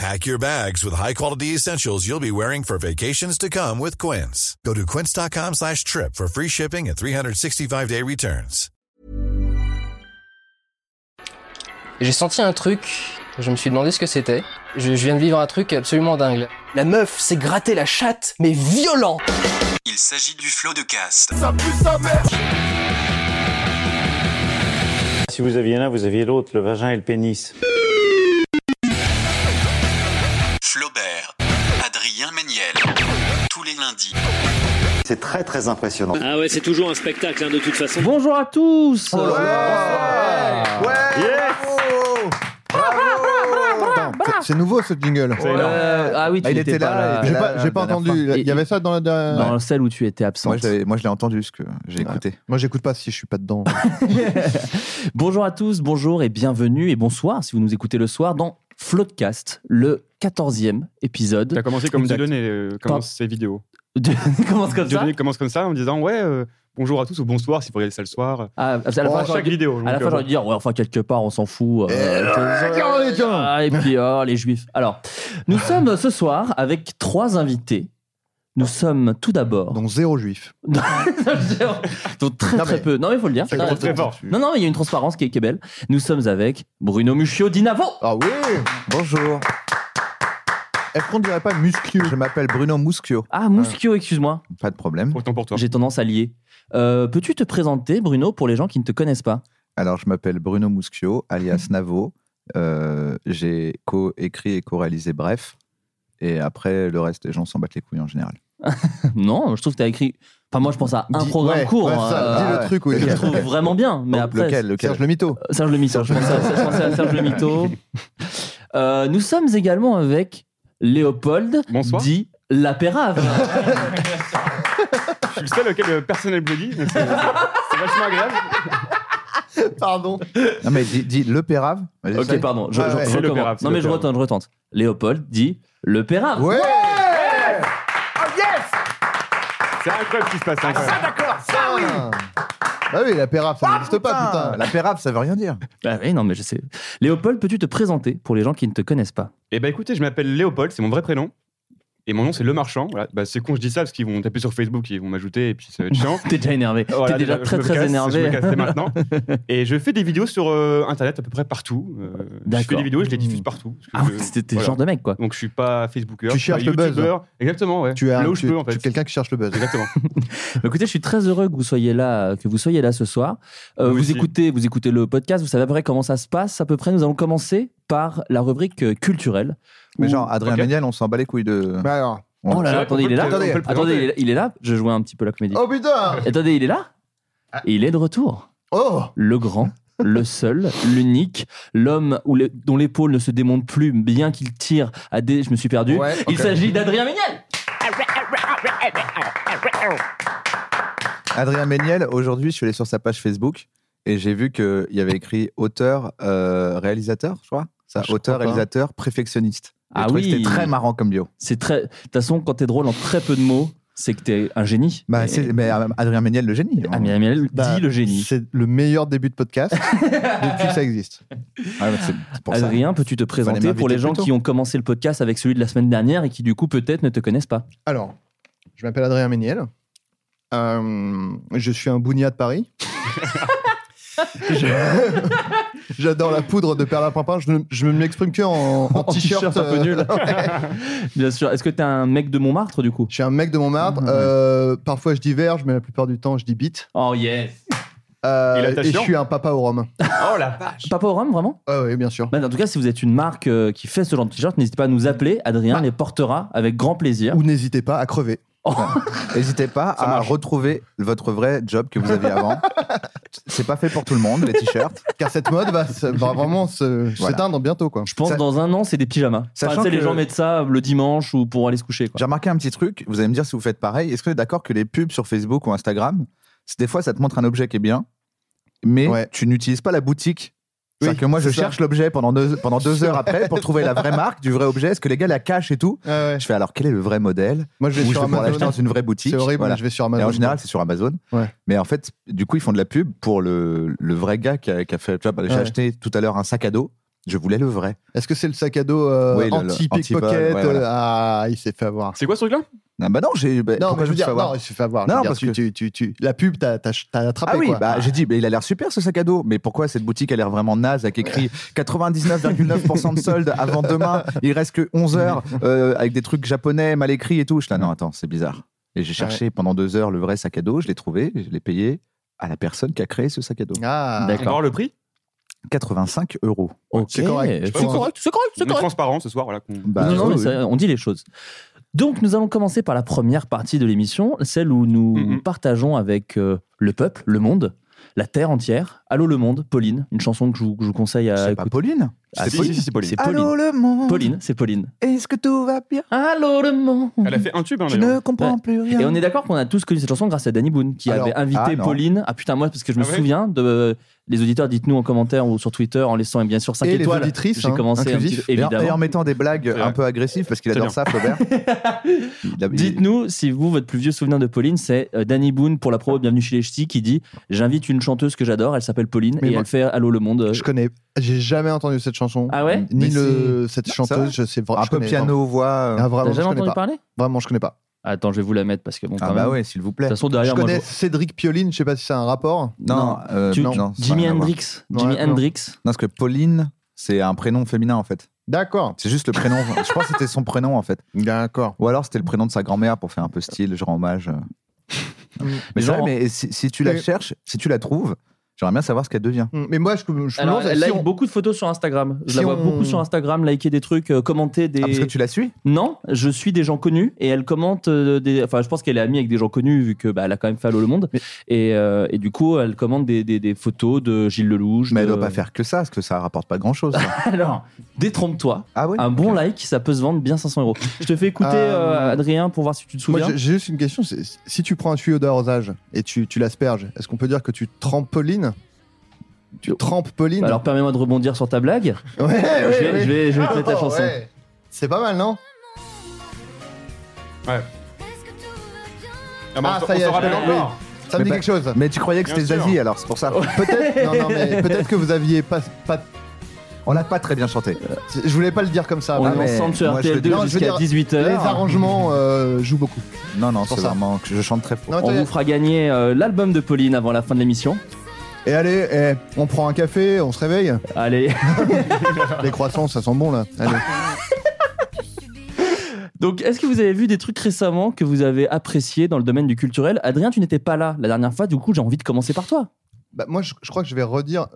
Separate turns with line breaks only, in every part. Pack your bags with high-quality essentials you'll be wearing for vacations to come with Quince. Go to quince.com slash trip for free shipping and 365-day returns.
J'ai senti un truc, je me suis demandé ce que c'était. Je, je viens de vivre un truc absolument dingue.
La meuf s'est grattée la chatte, mais violent
Il s'agit du flot de cast.
Si vous aviez l'un, vous aviez l'autre, le vagin et le pénis.
Flaubert. Adrien Méniel. Tous les lundis.
C'est très très impressionnant.
Ah ouais, c'est toujours un spectacle hein, de toute façon.
Bonjour à tous
Bah,
C'est nouveau ce jingle.
Ouais. Ah oui, tu
Ah, il
étais
était
pas
là. J'ai
là.
pas, j'ai pas
la dernière
entendu.
fois.
Il y avait ça dans la dernière.
Dans celle où tu étais absent.
Moi, je l'avais- moi, je l'ai entendu, ce que j'ai écouté.
Moi, j'écoute pas si je suis pas dedans.
bonjour à tous, bonjour et bienvenue et bonsoir si vous nous écoutez le soir dans Floodcast, le 14e épisode.
T'as commencé comme
Exact.
Dieudonné, euh, commence ses vidéos.
De... Commence comme ça.
Dieudonné commence comme ça en disant ouais, euh, bonjour à tous ou bonsoir si vous regardez ça le soir.
Ah, à la
Bon,
fin,
à
j'aurais
chaque
dû-
vidéo.
à la
donc,
fin,
euh,
j'aurais dû dire, ouais, enfin, quelque part, on s'en fout. euh,
regardez, tiens.
Ah, et puis, oh, les juifs. Alors, nous sommes ce soir avec trois invités. Nous sommes tout d'abord.
Donc zéro juif.
Donc très
Non,
très
mais-
peu. Non mais il faut le dire.
Ça
Non,
commence
non,
très fort.
non, non, il y a une transparence qui est, qui est belle. Nous sommes avec Bruno Muccio Dinavo.
Ah oui.
Bonjour.
Est-ce qu'on dirait pas muscu
Je m'appelle Bruno Muschio.
Ah Muschio, excuse-moi.
Pas de problème.
Autant pour toi.
J'ai tendance à lier. Euh, Peux-tu te présenter, Bruno, pour les gens qui ne te connaissent pas
Alors, je m'appelle Bruno Muschio, alias Navo. Euh, j'ai co-écrit et co-réalisé Bref. Et après, le reste, les gens s'en battent les couilles en général.
Non, je trouve que tu as écrit. Enfin, moi, je pense à un
Dis-
programme
ouais,
court.
ouais, ça,
euh,
dis le truc, oui.
que je trouve vraiment bien. Mais
Donc,
après,
lequel, lequel
Serge le mytho.
Euh, Serge Le Mito. Je pensais à, je pensais à Serge Le Mito. Euh, nous sommes également avec Léopold,
Bonsoir.
dit La Pérave.
Ah,
Je suis le seul auquel euh, personne ne le dit. mais C'est c'est vachement agréable.
Pardon.
Non, mais dis, dis le Pérave. Vas-y, Ah
ok,
essaye.
pardon. Je,
Ah, Ouais,
je-
ouais,
je
c'est Le
recommence.
Pérave, c'est
non,
Le
mais je
Pérave.
retente, je retente. Léopold dit Le Pérave.
Ouais.
C'est incroyable ce qui se passe. c'est incroyable.
Ah. Bah oui, la pérave, ça n'existe pas, putain.
La Pérave, ça veut rien dire.
Ah oui, non, mais je sais. Léopold, peux-tu te présenter pour les gens qui ne te connaissent pas
Eh ben écoutez, je m'appelle Léopold, c'est mon vrai prénom. Et mon nom c'est Le Marchand. Voilà. Bah, c'est con, je dis ça parce qu'ils vont taper sur Facebook, ils vont m'ajouter et puis ça va être chiant.
T'es déjà énervé.
Voilà,
T'es déjà,
Oh je
très
me
très
casse, Je
énervé.
me casse dès maintenant. Et je fais des vidéos sur euh, Internet à peu près partout. Euh, je fais
D'accord.
des vidéos, et je les diffuse partout. parce que
Ah
je-
ouais, c'était le
voilà.
genre de mec, quoi.
Donc je suis pas Facebooker.
Tu
je suis pas
cherches le buzz.
hein.
YouTuber. Exactement, ouais.
Tu es un-
là où
tu-
je peux en
tu es
fait.
quelqu'un qui cherche le buzz.
Exactement.
Bah, Écoutez, je suis très heureux que vous soyez là, que vous soyez là ce soir. Euh,
Moi
vous
aussi.
écoutez, vous écoutez le podcast. Vous savez à peu près comment ça se passe. À peu près, nous allons commencer par la rubrique euh, culturelle.
Mais
Où-
genre, Adrien
Ok.
Méniel, on s'en bat les couilles de.
Bah alors.
oh là là,
Ouais,
attendez, il
on peut
est
le-
là.
on peut le
Attendez,
présenter.
il est là- il est là. Je jouais un petit peu la comédie.
Oh putain.
Attendez, il est là.
Ah.
Il est de retour.
Oh.
le grand, le seul, l'unique, l'homme où les- dont l'épaule ne se démonte plus, bien qu'il tire à des. Je me suis perdu.
Ouais,
Il
ok.
s'agit d'Adrien Méniel.
Adrien Méniel, aujourd'hui, je suis allé sur sa page Facebook et j'ai vu qu'il y avait écrit auteur, euh, réalisateur, je crois. Ça,
Je
auteur,
crois pas.
réalisateur, préfectionniste. Et je
Ah
trouvais que
oui.
C'était très marrant comme bio.
C'est très. De toute façon, quand t'es drôle en très peu de mots, c'est que t'es un génie.
Bah,
Et-
c'est- mais euh, Adrien Méniel, le génie.
Ah, mais Adrien Méniel
Bah,
dit le génie.
C'est le meilleur début de podcast depuis que ça existe.
Ouais, mais Ah, bah, c'est c'est pour ça.
Adrien, peux-tu te présenter pour les
m'inviter
gens
plus tôt.
qui ont commencé le podcast avec celui de la semaine dernière et qui du coup peut-être ne te connaissent pas
Alors, je m'appelle Adrien Méniel. Euh, je suis un bougnat de Paris. Je- J'adore la poudre de Perlin-Pimpin. Je ne je ne m'exprime que en, en t-shirt.
un peu
euh,
nul. Bien sûr. Est-ce que t'es un mec de Montmartre du coup Mmh.
Je suis un mec de Montmartre. Euh, parfois je diverge, mais la plupart du temps je dis bit.
Oh yes.
Euh,
Il est attachant.
et je suis un papa au rhum.
Oh la vache Papa au rhum, vraiment
Ouais, ouais, bien sûr.
Bah, en tout cas, si vous êtes une marque euh, qui fait ce genre de t-shirt, n'hésitez pas à nous appeler. Adrien
Bah.
les portera avec grand plaisir.
Ou n'hésitez pas à crever.
Oh. N'hésitez pas à retrouver votre vrai job que vous aviez avant. C'est pas fait pour tout le monde, les t-shirts.
Car cette mode va, se- va vraiment se-
Voilà.
s'éteindre bientôt. Quoi.
Je pense dans un an, c'est des pyjamas. Enfin, tu sais, les gens mettent ça euh, le dimanche ou pour aller se coucher.
J'ai remarqué un petit truc, vous allez me dire si vous faites pareil. Est-ce que vous êtes d'accord que les pubs sur Facebook ou Instagram, c'est des fois ça te montre un objet qui est bien, mais tu n'utilises pas la boutique
Oui,
c'est-à-dire que moi, je
c'est ça.
cherche l'objet pendant deux, pendant deux heures après pour trouver la vraie marque du vrai objet. Est-ce que les gars la cachent et tout Je fais alors quel est le vrai modèle
Moi, je vais
Où
sur
je pouvoir
Amazon.
l'acheter dans une vraie boutique.
C'est horrible, je vais sur Amazon.
Et en général, c'est sur Amazon.
Ouais.
Mais en fait, du coup, ils font de la pub pour le, le vrai gars qui a, qui a fait. Tu vois, bah, j'ai
Ouais.
acheté tout à l'heure un sac à dos. Je voulais le vrai.
Est-ce que c'est le sac à dos euh,
Oui, le- le
anti-pickpocket
anti-vol, ouais,
euh,
voilà.
Ah, il s'est fait avoir.
C'est quoi ce truc-là
Ah bah non, j'ai. bah,
Non,
pourquoi
mais je veux
me suis
dire,
fait avoir
non, il s'est fait avoir.
Non,
Je veux dire,
parce
tu-
que-
tu- tu- tu- la pub, t'as t'as- t'as attrapé.
Ah oui,
quoi.
bah, j'ai dit, mais il a l'air super ce sac à dos. Mais pourquoi cette boutique a l'air vraiment naze avec écrit 99,9% de solde avant demain, il reste que 11 heures euh, avec des trucs japonais mal écrits et tout. Je suis là, non, attends, c'est bizarre. Et j'ai cherché pendant deux heures le vrai sac à dos, je l'ai trouvé, je l'ai payé à la personne qui a créé ce sac à dos.
Ah,
On va voir le prix
85 euros.
C'est correct. C'est correct, c'est correct, c'est
On est
correct.
transparent ce soir. Voilà, qu'on-
Bah,
non, non,
bah, oui,
mais
oui.
ça, euh, on dit les choses. Donc, nous allons commencer par la première partie de l'émission, celle où nous
Mm-hmm.
partageons avec euh, le peuple, le monde, la terre entière. Allô le monde, Pauline, une chanson que je vous, que je vous conseille à. C'est
pas Pauline
Ah,
C'est Pauline. Si, si, c'est Pauline.
Allô, le monde
Pauline, c'est Pauline.
Est-ce que tout va bien
Allô, le monde
Elle a fait un tube. Hein,
Je
d'ailleurs.
ne comprends
Ouais.
plus rien.
Et on est d'accord qu'on a tous connu cette chanson grâce à Danny Boone qui
Alors,
avait invité
ah, non.
Pauline. Ah putain, moi, parce que je me
Ah ouais
souviens de. euh, Les auditeurs, dites-nous en commentaire ou sur Twitter en laissant bien sûr 5
Et les
étoiles.
auditrices,
J'ai
hein,
commencé un petit-
inclusif. Et en-
évidemment.
Et en mettant des blagues un peu agressives, parce qu'il
Très
adore
bien.
ça, Flaubert. Il a- il-
Dites-nous si vous, votre plus vieux souvenir de Pauline, c'est euh, Danny Boone pour la promo de Bienvenue chez les Ch'tis qui dit J'invite une chanteuse que j'adore, elle s'appelle Pauline
Mais
et
moi-
elle fait Allô le monde. euh,
Je connais. J'ai jamais entendu cette chanson.
Ah ouais
Ni
Mais
le,
c'est-
cette
Ça va
chanteuse. Je sais vraiment.
Un peu piano, voix. euh,
Ah, vraiment,
T'as
je
jamais
connais
entendu
pas.
parler
Vraiment, je connais pas.
Attends, je vais vous la mettre parce que bon, quand
Ah bah
même.
ouais, s'il vous
De
plaît.
toute façon,
Je
derrière, moi,
connais
je-
Cédric Pioline, je sais pas si c'est un rapport.
Non, euh,
Tu-
non,
tu-
non, ça
Jimi
n'a rien à voir.
Hendrix. Jimi
Ouais, non.
Hendrix.
Non, parce que Pauline, c'est un prénom féminin en fait.
D'accord.
C'est juste le prénom. je pense que c'était son prénom en fait.
D'accord.
Ou alors c'était le prénom de sa grand-mère pour faire un peu style, genre hommage. euh. mais
Mm.
c'est
Genre-
vrai, mais si, si tu la
Mais-
cherches, si tu la trouves, j'aimerais bien savoir ce qu'elle devient.
Mm, Mais moi, je, je me
Alors,
lance
elle
si
like
on-
beaucoup de photos sur Instagram. Je
si
la vois
on-
beaucoup sur Instagram, liker des trucs, euh, commenter des.
Ah, parce que tu la suis
Non, je suis des gens connus et elle commente euh, des. Enfin, je pense qu'elle est amie avec des gens connus vu que bah, elle a quand même fait Allô le monde. Et, euh, et du coup, elle commente des, des- des photos de Gilles Lelouch.
Mais elle
de-
doit pas faire que ça, parce que ça rapporte pas grand-chose. ça.
Alors, détrompe-toi.
Ah oui
Un bon like, ça peut se vendre bien 500 euros. Je te fais écouter euh,
Euh,
Adrien pour voir si tu te
Moi,
souviens.
j'ai- j'ai juste une question. c'est- Si tu prends un tuyau d'arrosage et tu, tu l'asperges, est-ce qu'on peut dire que tu trempes Pauline Tu trempes Pauline
Alors, permets-moi de rebondir sur ta blague.
Ouais,
Eh,
je vais,
ouais, Ah,
je vais- je vais te mettre la
Ah,
Attends,
chanson.
ouais. C'est pas mal, non
Ouais. Ah, bah,
Ah,
on
ça y est,
s'en
je
rappelle
l'ai compris.
encore.
Ça me dit
Mais bah,
quelque chose.
Mais tu croyais que
Bien
c'était
sûr.
Zazie, alors c'est pour ça.
Peut-être non, non, mais peut-être que vous aviez pas, pas-
On l'a pas très bien chanté.
Je voulais pas le dire comme ça.
On
mais-
est ensemble sur
moi, je le
RTL2
dis, non,
je veux
jusqu'à
dire,
18h.
Les arrangements euh, jouent beaucoup.
ah. Non, non,
pour
c'est
ça.
vraiment que je chante très fort.
Non,
On
t'as-
vous fera gagner euh, l'album de Pauline avant la fin de l'émission.
Et allez, eh, on prend un café, on se réveille.
Allez.
Les croissants, ça sent bon là. Allez.
Donc, est-ce que vous avez vu des trucs récemment que vous avez appréciés dans le domaine du culturel Adrien, tu n'étais pas là la dernière fois, du coup, j'ai envie de commencer par toi.
Bah, moi, je, je crois que je vais redire.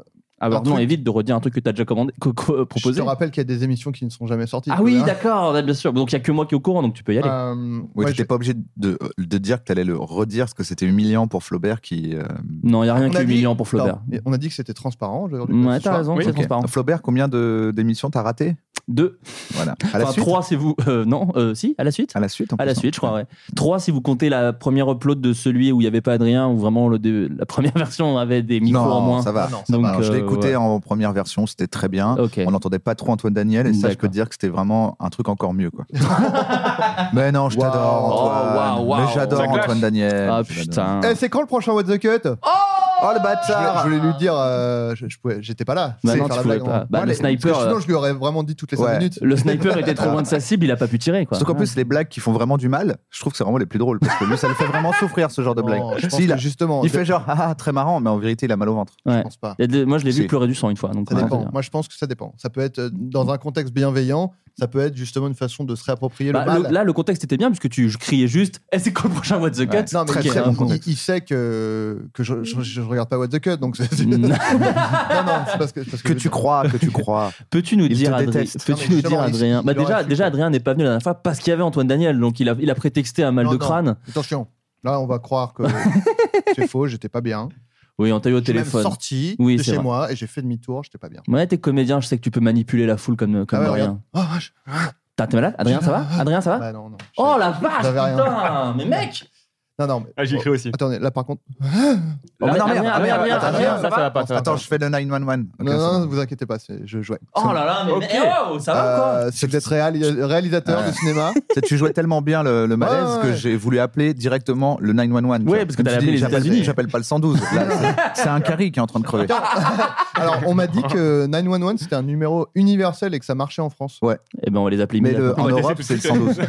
Ah, pardon,
truc-
évite de redire un truc que tu as déjà commandé, co- co-
Je
proposé.
te rappelle qu'il y a des émissions qui ne sont jamais sorties.
Ah oui,
Hein.
d'accord, ouais, bien sûr. Donc, il n'y a que moi qui est au courant, donc tu peux y aller.
Euh,
Oui,
ouais,
t'étais
je-
pas obligé de, de dire que t'allais le redire parce que c'était humiliant pour Flaubert qui. euh,
non, il n'y a rien
on
qui
a
est
dit-
humiliant pour Flaubert.
Non, mais on a dit que c'était transparent. aujourd'hui.
Ouais,
Ce
t'as
soir.
raison, c'est
ok.
transparent.
Flaubert, combien de- d'émissions t'as raté
Deux.
Voilà. À la
Enfin,
suite.
trois, c'est vous. euh, non, euh, si, à la suite
À la suite. en
À la
plus, hein.
suite, je crois, ouais. Trois, si vous comptez la première upload de celui où il n'y avait pas Adrien, où vraiment le dé- la première version avait des micros
non,
en moins.
ça va.
Ah non, ça
Donc,
Alors, je l'ai
euh,
écouté
ouais.
en première version, c'était très bien.
Ok.
On n'entendait pas trop Antoine Daniel, et ça, je
D'accord.
peux te dire que c'était vraiment un truc encore mieux. Quoi. mais non, je t'adore,
Wow.
Antoine.
Oh, wow, wow.
Mais j'adore
Ça clash.
Antoine Daniel.
Ah
Je l'adore.
putain.
Eh, c'est quand le prochain What the Cut
Oh le
Je voulais-
bâtard
je voulais lui dire, euh, je- je pouvais- j'étais pas là.
Bah
C'est faire
non, tu
la
pouvais
blague,
pas.
non.
Bah,
Moi,
le
les-
Parce que
sniper.
sinon,
euh,
je lui aurais vraiment dit toutes les 5
Ouais.
minutes.
Le sniper était trop loin de sa cible, il a pas pu tirer quoi.
Sauf qu'en plus, les blagues qui font vraiment du mal, je trouve que c'est vraiment les plus drôles. Parce que lui, ça le fait vraiment souffrir, ce genre de
Non,
blague.
Oh, je pense
S'il
que
a-
justement,
il fait genre, ah, ah, très marrant, mais en vérité, il a mal au ventre.
Ouais.
je pense pas.
Il y a des- Moi je l'ai vu
Si.
pleurer du sang une fois. Donc,
Ça
ouais,
dépend.
c'est bien.
Moi, je pense que ça dépend. Ça peut être euh, dans un contexte bienveillant ça peut être justement une façon de se réapproprier
Bah,
le mal.
le- là, le contexte était bien, puisque tu je criais juste Eh, c'est quoi le prochain What the Cut
Ouais. Non, mais
Qui est
très
un
bon
con.
il, il sait que, que je, je, je regarde pas What the Cut, donc c'est- c'est- non, non, c'est parce que, c'est parce que, tu
crois, que tu crois.
Peux-tu nous
Il te
dire, Adrien,
déteste. Non,
peux-tu
mais
nous
justement,
dire
il-
Adrien
il
bah,
aurait
Déjà,
su,
déjà Adrien n'est pas venu la dernière fois parce qu'il y avait Antoine Daniel, donc il a, il a prétexté un mal
Non,
de
non.
crâne.
Attention, là on va croire que c'est faux, j'étais pas bien.
Oui, on t'a eu au
Je suis même
téléphone.
sorti
Oui,
de
c'est
chez
vrai.
moi et j'ai fait demi-tour, j'étais pas bien.
Ouais, t'es comédien, je sais que tu peux manipuler la foule comme, comme
Ah ouais,
Adrien.
regarde. Ah, je-
T'as- T'es malade Adrien, ça va Adrien, ça va
Bah non, non.
Oh la vache
J'avais rien.
Putain Mais mec
Non, non. mais-
Ah, j'ai cru aussi.
Attendez, là par contre.
Oh, mais non, merde,
Adrien,
ah, merde,
Adrien,
attends,
Adrien,
attends,
ça va
attends, Attends, je fais le 911. Ok,
Non,
c'est
non,
bon. Ah,
ne vous inquiétez pas, c'est- je jouais.
Oh là là, mais,
Ok.
mais- oh, ça va ou quoi
Euh, C'est d'être réali- réalisateur
Ouais.
de cinéma.
C'est- Ah. Tu jouais tellement bien le, le malaise
Ouais, ouais,
que
ouais.
j'ai voulu appeler directement le 911. tu
Ouais,
vois.
parce que
Je me
t'allais
suis dit,
appeler les
j'appelle-
États-Unis.
J'appelle pas le 112. Là, c'est- c'est un carry qui est en train de crever.
Alors, on m'a dit que 911 c'était un numéro universel et que ça marchait en France.
Ouais.
Eh ben, on va les appeler
Mais
immédiatement.
le- en Europe, c'est le 112.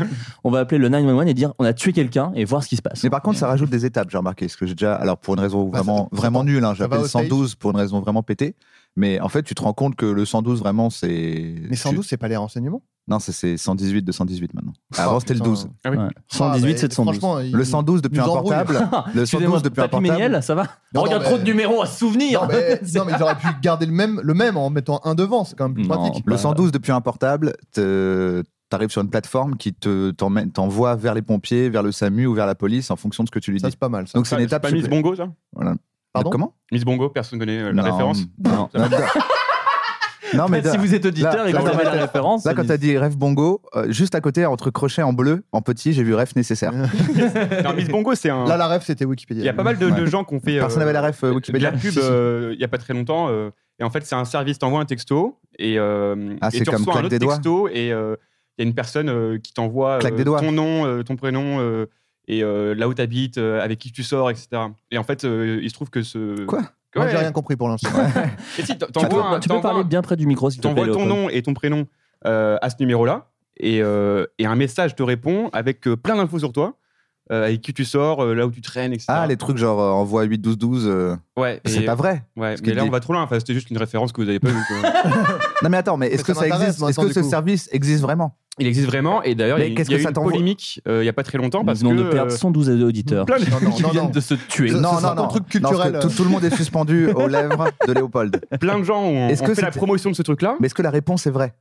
On va appeler le 911 et dire on a tué quelqu'un et voir ce qui se passe.
Mais par contre, ça rajoute des étapes, j'ai remarqué. Parce que j'ai déjà, alors pour une raison
Bah, ça-
vraiment,
ça
vraiment
va-
nulle, hein,
ça va
j'appelle
au stage.
112 pour une raison vraiment pétée. Mais en fait, tu te rends compte que le 112, vraiment, c'est.
Mais 112, c'est pas les renseignements.
Non, c'est- c'est 118 de 118 maintenant.
Ah,
Avant, c'était le
putain.
12.
Ah oui.
Ouais. 118,
Ah,
c'est
bah,
112.
Franchement, il-
Le hein. 112 depuis
nous
un
embrouille.
portable. Le
Excusez-moi,
112 depuis
t'as
un
plus mes
portable.
niels, ça va
Non,
Oh, il y a
non,
trop
mais-
de numéros à se souvenir
Non mais, non, mais ils auraient pu garder le même, le même en mettant un devant, c'est quand même plus
Non.
pratique.
Le
Bah,
112 depuis un portable, te- t'arrives sur une plateforme qui te t'emmène- t'envoie vers les pompiers, vers le SAMU ou vers la police en fonction de ce que tu lui
Ça
dis.
c'est pas mal. Ça.
Donc c'est une étape.
Ah, pas Miss
supplé-
Bongo, ça
Voilà.
Pardon
Comment
Miss Bongo, personne connaît euh, la
Non.
référence.
Non. Non, mais
si vous êtes auditeur
là,
et que
là,
vous avez
là,
la référence.
Là, quand t'as dit rêve bongo, euh, juste à côté, entre crochets en bleu, en petit, j'ai vu rêve nécessaire.
Non, Miss Bongo, c'est un.
Là la rêve c'était
Il y a
Wikipédia.
pas mal de, de
Ouais.
gens qui ont fait.
Personne
euh,
n'avait la ref euh,
de
Wikipédia.
la pub
Si, si.
euh, il y a pas très longtemps. euh, et en fait, c'est un service, t'envoie un texto et, euh,
Ah,
et
c'est
tu
comme
reçois un
claque
autre
des doigts.
texto et euh, il y a une personne euh, qui t'envoie
Claque des doigts.
ton nom, euh, ton prénom euh, et euh, là où t'habites, euh, avec qui tu sors, etc. Et en fait, euh, il se trouve que ce.
Quoi
Moi j'ai
Ouais.
rien compris pour l'instant.
Et si, t'en-
Tu peux,
t'envoies un-
tu peux
t'envoies
parler
un-
bien près du micro si tu
t'envoies ton nom et ton prénom euh, à ce numéro-là, et, euh, et un message te répond avec euh, plein d'infos sur toi, euh, avec qui tu sors, euh, là où tu traînes, etc.
Ah, les trucs genre euh, envoie 8-12-12. euh,
ouais,
C'est
et-
pas vrai.
Ouais,
Ce
mais
qui
là
dit-
on va trop loin. Enfin, c'était juste une référence que vous avez pas vue. quoi.
Non, mais attends, mais est-ce
Mais ça
que ça
m'intéresse,
existe
moi,
Est-ce
attends, du
que ce
coup.
service existe vraiment
Il existe vraiment, et d'ailleurs il y a,
Mais
une-
qu'est-ce
il y a
que
eu
ça
une
t'envoie
polémique euh, il y a pas très longtemps
Nous
parce
venons
que
de perdre
euh,
112 auditeurs
plein de-
Non, non,
qui
non,
viennent
non.
de se tuer.
Ce-
Non,
ce sera
non,
ton
non.
truc
Non, parce que
culturel.
tout, tout le monde est suspendu aux lèvres de Léopold.
plein de gens ont,
Est-ce
ont
que Ah
fait la
c'était-
promotion de ce truc-là.
Mais est-ce que la réponse est vraie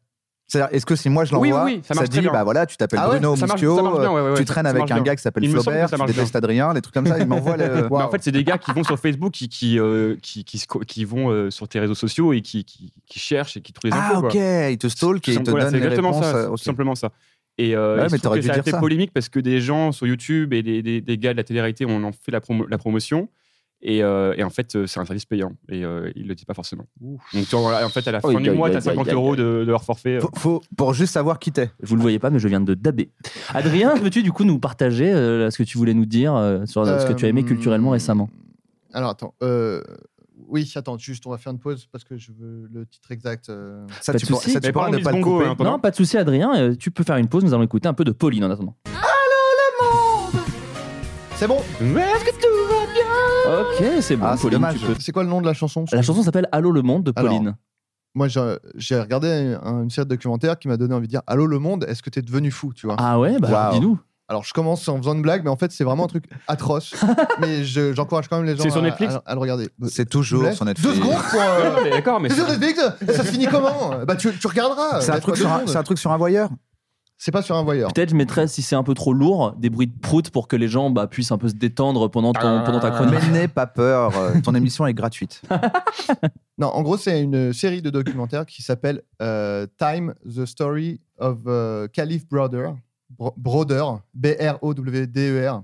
C'est-à-dire, est-ce que si moi je
Oui,
l'envoie,
oui, oui, ça
ça,
marche très
dit,
bien.
bah voilà, tu t'appelles
Ah ouais,
Bruno
ça marche-
Muschio,
ça marche bien, ouais, ouais, ouais,
tu
ça-
traînes
ça
avec
marche
un
bien.
gars qui s'appelle
Il me semble que
Flaubert,
ça
tu
marche
détestes Adrien, des trucs comme ça, il m'envoie le.
Mais en fait, c'est des gars qui vont sur Facebook, qui, qui, euh, qui, qui, se co- qui vont euh, sur tes réseaux sociaux et qui, qui, qui cherchent et qui trouvent les infos.
Ah
quoi.
ok, il te stalk et il te
Voilà,
donne
c'est
les
exactement
réponses.
ça,
euh,
c'est
ok.
tout simplement ça. Et euh, il se
Ouais, mais
trouve
t'aurais
que
dû
ça a
dire
été
ça.
polémique parce que des gens sur YouTube et des, des- des gars de la télé-réalité, on en fait la, promo- la promotion. Et, euh, et en fait, euh, c'est un service payant. Et euh, ils le disent pas forcément. Donc, tu vois, en fait, à la fin
Oh,
du
aïe,
mois,
aïe,
tu as
aïe,
50
aïe,
euros
aïe.
de, de leur forfait. euh,
Faut- faut- pour juste savoir qui t'es.
Vous le voyez pas, mais je viens de daber. Adrien, peux-tu du coup nous partager euh, ce que tu voulais nous dire euh, sur ce que tu as aimé
Euh,
culturellement récemment
Alors attends. euh, Oui, attends, juste on va faire une pause parce que je veux le titre exact. euh.
Ça,
Pas
tu,
de
pourras-
soucis.
ça, tu
Mais
pourras
parlons
ne
Miss
pas le
Bongo,
couper.
hein, pendant-
Non, pas de souci, Adrien. euh, tu peux faire une pause. Nous allons écouter un peu de Pauline en attendant.
C'est bon.
Ok, c'est bon.
Ah, c'est
Pauline,
dommage.
tu peux-
C'est quoi le nom de la chanson
La chanson s'appelle Allô le monde de
Alors,
Pauline.
Moi, j'ai- j'ai regardé un- une série de documentaires qui m'a donné envie de dire Allô le monde, est-ce que t'es devenu fou, tu vois
ah ouais, bah
Wow.
dis-nous.
Alors, je commence en faisant une blague, mais en fait, c'est vraiment un truc atroce. mais je- j'encourage quand même les gens
C'est sur
à,
Netflix
à- à le regarder.
C'est
Je vous
toujours
laisse
sur Netflix.
Deux secondes pour. euh,
Ouais, D'accord, mais
C'est sur
c'est-
Netflix Et ça se finit comment Bah, tu, tu regarderas.
C'est un,
Laisse-moi
truc
deux
sur un-
secondes.
c'est un truc sur un voyeur
C'est pas sur un voyeur.
Peut-être je mettrais, si c'est un peu trop lourd, des bruits de prout pour que les gens bah, puissent un peu se détendre pendant, ton- pendant ta chronique.
Mais n'aie pas peur, euh, ton émission est gratuite.
Non, en gros, c'est une série de documentaires qui s'appelle euh, Time, The Story of euh, Caliph Brother. Bro- Broder, B-R-O-W-D-E-R. E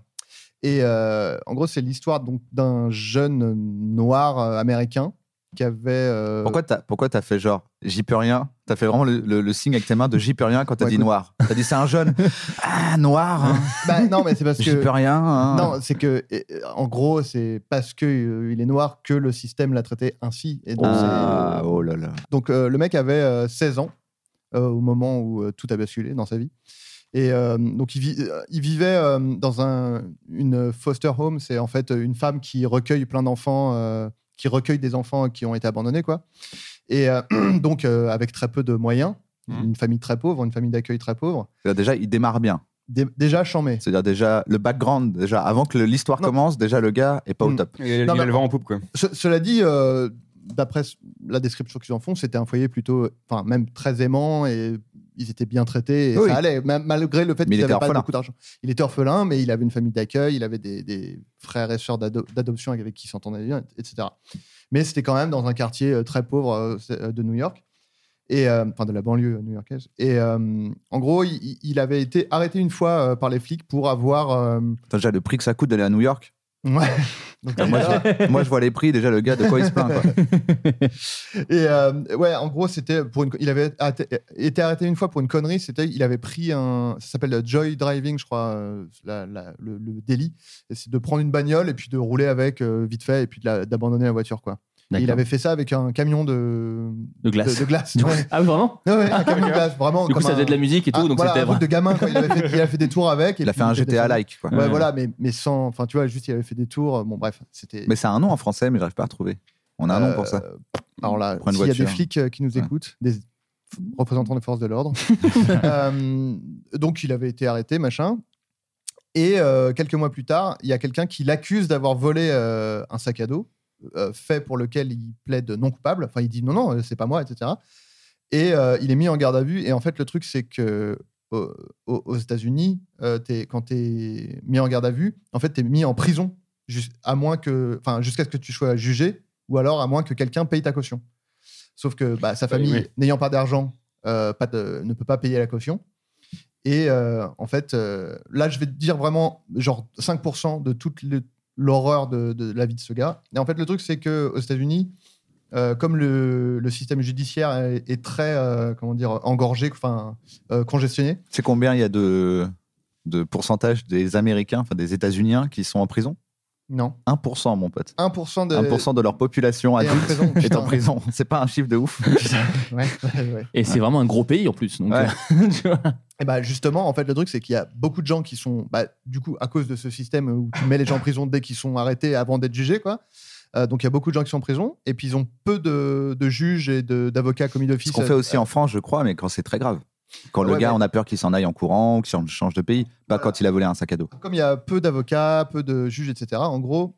Et euh, en gros, c'est l'histoire donc, d'un jeune noir euh, américain qui avait. euh,
Pourquoi t'as pourquoi t'as fait genre j'y peux rien T'as fait vraiment le, le- le signe avec tes mains de j'y peux rien quand t'as
Ouais,
dit
écoute.
noir. T'as dit c'est un jeune. Ah, noir, hein.
Bah, non, mais c'est parce
j'y
que.
peux rien. hein.
Non, c'est que, et- et, en gros, c'est parce qu'il il est noir que le système l'a traité ainsi. Et donc,
Ah,
c'est-
oh là là.
Donc euh, le mec avait euh, 16 ans euh, au moment où euh, tout a basculé dans sa vie. Et euh, donc il, vi- euh, il vivait euh, dans un, une foster home, c'est en fait euh, une femme qui recueille plein d'enfants, euh, qui recueille des enfants qui ont été abandonnés, quoi. Et euh, donc euh, avec très peu de moyens.
une famille très pauvre, une famille d'accueil très pauvre.
C'est-à-dire Déjà, il démarre bien.
déjà chambé.
C'est-à-dire déjà le background, déjà avant que le- l'histoire commence, déjà le gars est pas au
Mm.
top.
Il a- Non, il a mais- le vent en poupe,
quoi.
Ce- cela dit, euh, d'après ce- la description qu'ils en font, c'était un foyer plutôt, enfin même très aimant et ils étaient bien traités et
Oui.
ça allait, ma- malgré le fait
Mais il
qu'ils
était
n'avaient pas
orphelin.
beaucoup d'argent. Il était orphelin, mais il avait une famille d'accueil, il avait des, des frères et sœurs d'ado- d'adoption avec qui il s'entendait bien, etc. Mais c'était quand même dans un quartier euh, très pauvre euh, c'est- euh, de New York. Et, euh, enfin, de la banlieue new-yorkaise. Et euh, en gros, il, il avait été arrêté une fois euh, par les flics pour avoir. euh,
Déjà, le prix que ça coûte d'aller à New York.
Ouais.
moi, je, moi, je vois les prix, déjà, le gars, de quoi il se plaint. quoi.
Et euh, ouais, en gros, c'était pour une. Il avait atte- été arrêté une fois pour une connerie. C'était, il avait pris un. Ça s'appelle le joy driving, je crois, euh, la- la- le, le délit. Et C'est de prendre une bagnole et puis de rouler avec euh, vite fait et puis de la- d'abandonner la voiture, quoi. Et Il
D'accord.
avait fait ça avec un camion de
De glace.
De, glace.
Du coup-
ouais.
Ah oui, vraiment
Ouais, ouais, un camion de glace, vraiment.
Du coup,
comme
ça
un-
faisait de la musique et tout,
ah,
donc
voilà,
c'était
un truc
vrai.
de gamin. quoi. Il, avait fait, il a fait des tours avec. et
Il a
puis
fait un
était
GTA
descendu.
like, quoi.
Ouais,
Ouais.
voilà, mais, mais sans. Enfin, tu vois, juste il avait fait des tours. euh, Bon, bref, c'était.
Mais c'est un nom en français, mais j'arrive pas à trouver. On a un nom pour
Euh,
ça.
Alors là,
Prends Mmh. une
s'il y a des
voiture.
flics euh, qui nous écoutent, des f- représentants des forces de l'ordre. Euh, donc, il avait été arrêté, machin. Et euh, quelques mois plus tard, il y a quelqu'un qui l'accuse d'avoir volé euh, un sac à dos, euh, fait pour lequel il plaide non coupable. Enfin, il dit non, non, euh, c'est pas moi, etc. Et euh, il est mis en garde à vue. Et en fait, le truc, c'est que au- au- aux États-Unis, euh, t'es- quand tu es mis en garde à vue, en fait, tu es mis en prison jus- à moins que, enfin, jusqu'à ce que tu sois jugé ou alors à moins que quelqu'un paye ta caution. Sauf que bah, sa famille,
oui.
n'ayant pas d'argent, euh, pas de- ne peut pas payer la caution. Et euh, en fait, euh, là, je vais te dire vraiment, genre 5% de toute le- l'horreur de, de la vie de ce gars. Et en fait, le truc, c'est que aux États-Unis, euh, comme le, le système judiciaire est, est très, euh, comment dire, engorgé, enfin, euh, congestionné,
C'est combien il y a de, de pourcentage des Américains, enfin des États-Uniens, qui sont en prison
non.
1%, mon pote.
1% de.
1% de leur population
Euh, Et en
adulte
prison,
est
putain.
en prison. C'est pas un chiffre de ouf.
Ouais, ouais, ouais.
Et c'est vraiment un gros pays en plus. Donc,
Ouais.
euh, tu vois.
Et bah justement, en fait, le truc, c'est qu'il y a beaucoup de gens qui sont, bah, du coup, à cause de ce système où tu mets les gens en prison dès qu'ils sont arrêtés avant d'être jugés, quoi. Euh, donc il y a beaucoup de gens qui sont en prison, et puis ils ont peu de, de juges et de- d'avocats commis d'office.
Ce qu'on fait aussi en France, je crois, mais quand c'est très grave. Quand le
Ouais,
gars,
mais- Euh,
on a peur qu'il s'en aille en courant ou qu'il s'en- change de pays. Pas quand il a volé un sac à dos.
Comme il y a peu d'avocats, peu de juges, etc., en gros,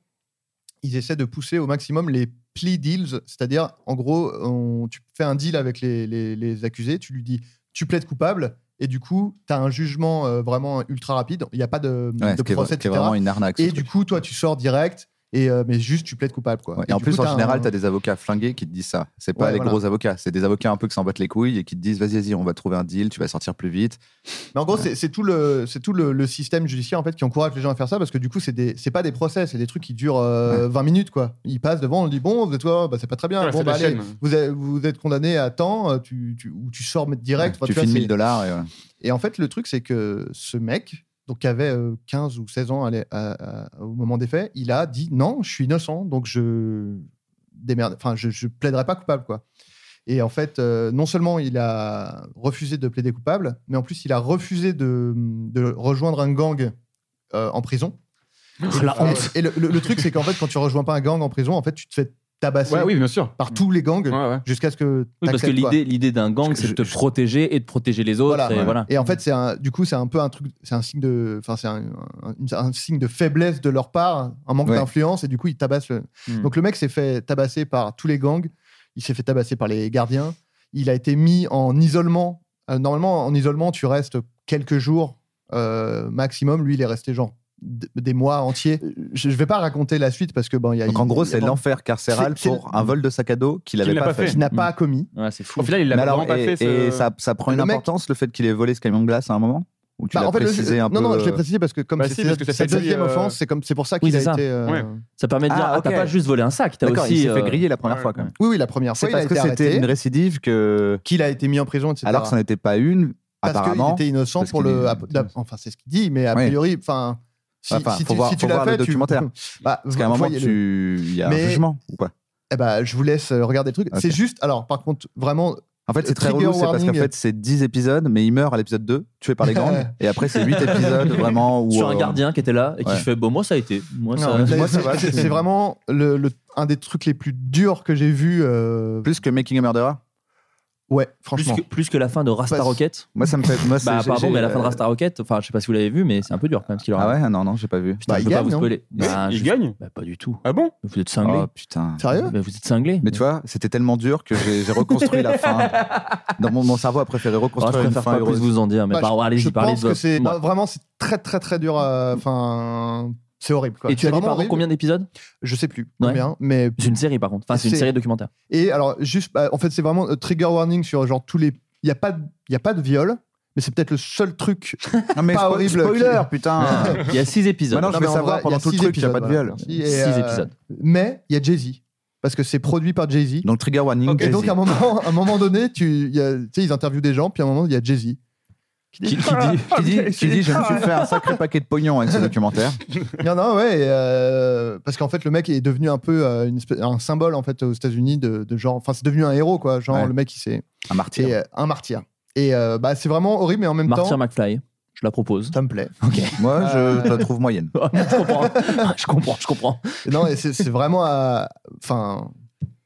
ils essaient de pousser au maximum les plea deals, c'est-à-dire, en gros, on- tu fais un deal avec les, les- les accusés, tu lui dis, tu plaides coupable, et du coup, tu as un jugement euh, vraiment ultra rapide, il n'y a pas de,
Ouais,
de
ce qui est
procès,
vra- qui est
etc..
vraiment une arnaque, ce
Et du coup, toi, tu sors direct, et, euh, mais juste, tu plaides coupable. Quoi.
Ouais, Et,
Et
en
du
plus,
coup,
en
t'as
général,
un-
tu as des avocats flingués qui te disent ça. C'est pas
Ouais,
les
voilà.
gros avocats. C'est des avocats un peu qui s'en battent les couilles et qui te disent vas-y, vas-y, on va trouver un deal, tu vas sortir plus vite.
Mais en gros, c'est- c'est tout le c'est tout le, le système judiciaire en fait qui encourage les gens à faire ça parce que du coup, c'est des c'est pas des procès, c'est des trucs qui durent euh, 20 minutes quoi. Ils passent devant, on dit bon, vous êtes toi, bah, c'est pas très bien.
Ouais,
bon,
c'est la
bah, allez,
chaîne.
vous êtes, vous êtes condamné à temps, euh, tu, tu- ou tu sors mais direct. Enfin,
tu
vois,
files
c'est-
1000 dollars. Et, ouais.
Et en fait, le truc c'est que ce mec donc qui avait euh, 15 ou 16 ans à l'é- à- à- au moment des faits, il a dit non, je suis innocent, donc je démerde, enfin je, je plaiderai pas coupable quoi. Et en fait, euh, non seulement il a refusé de plaider coupable, mais en plus il a refusé de, de rejoindre un gang euh, en prison.
Oh, la
et,
honte.
et le, le- le truc, c'est qu'en fait, quand tu rejoins pas un gang en prison, en fait, tu te fais tabasser
Ouais, oui, bien sûr.
par tous les gangs jusqu'à ce
Oui,
que.
parce que
t'acceptes, quoi.
l'idée l'idée d'un gang, c'est de te protéger et de protéger les autres.
Voilà.
et voilà.
Et en fait, c'est un- du coup, c'est un peu un truc, c'est un signe de, enfin, c'est un, un- un signe de faiblesse de leur part, un manque
Ouais.
d'influence, et du coup, ils tabassent. le-
Hmm.
Donc le mec s'est fait tabasser par tous les gangs, il s'est fait tabasser par les gardiens, il a été mis en isolement. Euh, normalement, en isolement, tu restes quelques jours euh, maximum. Lui, il est resté genre d- des mois entiers. Je, je vais pas raconter la suite parce que bon, il y a.
Donc en gros,
il y a
c'est
vraiment-
l'enfer carcéral
C'est- c'est-
pour un vol de sac à dos qu'il n'avait
n'a
pas fait.
Qu'il n'a pas commis.
Hmm. Ouais, c'est fou.
Au final, il l'a
Mais alors,
vraiment pas
et,
fait. ce-
et ça, ça prend
Le
une
mec-
importance le fait qu'il ait volé ce camion de glace à un moment Ou tu
Bah,
l'as
en fait, le-
précisé un
non,
peu
non, je l'ai
euh,
précisé parce que comme
Bah, si,
c'était
parce que ça
sa
fait dit,
deuxième
euh,
offense, c'est comme c'est pour ça
Oui,
qu'il a
c'est ça.
été. euh,
Ouais. Ça permet de dire,
Ah,
oh,
ah, t'as
ok.
pas juste volé un sac, t'as
D'accord,
aussi.
il s'est fait
euh,
griller la première fois quand même.
Oui, oui, la première fois,
C'est
il a
parce que
été
c'était
arrêté.
une récidive que.
Qu'il a été mis en prison, etc.
Alors que ça n'était pas une,
parce qu'il
apparemment.
était innocent
parce
pour
qu'il
le.
est-
ap- d'a- Enfin, c'est ce qu'il dit, mais a
Ouais.
priori, enfin. Si,
Enfin,
si
faut
tu,
voir-
si tu
faut
l'as
voir
fait,
le
tu-
documentaire.
Bah,
Parce qu'à un moment,
voyez-le.
tu- il y a un
Mais-
jugement ou quoi
Eh ben, je vous laisse euh, regarder le truc.
Ok.
C'est juste. Alors, par contre, vraiment.
En fait, c'est très
trigger
relou, c'est parce qu'en
warning.
fait, c'est 10 épisodes, mais il meurt à l'épisode 2, tué par les gangs. et après, c'est 8 épisodes vraiment où.
Sur
euh,
un gardien qui était là et qui
ouais.
fait Bon, moi, ça a été. Moi,
Non,
ça,
mais
moi, ça
c'est-
va.
c'est c'est vraiment le, le- un des trucs les plus durs que j'ai vu. euh,
Plus que Making a Murderer
Ouais,
Plus
franchement.
que, plus que la fin de Rasta
Parce-
Rocket.
Moi, ça me fait. Moi,
bah,
c'est-
pardon,
j'ai-
mais la fin de Rasta Rocket, enfin, je sais pas si vous l'avez vu, mais c'est un peu dur quand même ce qu'il leur
Ah
arrive.
ouais, non, non, j'ai pas vu.
Putain, je peux pas vous spoiler. Bah,
Il
je-
gagne
bah, Pas du tout.
Ah bon
Vous êtes cinglé.
Oh putain.
Sérieux
Bah, vous êtes cinglé.
Mais tu vois, c'était tellement dur que j'ai j'ai reconstruit la fin. Dans mon, mon cerveau a préféré
Ah, je
reconstruire une
préfère
fin
pas plus
heureuse.
vous en dire, mais
Bah,
bah,
je-
allez-y,
je
parlez
pense
de
que
votre-
c'est
moi.
bah, vraiment c'est très très très dur. à- Enfin, c'est horrible. Quoi.
Et tu
C'est
as vu
vraiment
par
horrible.
combien d'épisodes
Je sais plus
Ouais.
combien, mais
C'est une série par contre. Enfin, c'est une
C'est-
série documentaire.
Et alors, juste, bah, en fait, c'est vraiment euh, trigger warning sur genre tous les. Il n'y a, pas de- y a pas de viol, mais c'est peut-être le seul truc
Non, mais
pas
spo-
horrible.
Spoiler,
qui-
putain.
Ah. Il y a six épisodes.
Maintenant,
Ah. Non,
je
mais
vais
en
savoir
vrai, y
pendant
a
tout le
six
truc qu'il n'y a pas
épisodes,
de viol.
voilà.
Six
Et, euh,
épisodes.
Mais il y a Jay-Z, parce que c'est produit par Jay-Z.
Donc, trigger warning.
Et
Jay-Z.
donc, à un moment, à un moment donné, tu, y a- tu sais, ils interviewent des gens, puis à un moment, il y a Jay-Z.
Qui, qui dit
Qui dit, qui dit, je me suis fait un sacré paquet de pognon avec ce documentaire.
Non, non, ouais. et, euh, parce qu'en fait, le mec est devenu un peu euh, une espèce- un symbole, en fait, aux États-Unis, de, de genre. Enfin, c'est devenu un héros, quoi. Genre,
Ouais.
le mec, il s'est.
Un martyr.
c'est, euh, un martyr. Et euh, bah, c'est vraiment horrible, mais en même
Martyr
temps,
McFly. Je la propose.
ça me plaît.
Moi, je
Euh,
la trouve moyenne.
je comprends. je comprends, je comprends.
Non, et c'est c'est vraiment. à- Enfin,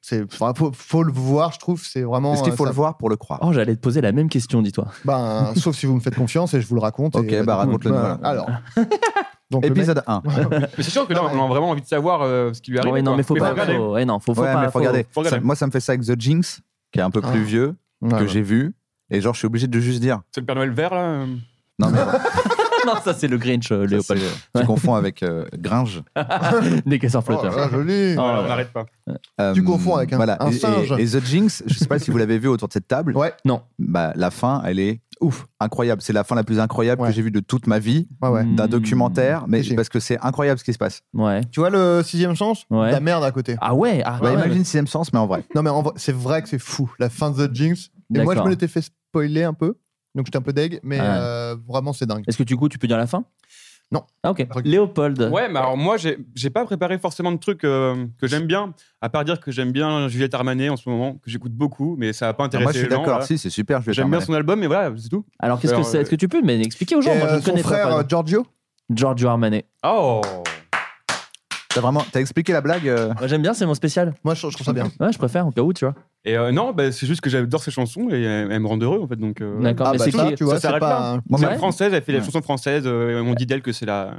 c'est faut, faut- faut le voir, je trouve. C'est vraiment.
Est-ce qu'il faut
euh,
le
ça-
voir pour le croire
Oh, j'allais te poser la même question, dis-toi.
Ben, sauf si vous me faites confiance et je vous le raconte.
Ok,
et-
bah, raconte-le nous,
Voilà.
alors.
Alors.
Ah.
Donc, le mec-
Épisode 1.
Mais c'est sûr que là, on a vraiment envie de savoir euh, ce qui lui arrive.
Ouais, non,
quoi.
mais faut
Mais
pas.
regardez.
faut- ouais, non, faut, faut
Ouais,
pas.
mais faut regarder.
faut regarder.
Ça- Moi, ça me fait ça avec The Jinx, qui est un peu plus
Ah.
vieux,
Ouais,
que
ouais.
j'ai vu. Et genre, je suis obligé de juste dire.
C'est le Père Noël vert, là euh,
Non, mais
non, ça, c'est le Grinch, euh,
ça,
Léopold.
c'est- tu confonds avec euh, Gringe.
Des caisseurs
Oh,
flotteurs.
là, joli.
voilà, On n'arrête pas.
Euh,
Tu confonds avec un-
voilà.
un
Et- et-
singe.
Et, The Jinx, je sais pas si vous l'avez vu autour de cette table.
Ouais.
Non.
Bah, la fin, elle est ouf, incroyable. C'est la fin la plus incroyable
Ouais.
que j'ai vue de toute ma vie
Ouais, ouais.
Mm.
Mmh.
d'un documentaire, mais
Léger.
parce que c'est incroyable ce qui se passe.
Ouais.
Tu vois le sixième sens
Ouais.
La merde à côté.
Ah ouais, ah
Bah,
ouais.
imagine sixième sens, mais en vrai.
Non, mais en vrai, c'est vrai que c'est fou. La fin de The Jinx. Et
D'accord.
moi, je me l'étais fait spoiler un peu. Donc, j'étais un peu deg, mais
Ah ouais.
euh, vraiment, c'est dingue.
Est-ce que du coup, tu peux dire la fin
Non.
Ah, ok. Léopold.
Ouais, mais alors moi, j'ai j'ai pas préparé forcément de trucs euh, que j'aime bien, à part dire que j'aime bien Juliette Armanet en ce moment, que j'écoute beaucoup, mais ça va pas
Ah,
intéresser
moi, je suis
les gens.
d'accord.
voilà.
Si, c'est super. Je vais
J'aime bien
terminer.
son album, mais voilà, c'est tout.
Alors, qu'est-ce que
Alors,
c'est Est-ce que tu peux mais expliquer aux gens
Et,
Moi, je
euh,
ne
son
connais pas, par
frère euh,
exemple.
Giorgio
Giorgio Armanet.
Oh
T'as vraiment, t'as expliqué la blague. euh,
Moi, j'aime bien, c'est mon spécial.
Moi, je, je trouve ça bien.
Ouais, je préfère, au cas où, tu vois.
Et euh, non, bah, c'est juste que j'adore ses chansons et elles, elles me rendent heureux, en fait. Donc, euh,
D'accord,
Ah,
mais
bah,
c'est
ça,
qui
tu vois,
ça
c'est
s'arrête là.
pas. un-
Moi,
C'est
ma-
une française, elle fait des
Ouais.
chansons françaises. euh, on dit d'elle que c'est la,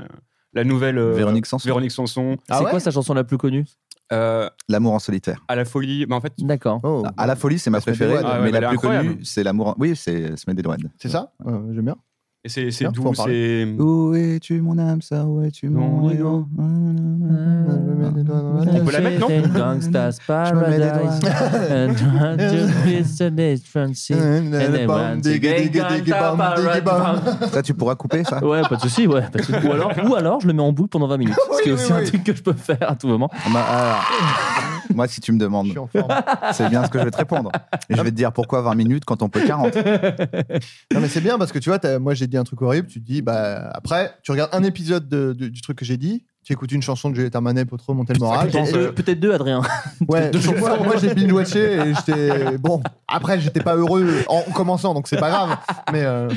la nouvelle euh,
Véronique Sanson.
Véronique Sanson.
Ah
C'est
ouais
quoi sa chanson la plus connue
Euh,
L'amour en solitaire.
à la folie. Mais en fait,
D'accord.
Oh,
À la folie, c'est ma
Elle se met des
préférée,
douanes.
Ah ouais,
mais
mais elle
la plus
est incroyable.
connue, c'est l'amour. en- Oui, c'est se met des douanes.
c'est ça Euh, J'aime bien.
et c'est c'est
Tiens, faut en
doux,
parler.
c'est.
Où es-tu mon âme, ça Où es-tu mon Ah,
Non,
héros Hmm.
On peut la mettre, non
Gangsta's Paradise. And to business
Eh,
fancy.
Bam, digga, digga, digga, bam, digga, bam.
Ça, tu pourras couper ça
Ouais, pas de souci, ouais. pas de souci. Ou alors, ou alors, je le mets en boucle pendant 20 minutes. parce que
oui,
c'est un
oui.
truc que je peux faire à tout moment.
Bah, alors, Moi, si tu me demandes,
Je suis en forme.
c'est bien ce que je vais te répondre. Et je vais te dire pourquoi 20 minutes quand on peut 40.
Non, mais c'est bien parce que tu vois, t'as- moi j'ai dit un truc horrible. Tu te dis, bah après, tu regardes un épisode de- de- du truc que j'ai dit, tu écoutes une chanson de Juliette Armanet pour te remonter le moral.
putain,
Et-
c'est-
Deux- Peut-être deux, Adrien.
euh, ouais,
deux
parce que moi, moi, j'ai binge-watché et j'étais. Bon, après, j'étais pas heureux en commençant, donc c'est pas grave. Mais euh,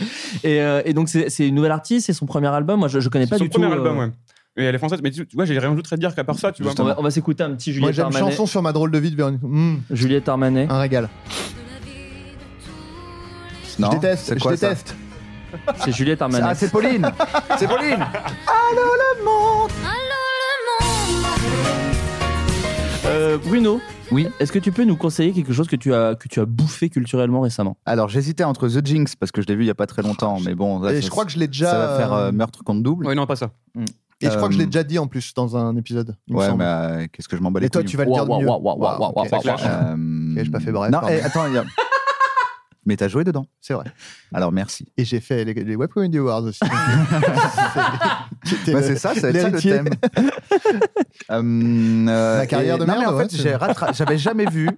Et, euh, et donc, c'est c'est une nouvelle artiste, c'est son premier album. Moi, je, je connais
C'est
pas
son
du tout.
premier
euh,
album, ouais. Et elle est française, mais tu, tu vois, j'ai rien d'autre à dire qu'à part ça, tu vois.
On va, on va s'écouter un petit
moi
Juliette
j'aime
Armanet.
chanson sur ma drôle de vie de Véronique. Mmh,
Juliette Armanet.
un régal.
Non,
je déteste,
c'est
je
quoi ça
déteste.
C'est Juliette Armanet.
Ah, c'est Pauline C'est Pauline
Euh, Bruno,
Oui.
est-ce que tu peux nous conseiller quelque chose que tu as, que tu as bouffé culturellement récemment
Alors, j'hésitais entre The Jinx, parce que je l'ai vu il y a pas très longtemps, mais bon. là,
Et
ça-
je crois que je l'ai déjà.
Ça va faire euh, meurtre contre double.
Ouais, non, pas ça.
et je crois que je l'ai
euh,
déjà dit en plus dans un épisode. il me
Ouais,
semble.
mais euh, qu'est-ce que je m'en bats les
Et toi,
couilles.
tu vas le
Ouah,
dire
ouah,
mieux.
ouah, ouah, ouah,
ok,
ouah,
ça
ouah,
clash.
ouah.
Euh,
Ok, j'ai pas fait bref,
Non,
pardon.
eh, attends, il y a- mais t'as joué dedans.
C'est vrai.
Alors merci.
Et j'ai fait les, les Web Comedy Awards aussi. J'étais
Bah,
le-
c'est ça, c'est ça le
l'héritier.
thème. Hum, euh,
La carrière
et-
de
non, mais
merde,
en
ouais,
fait,
c'est-
j'ai rattra- j'avais jamais vu.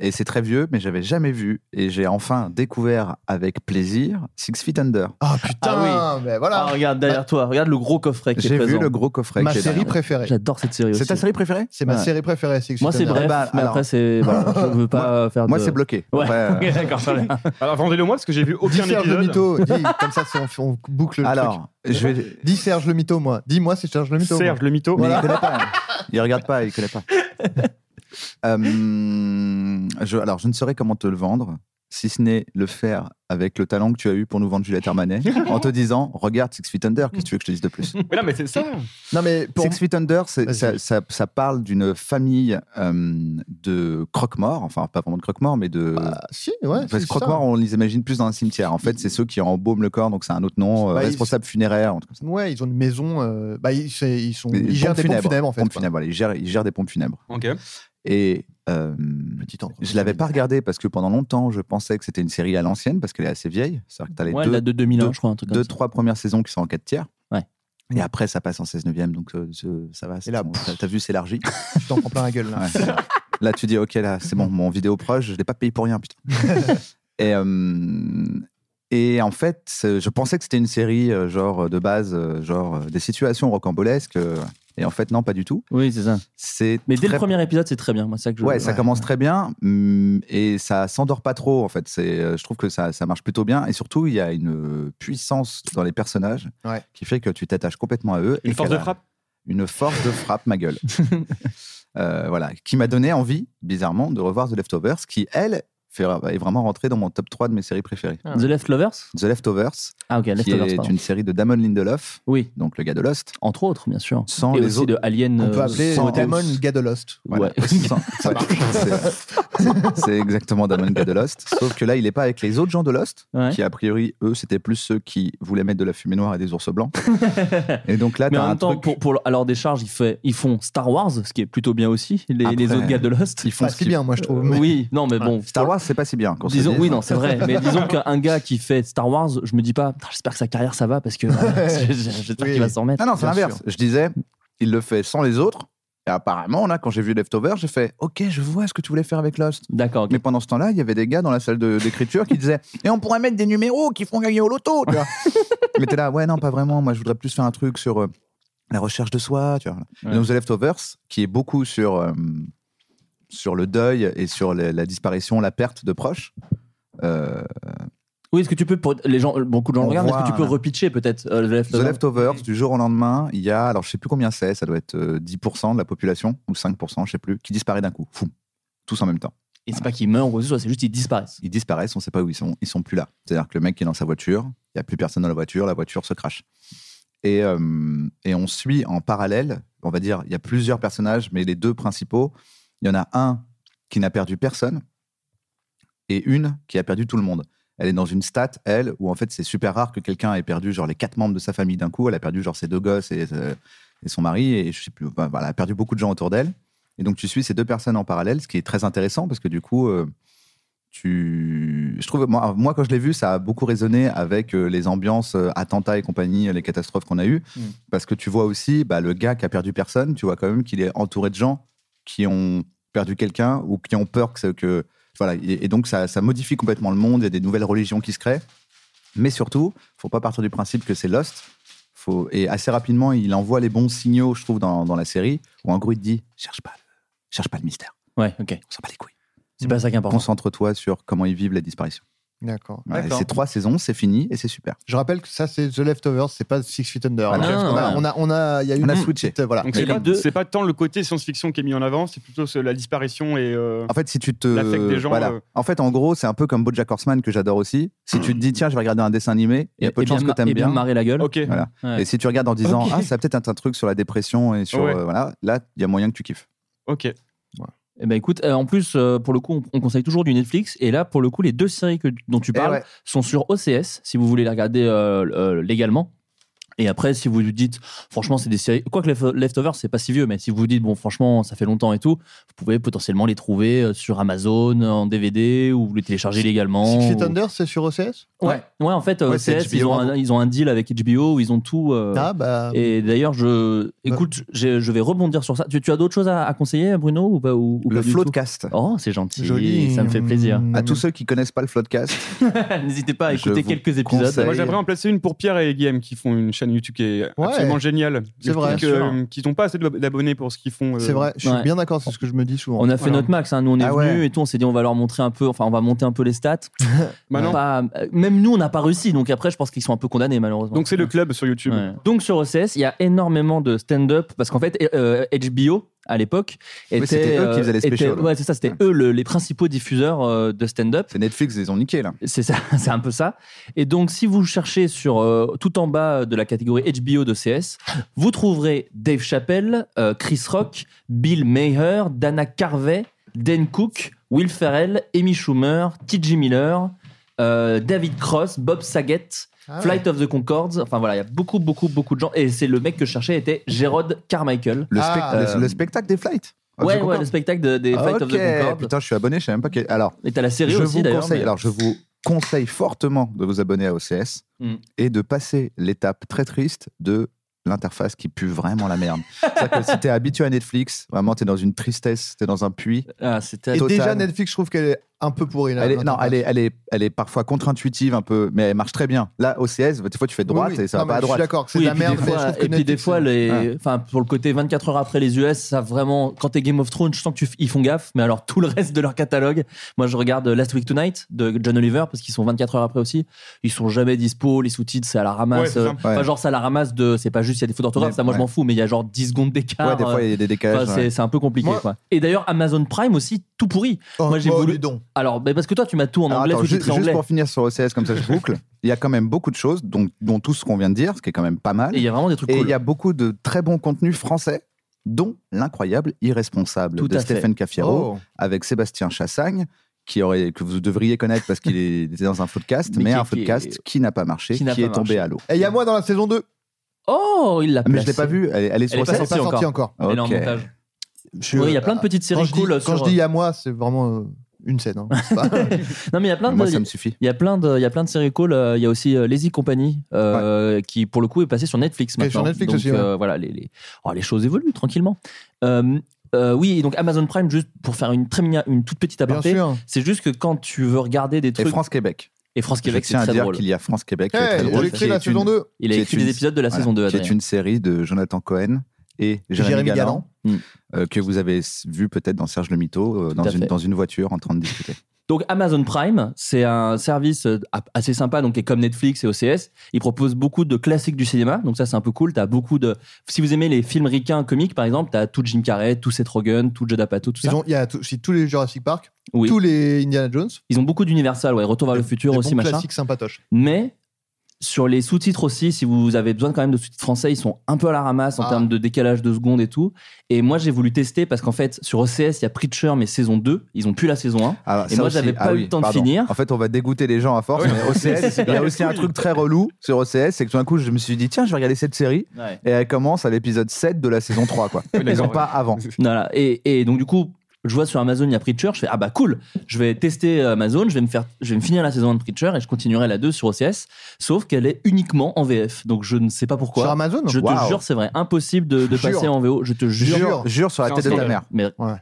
Et c'est très vieux, mais j'avais jamais vu. Et j'ai enfin découvert avec plaisir Six Feet Under.
Ah putain,
Ah
ben
Ah,
voilà.
regarde derrière toi, regarde le gros coffret qui est
J'ai
présent.
vu le gros coffret.
ma
qui est
série
derrière.
préférée.
J'adore cette série aussi.
C'est ta série préférée
C'est ma
Ouais.
série préférée, Six
Moi,
Feet
c'est
Under.
bref,
Eh ben,
mais
alors-
après, c'est. voilà, je veux pas faire de.
Moi, c'est bloqué.
Ouais,
Après, euh,
Ok, d'accord, ça va.
Alors, vendez-le moi, parce que j'ai vu
Dis
aucun
Serge le mytho,
épisode.
dis, comme ça c'est- on, on boucle le truc.
alors, je vais.
Dis Serge le mytho, moi. Dis-moi c'est Serge le mytho. moi.
Serge le mytho.
Mais
Voilà.
il connaît pas. hein. Il regarde pas, il connaît pas. Euh, je- alors, je ne saurais comment te le vendre. si ce n'est le faire avec le talent que tu as eu pour nous vendre Juliette Armanet, en te disant regarde Six Feet Under, qu'est-ce que tu veux que je te dise de plus
Mais non, mais c'est ça.
Non, mais pour...
Six Feet Under, c'est- ça, ça- ça parle d'une famille euh, de croque-morts, enfin pas vraiment de croque-morts, mais de.
Bah, si, ouais.
Parce
c'est
que croque-morts,
ça.
on les imagine plus dans un cimetière. En fait, c'est ceux qui embaument le corps, donc c'est un autre nom, euh,
Bah, ils-
responsable funéraire. en tout cas.
Ouais, ils ont une maison. euh, bah, ils, c'est- ils sont,
Des
ils gèrent
pompes
des pompes
funèbres,
funèbres en fait.
pompes
quoi.
funèbres, voilà, ils, gèrent, ils gèrent des pompes funèbres.
Ok.
Et euh, je l'avais pas regardé parce que pendant longtemps, je pensais que c'était une série à l'ancienne parce qu'elle est assez vieille. C'est-à-dire que t'as les
Ouais,
deux,
elle date de 2001, je crois, un truc comme
deux,
ça.
trois premières saisons qui sont en 4 tiers. Et après, ça passe en 16 neuvième, donc euh, ce- ça va. c'est bon, T'as t'as vu, s'élargit.
Tu t'en prends plein la gueule là.
Ouais. là, tu dis, ok, là, c'est bon, mon vidéo proche, je l'ai pas payé pour rien, putain. et, euh, et en fait, c'est- je pensais que c'était une série euh, genre de base, euh, genre euh, des situations rocambolesques. euh, et en fait, non, pas du tout.
Oui, c'est ça.
C'est
Mais dès
très-
le premier épisode, c'est très bien. Moi, c'est ça que je...
Ouais, ça commence très bien hum, et ça s'endort pas trop en fait. C'est, euh, je trouve que ça, ça marche plutôt bien et surtout il y a une euh, puissance dans les personnages
Ouais.
qui fait que tu t'attaches complètement à eux.
Une
et
force
qu'à
de
la-
frappe
Une force de frappe, ma gueule. Euh, voilà, qui m'a donné envie, bizarrement, de revoir The Leftovers, qui elle fait- est vraiment rentrée dans mon top 3 de mes séries préférées.
Ah. The Leftovers
The Leftovers,
Ah, ok,
qui
Leftovers,
est
pardon.
une série de Damon Lindelof,
oui.
donc le gars de Lost,
Entre autres, bien sûr.
sans
Et
les
aussi
autres
de Alien.
On peut
euh,
appeler
sans-
Damon Gadolost.
Voilà. Sans- ouais, c'est- C'est exactement Damon Gad de Lost. Sauf que là, il n'est pas avec les autres gens de Lost,
Ouais.
qui a priori, eux, c'était plus ceux qui voulaient mettre de la fumée noire et des ours blancs. et donc là,
Mais
t'as
en
un
même temps,
truc.
pour, pour alors des charges, ils, fait- ils font Star Wars, ce qui est plutôt bien aussi. Les,
Après,
les autres gars de Lost, Euh,
ils font
Pas
ce
si
qu'ils-
bien, moi je trouve. mais-
oui, non, mais bon.
Star Wars, c'est pas si bien. qu'on se
Disons,
dise.
oui, non, c'est vrai. Mais disons qu'un gars qui fait Star Wars, je me dis pas, Putain, j'espère que sa carrière ça va parce que euh, j'espère
Oui.
qu'il va s'en remettre.
Non, non, c'est
Bien
l'inverse.
sûr.
Je disais, il le fait sans les autres. Et apparemment, là, quand j'ai vu Leftover, j'ai fait Ok, je vois ce que tu voulais faire avec Lost.
D'accord. ok.
Mais pendant ce temps-là, il y avait des gars dans la salle de- d'écriture qui disaient Et on pourrait mettre des numéros qui font gagner au loto, tu vois. Mais t'es là, ouais, non, pas vraiment. Moi, je voudrais plus faire un truc sur euh, la recherche de soi, tu vois.
Ouais.
Donc, The Leftovers, qui est beaucoup sur, euh, sur le deuil et sur la, la disparition, la perte de proches. Euh,
Oui, est-ce que tu peux pour les gens, beaucoup de gens
On
le regardent, est-ce
voit
que tu peux
un-
repitcher peut-être euh, The
The
Leftovers
Leftovers, du jour au lendemain, il y a, alors je sais plus combien c'est, ça doit être euh, 10% de la population, ou 5%, je sais plus, qui disparaît d'un coup. Fou. Tous en même temps.
Et c'est pas qu'ils meurent ou quoi que ce soit, c'est juste qu'ils disparaissent.
Ils disparaissent, on sait pas où ils sont, ils sont plus là. C'est-à-dire que le mec qui est dans sa voiture, il y a plus personne dans la voiture, la voiture se crache. Et, euh, et on suit en parallèle, on va dire, il y a plusieurs personnages, mais les deux principaux, il y en a un qui n'a perdu personne et une qui a perdu tout le monde. Elle est dans une stat, elle, où en fait c'est super rare que quelqu'un ait perdu genre les quatre membres de sa famille d'un coup. Elle a perdu genre ses deux gosses et, euh, et son mari et je sais plus. enfin, voilà, elle a perdu beaucoup de gens autour d'elle. Et donc tu suis ces deux personnes en parallèle, ce qui est très intéressant parce que du coup, euh, tu, je trouve moi, moi, quand je l'ai vu, ça a beaucoup résonné avec euh, les ambiances euh, attentats et compagnie, les catastrophes qu'on a eues, parce que tu vois aussi bah, le gars qui a perdu personne. Tu vois quand même qu'il est entouré de gens qui ont perdu quelqu'un ou qui ont peur que, que voilà et, et donc ça, ça modifie complètement le monde il y a des nouvelles religions qui se créent mais surtout faut pas partir du principe que c'est Lost faut et assez rapidement il envoie les bons signaux je trouve dans, dans la série où en gros il te dit cherche pas le- cherche pas le mystère
Ouais, ok.
on s'en bat les couilles
C'est pas ça qui est important.
concentre-toi sur comment ils vivent la disparition
D'accord.
Voilà, et
D'accord.
c'est trois saisons c'est fini et c'est super
Je rappelle que ça, c'est The Leftovers, c'est pas Six Feet Under.
Ah
Donc,
non,
on, a,
ouais.
on a, on
Ah,
a, il y a eu
on a
une
switché
petite, voilà.
Donc
Mais
c'est
les
pas,
deux-
c'est pas tant le côté science-fiction qui est mis en avant, c'est plutôt ce- la disparition et. euh,
En fait, si tu
L'affect
te.
des gens,
voilà.
euh.
En fait, en gros, c'est un peu comme Bojack Horseman que j'adore aussi. Si tu te dis, tiens, je vais regarder un dessin animé, il y a peu de chances que t'aimes
Et eh bien
bien.
marrer la
Ah,
gueule.
Ok.
Voilà.
Ouais.
Et si tu regardes en disant,
Ok.
ah, ça a peut-être un, un truc sur la dépression et sur.
Ouais.
euh, voilà, là, il y a moyen que tu kiffes.
Ok.
Eh ben écoute, euh, en plus, euh, pour le coup, on, on conseille toujours du Netflix. Et là, pour le coup, les deux séries que, dont tu
Eh
parles
ouais.
sont sur OCS, si vous voulez les regarder euh, euh, légalement. Et après, si vous vous dites, franchement, c'est des séries. Quoique Lef- Leftovers, c'est pas si vieux, mais si vous vous dites, bon, franchement, ça fait longtemps et tout, vous pouvez potentiellement les trouver euh, sur Amazon, en DVD, ou vous les télécharger légalement.
Six Feet
ou-
Under, c'est sur OCS
Ouais, ouais, en fait, euh,
Ouais, c'est
OCS, ils
HBO,
ont, un, ils ont un deal avec HBO, où ils ont tout. euh,
hein. Ah, bah.
Et d'ailleurs, je, écoute, j'ai- je vais rebondir sur ça. Tu, tu as d'autres choses à, à conseiller, Bruno, ou pas, ou, ou
Le
pas du tout
Floodcast.
Oh, c'est gentil,
Joli.
ça me fait plaisir.
Mm.
À tous ceux qui connaissent pas le Floodcast,
N'hésitez pas à
Je
écouter
vous
quelques épisodes.
conseille-
Moi, j'aimerais en placer une pour Pierre et Guillaume qui font une chaîne chaîne YouTube qui est
Ouais.
absolument géniale.
C'est vrai.
Que,
Bien
euh, Qu'ils n'ont pas assez d'ab- d'abonnés pour ce qu'ils font. euh.
C'est vrai, je suis bien d'accord, c'est ce que je me dis souvent.
On a fait
Voilà.
notre max, hein. nous on est
Ah
venus
ouais.
et tout, on s'est dit on va leur montrer un peu, enfin on va monter un peu les stats.
Bah non.
Pas- euh, même nous on n'a pas réussi, donc après je pense qu'ils sont un peu condamnés malheureusement.
Donc c'est le club sur YouTube.
Ouais. Donc sur OCS, il y a énormément de stand-up parce qu'en fait euh, HBO à l'époque
Oui,
était, euh,
c'était eux qui faisaient les
était-
specials.
ouais, c'est ça, c'était eux le- les principaux diffuseurs euh, de stand-up. C'est
Netflix, ils ont niqué là.
C'est ça, c'est un peu ça. Et donc si vous cherchez sur euh, tout en bas de la catégorie HBO de CS, vous trouverez Dave Chappelle, euh, Chris Rock, Bill Maher, Dana Carvey, Dan Cook, Will Ferrell, Amy Schumer, T.J. Miller, euh, David Cross, Bob Saget.
Ah ouais.
Flight of the Concorde, enfin voilà, il y a beaucoup, beaucoup, beaucoup de gens. Et c'est le mec que je cherchais était Gérard Carmichael.
Le, spect-
Euh,
le- le spectacle des Flights Ah, of the
Ah. ouais, ouais,
Concorde.
le spectacle de- des Flight of
Ok,
the Concorde.
Putain, je suis abonné, je sais même pas quel. Alors,
Et t'as la série
je
aussi,
vous
d'ailleurs,
conseille-
mais-
Alors, je vous conseille fortement de vous abonner à OCS
Mm.
et de passer l'étape très triste de l'interface qui pue vraiment la merde. C'est-à-dire que si t'es habitué à Netflix, vraiment, t'es dans une tristesse, t'es dans un puits.
Ah, c'était
Et
total.
déjà, Netflix, je trouve qu'elle est un peu pourrie là.
Elle est-
maintenant.
non, elle est, elle, est, elle est parfois contre-intuitive un peu, mais elle marche très bien. Là, OCS, bah, des fois tu fais droite
Oui, oui.
et ça
Non,
va
mais
pas à
je suis
droite.
d'accord que c'est de la
et puis
merde,
des
mais
fois-
je trouve que
et puis des
Netflix,
fois,
hein.
c'est-
les,
Ah.
Ouais.
enfin pour le côté 24 heures après les US, ça vraiment, quand t'es Game of Thrones, je sens que tu, f- ils font gaffe. Mais alors tout le reste de leur catalogue, moi je regarde Last Week Tonight de John Oliver parce qu'ils sont 24 heures après aussi. Ils sont jamais dispo, les sous-titres c'est à la
Ouais,
ramasse.
c'est ça.
euh, Enfin
Ouais.
genre c'est à la ramasse de, c'est pas juste il y a des fautes d'orthographe,
Mais-
ça moi je
ouais.
m'en fous, mais il y a genre 10 secondes d'écart.
Ouais, des fois, il y a des
euh,
décalages,
enfin, c'est-
ouais.
C'est un peu compliqué.
Moi-
quoi. Et d'ailleurs Amazon Prime aussi tout pourri. moi j'ai
oh,
voulu.
dis donc.
Alors mais parce que toi tu m'as tout en
Alors,
anglais,
attends,
tout
ju-
titré
juste,
en anglais.
pour finir sur OCS, comme ça je boucle, il y a quand même beaucoup de choses, dont, dont tout ce qu'on vient de dire, ce qui est quand même pas mal.
Et il y a vraiment des trucs
Et
cool.
il y a beaucoup de très bons contenus français, dont L'incroyable irresponsable
Tout
de
à fait.
Stéphane Cafiero,
Oh.
avec Sébastien Chassagne, qui aurait, que vous devriez connaître parce qu'il est- était dans un podcast, mais,
Mais qui-
un podcast
qui-
qui, n'a pas marché,
qui
qui,
n'a
est
pas marché.
tombé à l'eau.
Et Eh, il y a moi dans la saison 2.
Oh, il l'a
Ah, Mais je l'ai
placé.
pas vue, elle, est- elle est sur
Elle est pas
OCS.
sortie
sortie encore.
Elle est en
Ok. Ah,
montage. Oui, il y a plein de petites séries
quand je dis-
cool
Quand
sur-
je dis il y a moi, c'est vraiment euh, une scène. hein. C'est pas-
Non, mais il y a plein de.
Moi, ça me suffit.
Il y a plein de, il y a plein de séries cool. euh, Il y a aussi euh, Lazy Company euh, qui, pour le coup, est passé sur Netflix
Qui est
maintenant.
sur Netflix
donc,
aussi, ouais.
euh, voilà, les, les... oh, les choses évoluent tranquillement. Euh, euh, oui, et donc Amazon Prime, juste pour faire une très mini- une toute petite aparté,
sûr.
c'est juste que quand tu veux regarder des
Et
trucs.
France-Québec.
Et France-Québec,
Je
c'est
tiens à
très
dire
drôle.
qu'il y a France-Québec. qui est
Hey,
très
j'ai
drôle,
écrit
qui
la
est
saison
une-
deux.
Il a
qui est
écrit des
une-
épisodes de la saison deux,
Qui est
Adrien.
une série de Jonathan Cohen et Jérémy,
Jérémy
Galland,
Galland.
euh, que vous avez s- vu peut-être dans Serge le Mito, euh, dans,
Mm. à
une,
fait.
dans une voiture en train de discuter.
Donc Amazon Prime, c'est un service euh, a- assez sympa, donc qui est comme Netflix et OCS. Il propose beaucoup de classiques du cinéma, donc ça c'est un peu cool. T'as beaucoup de, si vous aimez les films ricains comiques par exemple, t'as tout Jim Carrey, tout Seth Rogen, tout Judd Apatow, tout
Ils
ça.
ont- Il y a tout- si tous les Jurassic Park,
Oui.
tous les Indiana Jones.
Ils ont beaucoup d'universal, ouais, Retour vers le futur
des
aussi
bons
machin.
classiques sympatoches.
Mais sur les sous-titres aussi, si vous avez besoin quand même de sous-titres français, ils sont un peu à la ramasse en
Ah.
termes de décalage de secondes et tout. Et moi, j'ai voulu tester parce qu'en fait, sur OCS, il y a Preacher, mais saison 2. Ils ont plus la saison 1.
Ah,
et
ça
moi,
aussi-
j'avais
ah
pas eu
oui,
le temps
pardon.
de finir.
En fait, on va dégoûter les gens à force.
Ouais.
mais OCS,
C'est
il y a
pas
aussi un
cool.
truc très relou sur OCS, c'est que tout d'un coup, je me suis dit, tiens, je vais regarder cette série.
Ouais.
Et elle commence à l'épisode 7 de la saison 3. Quoi. Ils ont pas avant.
Voilà. Et, et donc, du coup, je vois sur Amazon, il y a Preacher. Je fais, ah bah cool, je vais tester euh, Amazon, je vais me, faire, je vais me finir la saison 1 de Preacher et je continuerai la 2 sur OCS. Sauf qu'elle est uniquement en VF. Donc, je ne sais pas pourquoi.
Sur Amazon
Je te
Waouh.
jure, c'est vrai. Impossible de, de
Jure.
passer en VO. Je te jure.
Jure. Jure sur la
C'est
tête de ta
inscandale.
mère.
Mais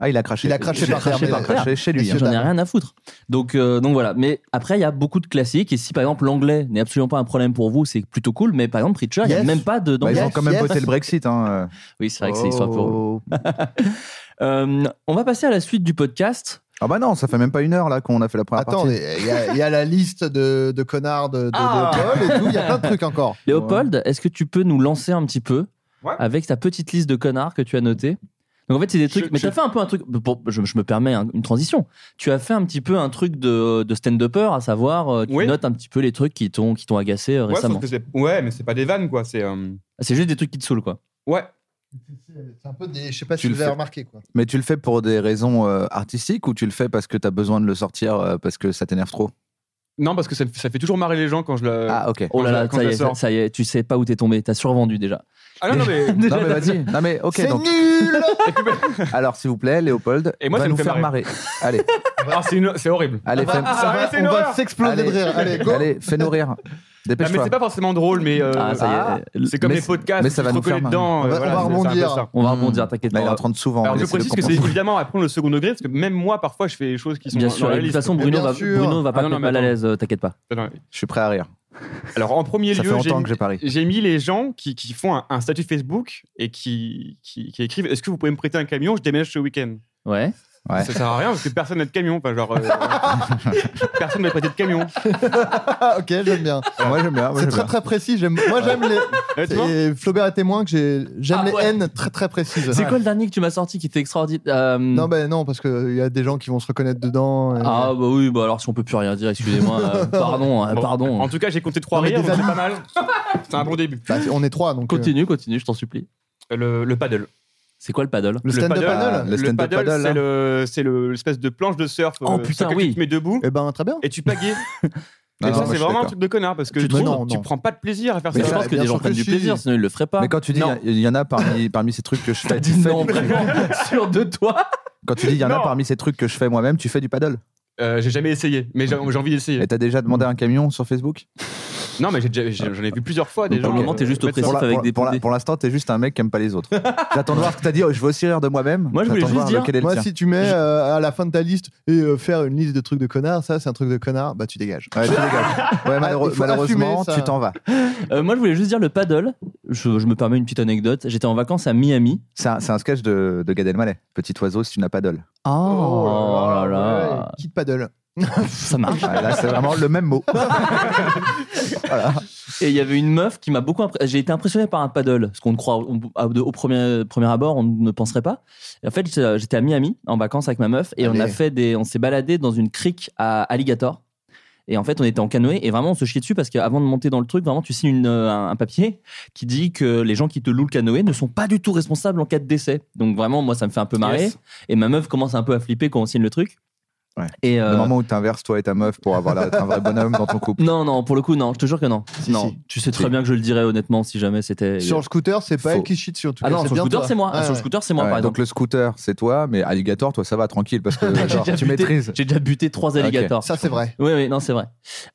Ah, il a craché.
Il a craché
J'ai
par terre,
craché
mais
par
il a
terre.
craché chez lui, hein.
J'en ai rien à foutre. Donc, euh, donc voilà. Mais après, il y a beaucoup de classiques. Et si par exemple l'anglais n'est absolument pas un problème pour vous, c'est plutôt cool. Mais par exemple, Preacher, il n'y a
Yes.
même pas de.
Bah, ils ont
d'anglais.
quand même voté le Brexit. hein.
Oui, c'est vrai que c'est histoire pour
Oh.
Euh, on va passer à la suite du podcast.
Ah bah non, ça fait même pas une heure là qu'on a fait la première
Attends,
partie.
mais il y, a- il y a la liste de, de connards de, de, de
Ah.
Paul et tout. Il y a plein de trucs encore.
Léopold, est-ce que tu peux nous lancer un petit peu avec ta petite liste de connards que tu as notée donc en fait c'est des trucs, mais t'as fait un peu un truc. pour- je, je me permets un- une transition. Tu as fait un petit peu un truc de, de stand-upper, à savoir euh, tu
Oui.
notes un petit peu les trucs qui t'ont qui t'ont agacé euh,
Ouais, sauf
récemment.
que c'est- ouais, mais c'est pas des vannes, quoi. C'est euh,
C'est juste des trucs qui te saoulent, quoi.
Ouais.
C'est un peu des. Je sais pas
Tu
si
le
vous avez
fais.
remarqué quoi.
Mais tu le fais pour des raisons euh, artistiques ou tu le fais parce que t'as besoin de le sortir euh, parce que ça t'énerve trop
Non, parce que ça, me- ça fait toujours marrer les gens quand je le.
Ah, ok.
Oh là là,
quand
ça
je
y,
la
est,
sors.
ça y est, tu sais pas où t'es tombé, t'as survendu déjà.
Ah non, non, mais.
Non mais vas-y, non mais ok donc.
nul
Alors s'il vous plaît Léopold,
Et moi,
va
ça me
nous
fait
faire marrer.
marrer.
Allez,
Ah, c'est une- c'est horrible.
allez,
Ah,
fais-
ah, ah, c'est une
on va
horreur.
s'exploser de bah, rire. Allez, go.
allez, fais-nous rire.
Ah, mais
Dépêche-toi.
c'est pas forcément drôle, mais euh,
Ah, ça y est.
ah, c'est comme
Mais
les
c'est-
podcasts.
mais ça
tu
va
te
nous
reconnais
faire mal.
dedans.
On
euh,
va- on
voilà,
va
c'est un peu
rebondir.
ça.
On va rebondir, t'inquiète Là, il est pas. en train de souvent
Alors je
laisser le
précise que c'est
comprendre.
évidemment à prendre le second degré, parce que même moi, parfois, je fais des choses qui sont
Bien
dans-
sûr,
dans
et
la
de toute
liste.
façon, Bruno va, Bruno va pas
Ah, non,
te
non,
mettre
mais
mal à
attends.
l'aise, euh, t'inquiète pas.
Je suis prêt à rire.
Alors en premier
Ça
lieu,
fait longtemps
j'ai mis-
que je parie.
j'ai mis les gens qui, qui font un, un statut Facebook et qui, qui, qui écrivent Est-ce que vous pouvez me prêter un camion Je déménage ce week-end.
Ouais.
Ouais.
Ça sert à rien parce que personne n'a de camion. Enfin, genre, euh, personne n'a prêté de camion.
ok, j'aime bien.
Moi j'aime bien.
C'est
moi, j'aime
très
bien.
très précis. J'aime- Moi j'aime
Ouais, Euh, tu vois
les. Et Flaubert est témoin que j'ai- j'aime
Ah,
les
ouais.
haines très très précises.
C'est quoi le dernier que tu m'as sorti qui était extraordinaire Euh,
Non, ben non, parce qu'il y a des gens qui vont se reconnaître dedans. et-
Ah bah oui, bah alors si on peut plus rien dire, excusez-moi. euh, pardon, euh,
Bon,
pardon.
En tout cas, j'ai compté trois
Non, mais
rires,
des
donc c'est
amis.
pas mal. C'est un bon début. Euh,
Bah, on est trois, donc. euh,
Continue, continue, je t'en supplie.
Le, le paddle.
C'est quoi le paddle
Le stand-up
paddle,
paddle.
Le
Le
stand-up
paddle,
paddle,
c'est
hein.
le- c'est le- l'espèce de planche de surf.
Oh,
euh,
putain,
sur laquelle
oui.
Tu te mets debout
Eh ben, très bien.
et tu pagaies.
Euh. Non,
et
non,
ça,
moi, je
c'est
suis
vraiment un
d'accord.
truc de connard parce que
Tu te-
tu,
non,
tu
non.
prends pas de plaisir à faire
Mais
ça.
je pense que
bien
des gens
sûr
prennent
que
du
si.
plaisir, sinon ils le feraient pas.
Mais quand tu dis,
Non.
il y, en a parmi, parmi ces trucs que je fais.
T'as
tu
dit
fais
non,
du-
vraiment, sûr de toi
Quand tu dis, il y en a
Non.
parmi ces trucs que je fais moi-même, tu fais du paddle.
Euh, j'ai jamais essayé, mais j'ai j'ai envie d'essayer.
Et t'as déjà demandé un camion sur Facebook
Non, mais j'ai déjà- j'ai- j'en ai vu plusieurs fois des
Donc, pour
gens.
le moment, t'es
euh,
juste au
mettre ça.
précis.
pour, la-
avec
pour-
des
pour la-
poupées.
pour l'instant, t'es juste un mec qui aime pas les autres. J'attends de voir ce que t'as dit. oh, Je veux aussi rire de moi-même.
Moi, je voulais
J'attends de
juste
voir
dire-
lequel est le
Moi,
tien.
si tu mets euh, à la fin de ta liste et euh, faire une liste de trucs de connards, ça c'est un truc de connard, bah tu dégages.
Ouais, tu
Ah,
dégages. Ouais, malheureux-
il faut
malheureusement,
assumer ça.
tu t'en vas.
Euh, moi, je voulais juste dire le paddle. Je, je me permets une petite anecdote. J'étais en vacances à Miami.
C'est un, c'est un sketch de, de Gad Elmaleh. Petit oiseau, si tu n'as pas d'ol.
Oh, là là.
Ouais, quitte paddle.
Ça marche.
Ah, là, c'est vraiment le même mot.
Et il y avait une meuf qui m'a beaucoup impré- J'ai été impressionné par un paddle, ce qu'on ne croit on- à- de- au premier, premier abord, on ne penserait pas. Et en fait, j'étais j'étais à Miami en vacances avec ma meuf et on a
Allez.
fait des, on s'est baladé dans une crique à alligator. Et en fait, on était en canoë et vraiment on se chiait dessus parce qu'avant de monter dans le truc, vraiment tu signes une, euh, un, un papier qui dit que les gens qui te louent le canoë ne sont pas du tout responsables en cas de décès. Donc vraiment, moi, ça me fait un peu marrer.
Yes.
Et ma meuf commence un peu à flipper quand on signe le truc.
Ouais.
Et euh,
Le moment où t'inverses toi et ta meuf pour avoir l'air d'être un vrai bonhomme dans ton couple.
non, non, pour le coup, non, je te jure que non.
Si,
non,
si.
tu sais très
Si.
bien que je le dirais honnêtement si jamais c'était.
Sur le scooter, c'est pas
Faux.
elle qui cheat sur tout
Ah
cas,
non, sur le
bien
scooter,
toi.
c'est moi. Ah,
Ouais,
sur le
ouais.
scooter, c'est moi,
Ouais,
par
donc
exemple.
le scooter, c'est toi, mais alligator, toi, ça va tranquille parce que
J'ai
genre,
déjà
tu
buté-
maîtrises.
J'ai déjà buté trois alligators.
Ça c'est vrai.
Oui, oui, non, c'est vrai.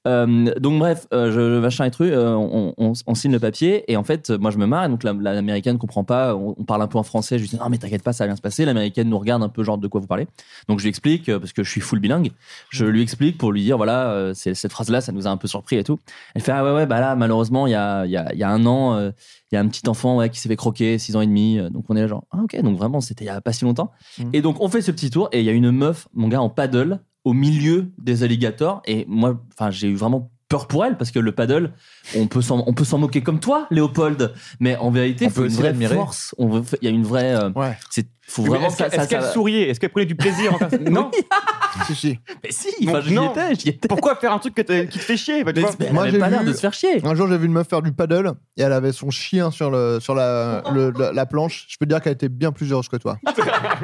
Euh, donc, bref, euh, je, je- machin et truc, euh, on, on- on signe le papier et en fait, euh, moi je me marre. et Donc, la- la- l'américaine comprend pas, on, on parle un peu en français. Je lui dis non, mais t'inquiète pas, ça va bien se passer. L'américaine nous regarde un peu, genre de quoi vous parlez. Donc, je lui explique, euh, parce que je suis full bilingue, je lui explique pour lui dire voilà, euh, c'est- cette phrase-là, ça nous a un peu surpris et tout. Elle fait ah ouais, ouais, bah là, malheureusement, il y a, il y, a, il y a un an, euh, il y a un petit enfant ouais, qui s'est fait croquer, 6 ans et demi. Euh, Donc, on est là, genre ah ok, donc vraiment, c'était il y a pas si longtemps.
Mmh.
Et donc on fait ce petit tour et il y a une meuf, mon gars, en paddle au milieu des alligators et moi, enfin j'ai eu vraiment peur pour elle parce que le paddle, on peut s'en, on peut s'en moquer comme toi, Léopold, mais en vérité,
On
il faut
peut
une
aussi
vraie
l'admirer.
force, on veut- il y a une vraie, euh,
Ouais,
c'est, faut
Oui, mais
vraiment
Est-ce
ça,
que-
ça,
est-ce qu'elle
ça-
souriait Est-ce qu'elle prenait du plaisir en face Non
si, si.
mais si, enfin
Non,
j'y
non.
étais, j'y étais.
Pourquoi faire un truc que t'as- qui te fait chier bah, tu
Mais,
vois
mais elle
Moi,
avait
j'ai
pas l'air
vu-
de se faire chier.
Un jour, j'ai vu une meuf faire du paddle et elle avait son chien sur, le, sur la, le- la, la planche. Je peux te dire qu'elle était bien plus heureuse que toi.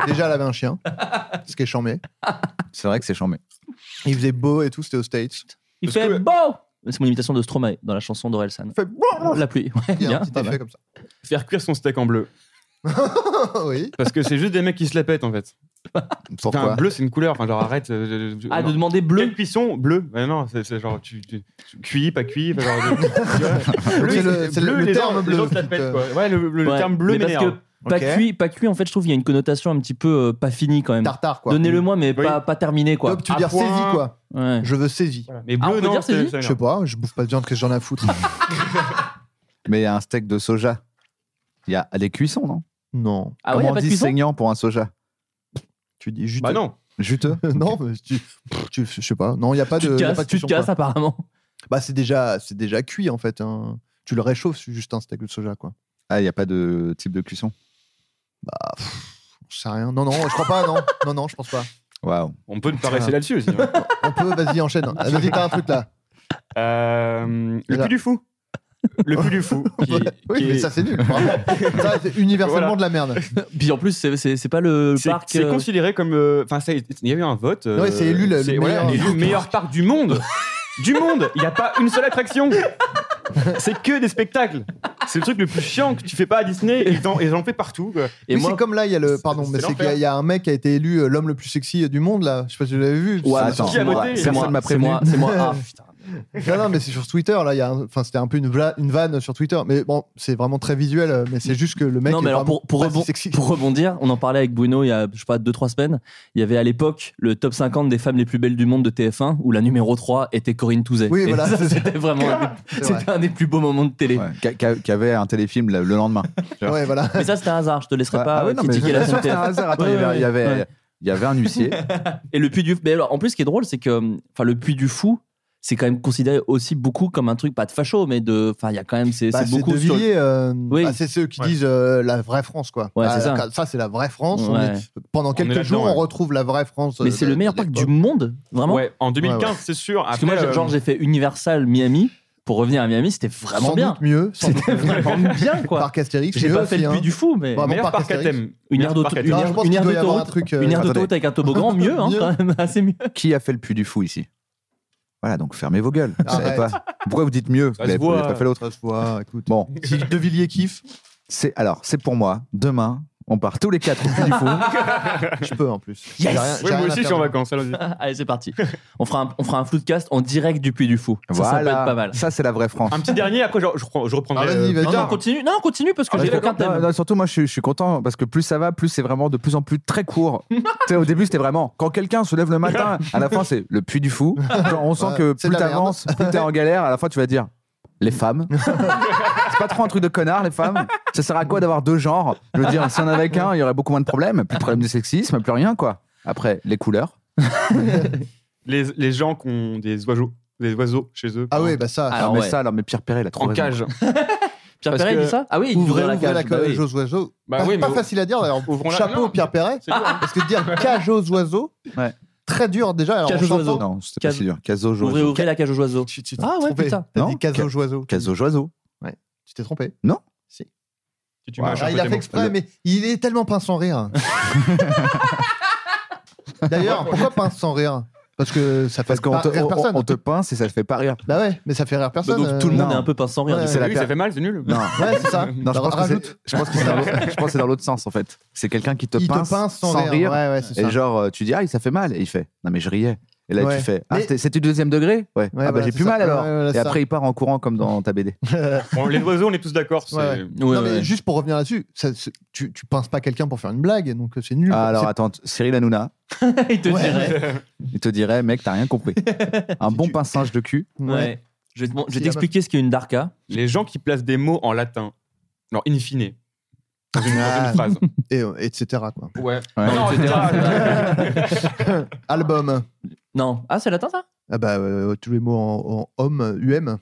Déjà, elle avait un chien, ce qui est chambé.
C'est vrai que c'est chambé.
Il faisait beau et tout, c'était aux States.
Il
Parce
fait
que-
beau. C'est mon imitation de Stromae dans la chanson d'Orelsan.
Il fait
La pluie, ouais,
Il y a
bien.
un petit
pas mal.
effet comme ça.
Faire cuire son steak en bleu.
oui.
Parce que c'est juste des mecs qui se la pètent en fait. Putain,
Pourquoi
bleu c'est une couleur. Enfin, genre arrête. euh, je- je-
Ah,
non.
de demander
Quelle
bleu.
cuisson Bleu. Bah non, c'est c'est genre tu, tu- tu- cuit, pas cuit. enfin, genre, tu vois.
C'est le- c'est le- le
les gens-
terme
Les gens
bleu
se la
qui te-
pètent quoi. Ouais, le, le
Ouais,
terme bleu
mais parce que
m'énerve.
pas
Ok.
cuit, pas cuit. En fait, je trouve il y a une connotation un petit peu euh, pas finie quand même.
Tartare, quoi.
Donnez-le-moi, mais
Oui.
pas, pas terminé, quoi.
Top, tu
À
veux dire
point.
saisie, quoi.
Ouais.
Je veux saisie.
Voilà. Mais
Ah, on
bleu
peut
non,
dire
c'est-
saisie
ça
Je sais
m'énerve.
pas, je bouffe pas de viande, qu'est-ce que j'en ai à foutre
Mais un steak de soja. Il y a des cuissons, non
Non.
Ah ouais, y
Comment
a pas
on
de
dit
cuisson
saignant pour un soja
Tu dis juteux.
Bah non.
Juteux
non, mais tu, pff, tu- je sais pas. Non, il y a pas
Tu
de.
te
y a
casses,
pas de
tu te
cuisson,
casses
quoi.
apparemment.
Bah c'est déjà, c'est déjà cuit en fait. hein. Tu le réchauffes c'est juste un steak de soja quoi.
Ah, il n'y a pas de type de cuisson
Je Bah, sais rien. Non non, je crois pas. Non non non, je pense pas.
Waouh.
On peut ne pas rester là-dessus aussi. hein.
On peut, vas-y enchaîne. Ah, Vas-y t'as un truc là.
Euh, Le
Là.
plus du fou. Le plus du fou. qui-
Oui
qui
mais
est-
ça c'est nul. vraiment. ça c'est universellement
Voilà.
de la merde.
Puis en plus, c'est- c'est c'est pas le
C'est-
parc.
C'est
euh,
considéré comme. euh, Enfin, ça a été- il y a eu un vote. euh,
Ouais, c'est élu le- le
c'est-
meilleur-
ouais, élu le meilleur parc du monde. du monde. Il n'y a pas une seule attraction. C'est que des spectacles. C'est le truc le plus chiant que tu fais pas à Disney. Ils en, ils en font partout. quoi.
Et
Et
moi-
c'est comme là il y a le, pardon,
c'est
mais c'est qu'il y a-
l'enfer.
il y, a un mec qui a été élu euh, l'homme le plus sexy du monde là. Je sais pas si vous l'avez vu.
Ouais, attends,
Attends,
qui a
moi,
voté
c'est
Personne
moi,
m'a
c'est moi,
prévenu.
c'est moi. Ah, putain.
Non, non, mais c'est sur Twitter, là. il y a un- Enfin, c'était un peu une, vla- une vanne sur Twitter. Mais bon, c'est vraiment très visuel, euh, mais c'est juste que le mec.
non, mais
est
alors
vraiment
pour, pour,
pas
rebon-
si sexy.
pour rebondir, on en parlait avec Bruno il y a, je sais pas, 2-3 semaines. Il y avait à l'époque le top 50 des femmes les plus belles du monde de TF1 où la numéro 3 était Corinne Touzet.
Oui,
Et
voilà,
ça,
c'est ça.
c'était vraiment. un des- C'était un des plus beaux moments de télé.
Qui avait un téléfilm le le lendemain. Tu vois.
Ouais, voilà.
Mais ça, c'était un hasard. Je te laisserai
Ouais,
pas
ah ouais,
euh,
non, mais
critiquer la
bien sûr, c'est
chaîne
un
TF1.
hasard. Attends, il y
Ouais,
avait- il y
ouais,
avait-
ouais.
il y avait un huissier.
Et le puits du. Mais alors, en plus, ce qui est drôle, c'est que enfin, le puits du fou. C'est quand même considéré aussi beaucoup comme un truc, pas de facho, mais de. Enfin, il y a quand même. C'est
Bah,
c'est beaucoup.
de
sur-
Villiers, euh,
Oui.
bah, c'est ceux qui
Ouais.
disent euh, la vraie France, quoi.
Ouais,
Bah,
c'est ça.
c'est la vraie France. On
Ouais.
est- pendant
On est
quelques
là-dedans,
jours,
ouais.
on retrouve la vraie France.
Mais
euh,
c'est
de-
le meilleur
de
parc du
l'époque.
monde, vraiment.
Ouais, en 2015,
Ouais, ouais.
c'est sûr.
Parce que moi,
Après,
j'ai- genre,
euh,
j'ai fait Universal Miami. Pour revenir à Miami, c'était vraiment
Sans
bien.
doute mieux. sans
C'était
doute mieux.
vraiment bien, quoi.
Parc Astérix.
J'ai
mieux
pas fait
aussi,
le puits
hein.
du fou, mais
Bah,
Vraiment, Astérix.
Une aire d'auto- une
Non, je
aire-
pense
une
qu'il
aire
doit y avoir un
d'autoroute,
truc, euh,
une aire
attendez.
d'autoroute avec un toboggan, mieux, hein,
Mieux.
quand même, assez mieux.
Qui a fait le puits du fou ici Voilà, donc fermez vos gueules. Vous savez
Arrête.
pas. Pourquoi vous dites mieux
Ça
Vous
se
n'avez
voit.
pas fait l'autre.
Ça se voit, écoute.
Bon,
Si De Villiers kiffe,
c'est alors, c'est pour moi. Demain, on part tous les quatre au puits du fou.
je peux en plus.
Yes.
J'ai rien- j'ai rien à faire.
vacances,
Allez, c'est parti. On fera un, on fera un floodcast en direct du Puy du Fou. Ça, ça peut
Voilà.
être pas mal.
Ça, c'est la vraie France.
Un petit dernier, après je, je reprends- je reprendrai.
Ah, vas-y,
euh,
vas-y.
Non, non, continue, non, continue parce que
Ah,
j'ai
d'accord.
aucun thème.
Non, non, surtout, moi, je, suis- je suis content parce que plus ça va, plus c'est vraiment de plus en plus très court. tu sais, au début, c'était vraiment quand quelqu'un se lève le matin, à la fin, c'est le puits du fou. Genre, on sent
Ouais,
que
Ah, c'est
plus
de la merde.
t'avances, plus t'es en galère. À la fin, tu vas dire les femmes. c'est pas trop un truc de connard, les femmes. Ça sert à quoi d'avoir deux genres Je veux dire, si on avait qu'un, il y aurait beaucoup moins de problèmes. Plus de problèmes de sexisme, plus rien, quoi. Après, les couleurs.
les, les gens qui ont des oiseaux, des oiseaux chez eux.
Ah oui, bah ça.
Alors, mais
ouais.
ça, alors, mais Pierre Perret, il a trop
En
raison.
cage.
Pierre
parce
Perret
que-
dit ça Ah oui, il dit
Ouvrez,
ouvrir la
ouvrez
cage.
la
bah
cage
oui.
aux oiseaux.
Bah
pas
oui, mais
pas
ou-
facile à dire d'ailleurs.
Ouvrons la-
Chapeau
non.
au Pierre Perret.
dur, hein.
Parce que dire cage aux oiseaux,
Ouais.
très dur déjà. Alors,
Cage
en
aux oiseaux.
chantant,
Non, c'était pas
Cage-
si dur. Caso
Ouvrez,
joiseau.
ouvrez la cage aux oiseaux.
Tu tu t'es
Ah ouais,
trompé.
putain.
T'as
Non,
dit cage
ca-
aux oiseaux.
Caso joiseau.
Tu t'es trompé.
Non
Tu- tu m'as
Ah,
échappé
il a fait
tellement.
exprès, mais il est tellement pince sans rire. D'ailleurs, pourquoi pince sans rire Parce que ça fait
Parce qu'on
pas
te,
rire
on-
personne.
on te pince et ça te fait pas rire.
Bah ouais, mais ça fait rire personne.
Donc tout le
euh,
monde
non.
est un peu pince sans rire.
Ouais,
du coup.
C'est la
Oui,
per-
ça fait mal, c'est nul.
Non.
Ouais, c'est ça.
Non, je pense, que c'est,
rajoute.
je pense que c'est dans l'autre- je pense que c'est dans l'autre sens en fait. C'est quelqu'un qui te,
Il te
pince,
pince sans rire. Ouais, ouais, c'est
et
ça.
genre euh, tu dis ah ça fait mal et il fait non mais je riais et là
Ouais.
tu fais ah
Mais-
c'était, c'était du deuxième degré ouais, ah bah
voilà,
j'ai
c'est
plus
ça.
mal alors
Ouais, ouais, ouais,
et
c'est
après il part en courant comme dans ta BD.
Bon, les oiseaux, on est tous d'accord. c'est-
Ouais.
Ouais,
non, mais
ouais.
juste pour revenir là-dessus, ça, c'est- tu, tu pinces pas quelqu'un pour faire une blague, donc euh, c'est nul.
Ah,
quoi.
alors
C'est-
attends Cyril Hanouna
Il te
Ouais.
dirait.
il te dirait mec t'as rien compris un bon pinçage de cul
Ouais. Je vais te- bon, je vais
Si,
t'expliquer ce qu'est une darka.
Les gens qui placent des mots en latin. Non, in fine. Dans une, dans une
Ah.
phrase.
et, euh, etc. Quoi.
Ouais.
Ouais.
Non,
etc.
Album.
Non. Ah, c'est latin ça
Ah bah, euh, tous les mots en, en homme, euh, UM,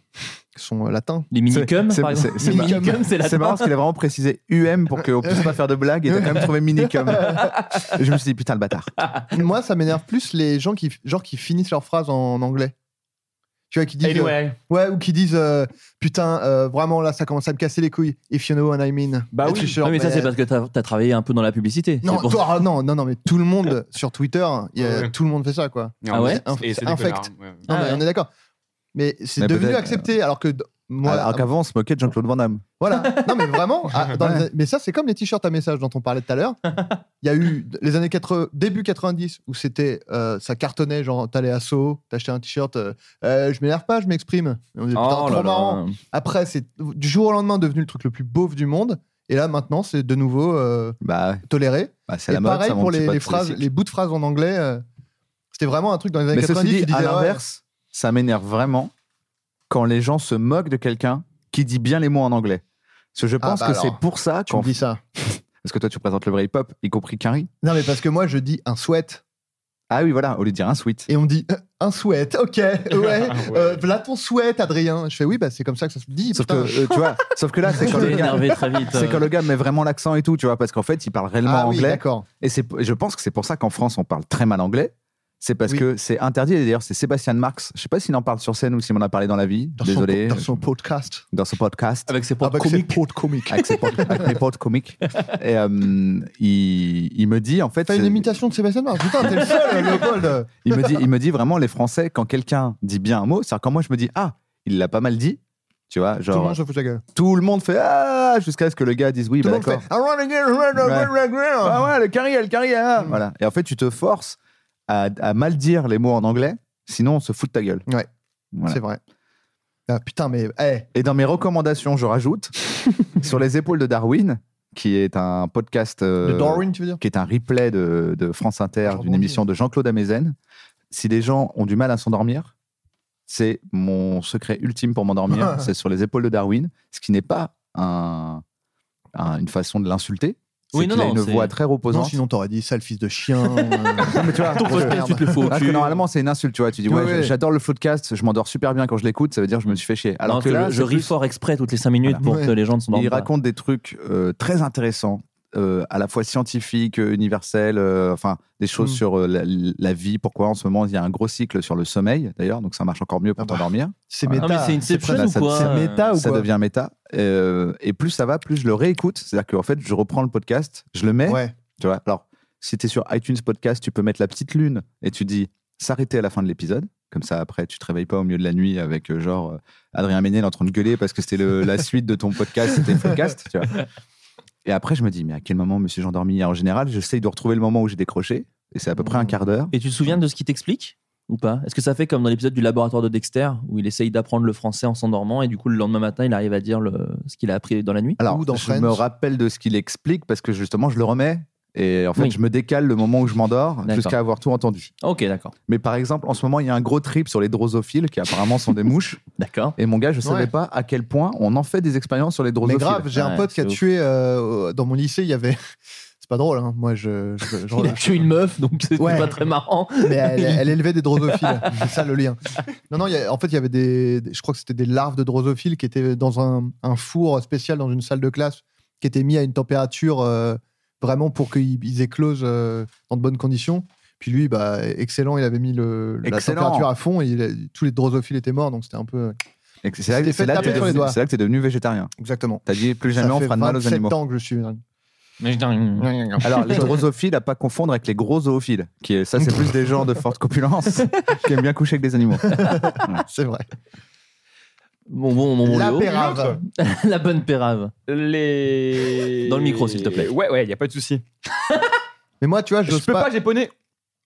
qui sont euh, latins.
Les minicums,
c'est-
par
c'est-
exemple.
c'est
Les
marrant.
minicums, c'est
c'est marrant
latin.
parce qu'il a vraiment précisé UM pour qu'on puisse pas faire de blagues et t'as quand même trouvé minicum Et je me suis dit putain le bâtard
Moi, ça m'énerve plus les gens qui, genre, qui finissent leurs phrases en, anglais. Tu vois, qui disent. euh,
Anyway.
ouais, ou qui disent euh, Putain, euh, vraiment, là, ça commence à me casser les couilles. If you know what I mean.
Bah
Et
oui.
tu
Non,
sors,
mais ça, c'est parce que t'as t'as travaillé un peu dans la publicité.
Non,
C'est pour-
toi, ah, non, non, non, mais tout le monde sur Twitter, il y a-
Ouais.
tout le monde fait ça, quoi.
Non,
Ah ouais
mais c'est- et c'est des
Infect.
connards, ouais.
Non,
Ah
mais
ouais.
on est d'accord. Mais c'est
Mais
devenu
peut-être,
accepté, alors que. d- Moi,
alors qu'avant on se moquait de Jean-Claude Van Damme
Voilà. Non, mais vraiment. ah, dans les-
Ouais.
mais ça, c'est comme les t-shirts à message dont on parlait tout à l'heure. Il y a eu d- les années 80, début 90 où c'était euh, ça cartonnait, genre t'allais à Soho, t'achetais un t-shirt, euh, Euh, je m'énerve pas, je m'exprime. Et on disait, Putain,
Oh
trop
là
marrant.
là.
Après, c'est du jour au lendemain devenu le truc le plus beauf du monde. Et là, maintenant, c'est de nouveau euh,
bah
toléré.
bah, c'est
Et
la mode
pareil
ça, mon
pour
petit
les,
pote,
les
c'est
phrases,
cycle.
les bouts de phrases en anglais. euh, c'était vraiment un truc dans les années
Mais
90.
ceci dit,
tu disais,
à
ouais,
l'inverse, ça m'énerve vraiment quand les gens se moquent de quelqu'un qui dit bien les mots en anglais. Parce que je
Ah,
pense
bah
que c'est
alors,
pour ça
tu me
qu'on.
dis ça.
Parce que toi, tu présentes le vrai hip-hop, y compris Kari.
Non, mais parce que moi, je dis un sweat.
Ah oui, voilà, au lieu de dire un sweat.
Et on me dit euh, un sweat, ok,
Ah,
ouais. euh, voilà ton sweat, Adrien. Je fais oui, bah c'est comme ça que ça se dit.
Sauf que,
putain.
euh, tu vois, sauf que là, c'est
Tu
quand,
t'es
le gars,
énervé très vite.
c'est quand le gars met vraiment l'accent et tout, tu vois, parce qu'en fait, il parle réellement
ah oui,
anglais.
d'accord.
et c'est, je pense que c'est pour ça qu'en France, on parle très mal anglais. C'est parce
Oui.
que c'est interdit. Et d'ailleurs, c'est Sébastien Marx. Je sais pas s'il en parle sur scène ou s'il m'en a parlé dans la vie.
Dans
Désolé.
Son, dans son podcast.
dans son podcast.
Avec ses potes
Avec ses
comiques.
potes comiques.
avec, ses potes- avec mes potes comiques. Et euh, il, il me dit, en fait.
T'as une
c'est-
imitation de Sébastien Marc. Putain, t'es le seul, Léopold.
il, me dit, il me dit vraiment, les Français, quand quelqu'un dit bien un mot, c'est-à-dire quand moi je me dis, ah, il l'a pas mal dit, tu vois,
Tout le
genre,
monde se fout de la gueule.
tout le monde fait, ah, jusqu'à ce que le gars dise oui,
Tout
bah
le monde
d'accord.
fait. I wanna get rid of
Ouais.
red, red, red.
Ah ouais, le carry, le carry, ah.
Mm.
Voilà. Et en fait, tu te forces à, à mal dire les mots en anglais, sinon on se fout de ta gueule.
Ouais.
Voilà.
C'est vrai. Ah, putain, mais. eh,
Et dans mes recommandations, je rajoute sur les épaules de Darwin, qui est un podcast. euh,
De Darwin, tu veux dire
Qui est un replay de, de France Inter d'une émission de Jean-Claude Amezen. Si les gens ont du mal à s'endormir, c'est mon secret ultime pour m'endormir, c'est sur les épaules de Darwin, ce qui n'est pas un- un- une façon de l'insulter.
Oui,
c'est
non,
qu'il a
non,
une
c'est-
voix très reposante.
Non, sinon t'aurais dit sale fils de chien.
Non, mais tu vois, je- Parce que
normalement,
normalement, c'est une insulte, tu vois. Tu dis,
Oui,
ouais,
oui.
j'adore le podcast, je m'endors super bien quand je l'écoute, ça veut dire que je me suis fait chier. Alors
Non,
que là,
je
c'est
ris
plus-
fort exprès toutes les 5 minutes pour
Voilà.
que les gens ne s'endorment
Il
pas.
raconte des trucs euh, très intéressants, euh, à la fois scientifiques, euh, universels, euh, enfin, des choses
Mm.
sur euh, la, la vie, pourquoi en ce moment il y a un gros cycle sur le sommeil, d'ailleurs, donc ça marche encore mieux pour t'endormir.
c'est méta. Ah, mais c'est Inception
presque-
ou quoi C'est méta ou
Ça
quoi
devient méta. Euh, et plus ça va, plus je le réécoute. C'est-à-dire qu'en fait, je reprends le podcast, je le mets. Tu vois, alors, si t'es sur iTunes Podcast, tu peux mettre la petite lune et tu dis s'arrêter à la fin de l'épisode. Comme ça, après, tu te réveilles pas au milieu de la nuit avec euh, genre euh, Adrien Méniel en train de gueuler parce que c'était le- la suite de ton podcast, c'était le podcast. Tu vois. Et après, je me dis, mais à quel moment me suis-je endormi En général, j'essaye de retrouver le moment où j'ai décroché et c'est à peu près un quart d'heure.
Et tu te souviens de ce qui t'explique ou pas Est-ce que ça fait comme dans l'épisode du laboratoire de Dexter où il essaye d'apprendre le français en s'endormant et du coup le lendemain matin il arrive à dire le- ce qu'il a appris dans la nuit
Alors, je me rappelle de ce qu'il explique parce que justement, je le remets et en fait,
Oui.
je me décale le moment où je m'endors
D'accord.
Ah, jusqu'à avoir tout entendu.
Ok, d'accord.
Mais par exemple, en ce moment, il y a un gros trip sur les drosophiles qui apparemment sont des mouches.
D'accord.
Et mon gars, je savais
Ouais.
pas à quel point on en fait des expériences sur les
Mais
drosophiles.
grave, j'ai un pote qui a tué euh, dans mon lycée, il y avait. C'est pas drôle, hein. moi je. je- j'en-
Il a tué une meuf donc c'était
Ouais.
pas très marrant.
Mais elle, elle élevait des drosophiles, c'est ça le lien. Non, non, il y a- en fait, il y avait des, des- Je crois que c'était des larves de drosophiles qui étaient dans un, un four spécial dans une salle de classe qui était mis à une température euh, vraiment pour qu'ils ils éclosent euh, dans de bonnes conditions. Puis lui, bah, excellent, il avait mis le, la
Excellent.
température à fond et il a- tous les drosophiles étaient morts, donc c'était un peu.
Et c'est là,
C'était
c'est
fait
là que
taper
t'es
sur les
devenu-
doigts.
c'est là que t'es devenu végétarien.
Exactement.
T'as dit plus jamais
ça
on
fait
fera de mal aux
27
animaux.
ans que je suis.
Alors les drosophiles à pas confondre avec les gros zoophiles, qui est- ça c'est plus des gens de forte copulence qui aiment bien coucher avec des animaux.
C'est vrai.
Bon, bon, bon, bon,
La
Léo.
pérave.
la bonne pérave.
Les...
Dans le micro, s'il te plaît.
Ouais, ouais, il n'y a pas de souci.
Mais moi, tu vois, je
Je peux pas, japonais.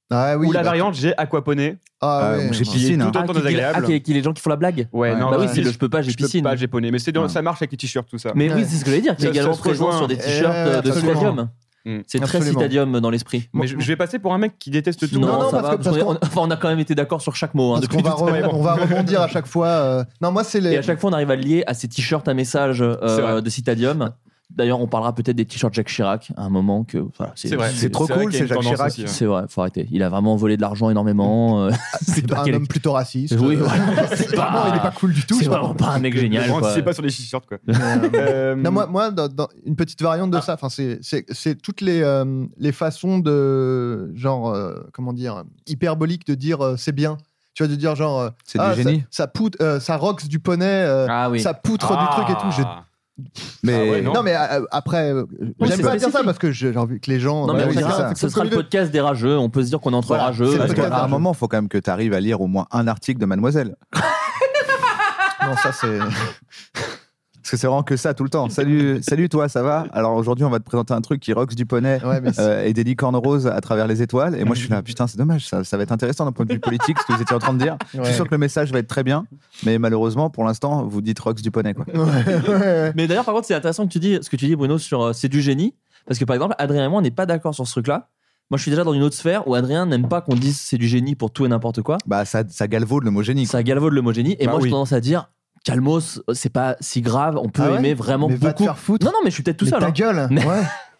Ah oui.
Ou la
bah,
variante, j'ai aquaponé.
Ah, ouais.
J'ai
hein.
piscine. Tout autant désagréable.
qui, les gens qui font la blague
Ouais, non,
bah oui,
ouais.
c'est le je peux pas, j'ai
je peux
piscine.
pas japonais. Mais c'est dans- ça marche avec les t-shirts, tout ça.
Mais oui, c'est ce que je voulais dire, qui est
Ça- ça
également
se
présent
rejoint.
sur des t-shirts
Eh,
euh, de
absolument.
Stadium.
Mm.
C'est très
Absolument.
Stadium dans l'esprit.
Mais je, je vais passer pour un mec qui déteste tout.
Non,
Non, non,
ça
parce
va,
que-
parce qu'on
parce
est- on, enfin, on a quand même été d'accord sur chaque mot. hein,
Parce
depuis
qu'on va,
tout à
re-
l'heure.
on va rebondir à chaque fois. euh, Non, moi, c'est les.
Et à chaque fois, on arrive à le lier à ces t-shirts à message euh,
C'est vrai.
de Citadium. D'ailleurs, on parlera peut-être des t-shirts Jacques Chirac à un moment que voilà,
C'est vrai. C'est trop cool,
qu'il y a
c'est
une
Jacques
tendance
Chirac.
aussi, hein. C'est vrai, faut arrêter. Il a vraiment volé de l'argent
Mm.
énormément. euh, c'est pas
Ah, un
quel-
homme plutôt raciste.
Oui,
Euh,
voilà.
c'est vraiment, il est pas cool du tout.
C'est
quoi. euh,
vraiment pas un mec génial.
Le grand,
quoi.
C'est pas sur les t-shirts, quoi.
Non, moi, moi dans- dans une petite variante de
Ah.
ça, enfin, c'est- c'est c'est toutes les, euh, les façons de. Genre, euh, comment dire Hyperbolique de dire euh, c'est bien. Tu vois, de dire genre. euh,
C'est du génie.
Ça, ça, poutre- euh, ça rocks du poney, euh,
Ah,
ça poutre
Ah.
du truc et tout. J'ai-
Mais
non. mais euh, après, euh,
Oui,
j'aime
c'est
pas dire
spécifique.
ça parce que j'ai j'ai envie que les gens.
Non, mais
euh,
on
chacun
dira-
fait
ce
comme
sera
il
le
veut.
podcast des rageux. On peut se dire qu'on est entre
Voilà,
rageux.
c'est le
Parce
podcast
qu'à un
rageux.
moment, il faut quand même que tu arrives à lire au moins un article de Mademoiselle.
Non, ça c'est.
Parce que c'est vraiment que ça tout le temps. Salut, salut toi, ça va Alors aujourd'hui, on va te présenter un truc qui rocks du poney
Ouais, mais c'est-
euh, et des licornes roses à travers les étoiles. Et moi, je suis là, putain, c'est dommage, ça, ça va être intéressant d'un point de vue politique ce que vous étiez en train de dire. Je suis
Ouais.
sûr que le message va être très bien, mais malheureusement, pour l'instant, vous dites rocks du poney. Quoi.
Mais d'ailleurs, par contre, c'est intéressant que tu dis ce que tu dis, Bruno, sur euh, c'est du génie. Parce que par exemple, Adrien et moi, on n'est pas d'accord sur ce truc-là. Moi, je suis déjà dans une autre sphère où Adrien n'aime pas qu'on dise c'est du génie pour tout et n'importe quoi.
Bah, ça, ça galvaude l'homogénie.
Ça galvaude l'homogénie. Et
Bah
moi,
oui.
j'ai tendance à dire. Calmos, c'est pas si grave, on peut
Ah ouais
aimer vraiment
Mais va te
beaucoup.
faire foutre.
Non, non, mais je suis peut-être tout
Mais
seul.
ta
hein.
gueule.
Mais-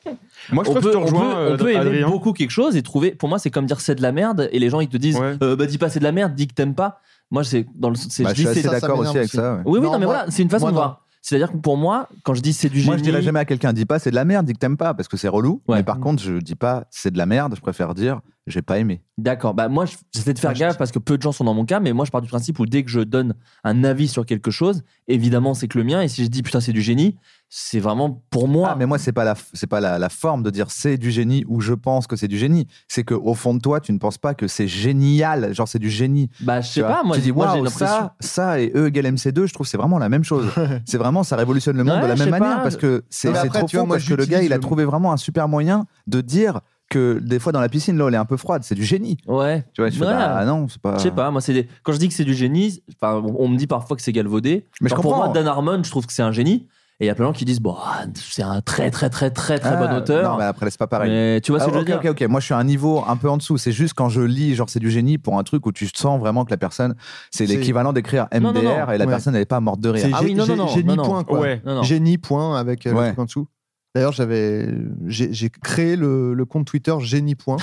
Ouais.
Moi, je
on
trouve
peut,
que je te
on
rejoins,
peut- on
euh,
peut aimer
Adrien.
beaucoup quelque chose et trouver. Pour moi, c'est comme dire c'est de la merde et les gens ils te disent euh, bah dis pas c'est de la merde, dis que t'aimes pas. Moi, c'est dans le. c'est-
Bah, je
dis,
suis assez
c'est-
d'accord aussi avec ça, ouais.
Oui, oui, non,
Non,
mais
moi-
voilà, c'est une façon
moi,
de
non.
voir. C'est-à-dire que pour moi, quand je dis c'est du génie.
Moi, je dirais jamais à quelqu'un, dis pas c'est de la merde, dis que t'aimes pas, parce que c'est relou. Mais par contre, je dis pas c'est de la merde, je préfère dire j'ai pas aimé.
D'accord. Bah moi, je- j'essaie de faire gaffe parce que peu de gens sont dans mon cas, mais moi, je pars du principe où dès que je donne un avis sur quelque chose, évidemment, c'est que le mien. Et si je dis putain, c'est du génie, c'est vraiment pour moi.
Ah, mais moi, c'est pas la, c'est pas la, la forme de dire c'est du génie ou je pense que c'est du génie. C'est que au fond de toi, tu ne penses pas que c'est génial, genre c'est du génie.
Bah, je
Tu
sais
vois,
pas. Moi,
tu dis
moi, j'ai
waouh,
l'impression-
ça, ça et E égale MC2, je trouve que c'est vraiment la même chose. c'est vraiment, ça révolutionne le monde
Ouais,
de la
je
même
sais
manière
pas.
parce que c'est
Non, mais
c'est
après,
trop
tu vois,
fou
moi,
parce que le gars,
j'utilise
il a
le-
trouvé vraiment un super moyen de dire que des fois dans la piscine, l'eau elle est un peu froide, c'est du génie.
Ouais.
Tu vois, je fais,
Ouais.
bah, non, c'est pas.
Je sais pas, moi, c'est des... quand je dis que c'est du génie, enfin, on on me dit parfois que c'est galvaudé.
Mais je
Genre, pour
comprends.
moi, Dan Harmon, je trouve que c'est un génie. Et il y a plein de gens qui disent, bon, ah, c'est un très, très, très, très, très
Ah,
bon auteur.
Non, mais après, c'est pas pareil.
Mais tu vois ce
Ah,
que je veux
ok,
dire
Ok, ok. Moi, je suis à un niveau un peu en dessous. C'est juste quand je lis, genre, c'est du génie pour un truc où tu sens vraiment que la personne, c'est
C'est-
l'équivalent d'écrire MDR
Non, non, non. Ah
et la
Ouais.
personne, elle est pas morte de rire.
C'est gé- gé- génie
non, non.
point, quoi.
Ouais. Non, non.
Génie point avec euh, le
Ouais.
truc en dessous. D'ailleurs, j'avais, j'ai, j'ai créé le, le compte Twitter Génie point.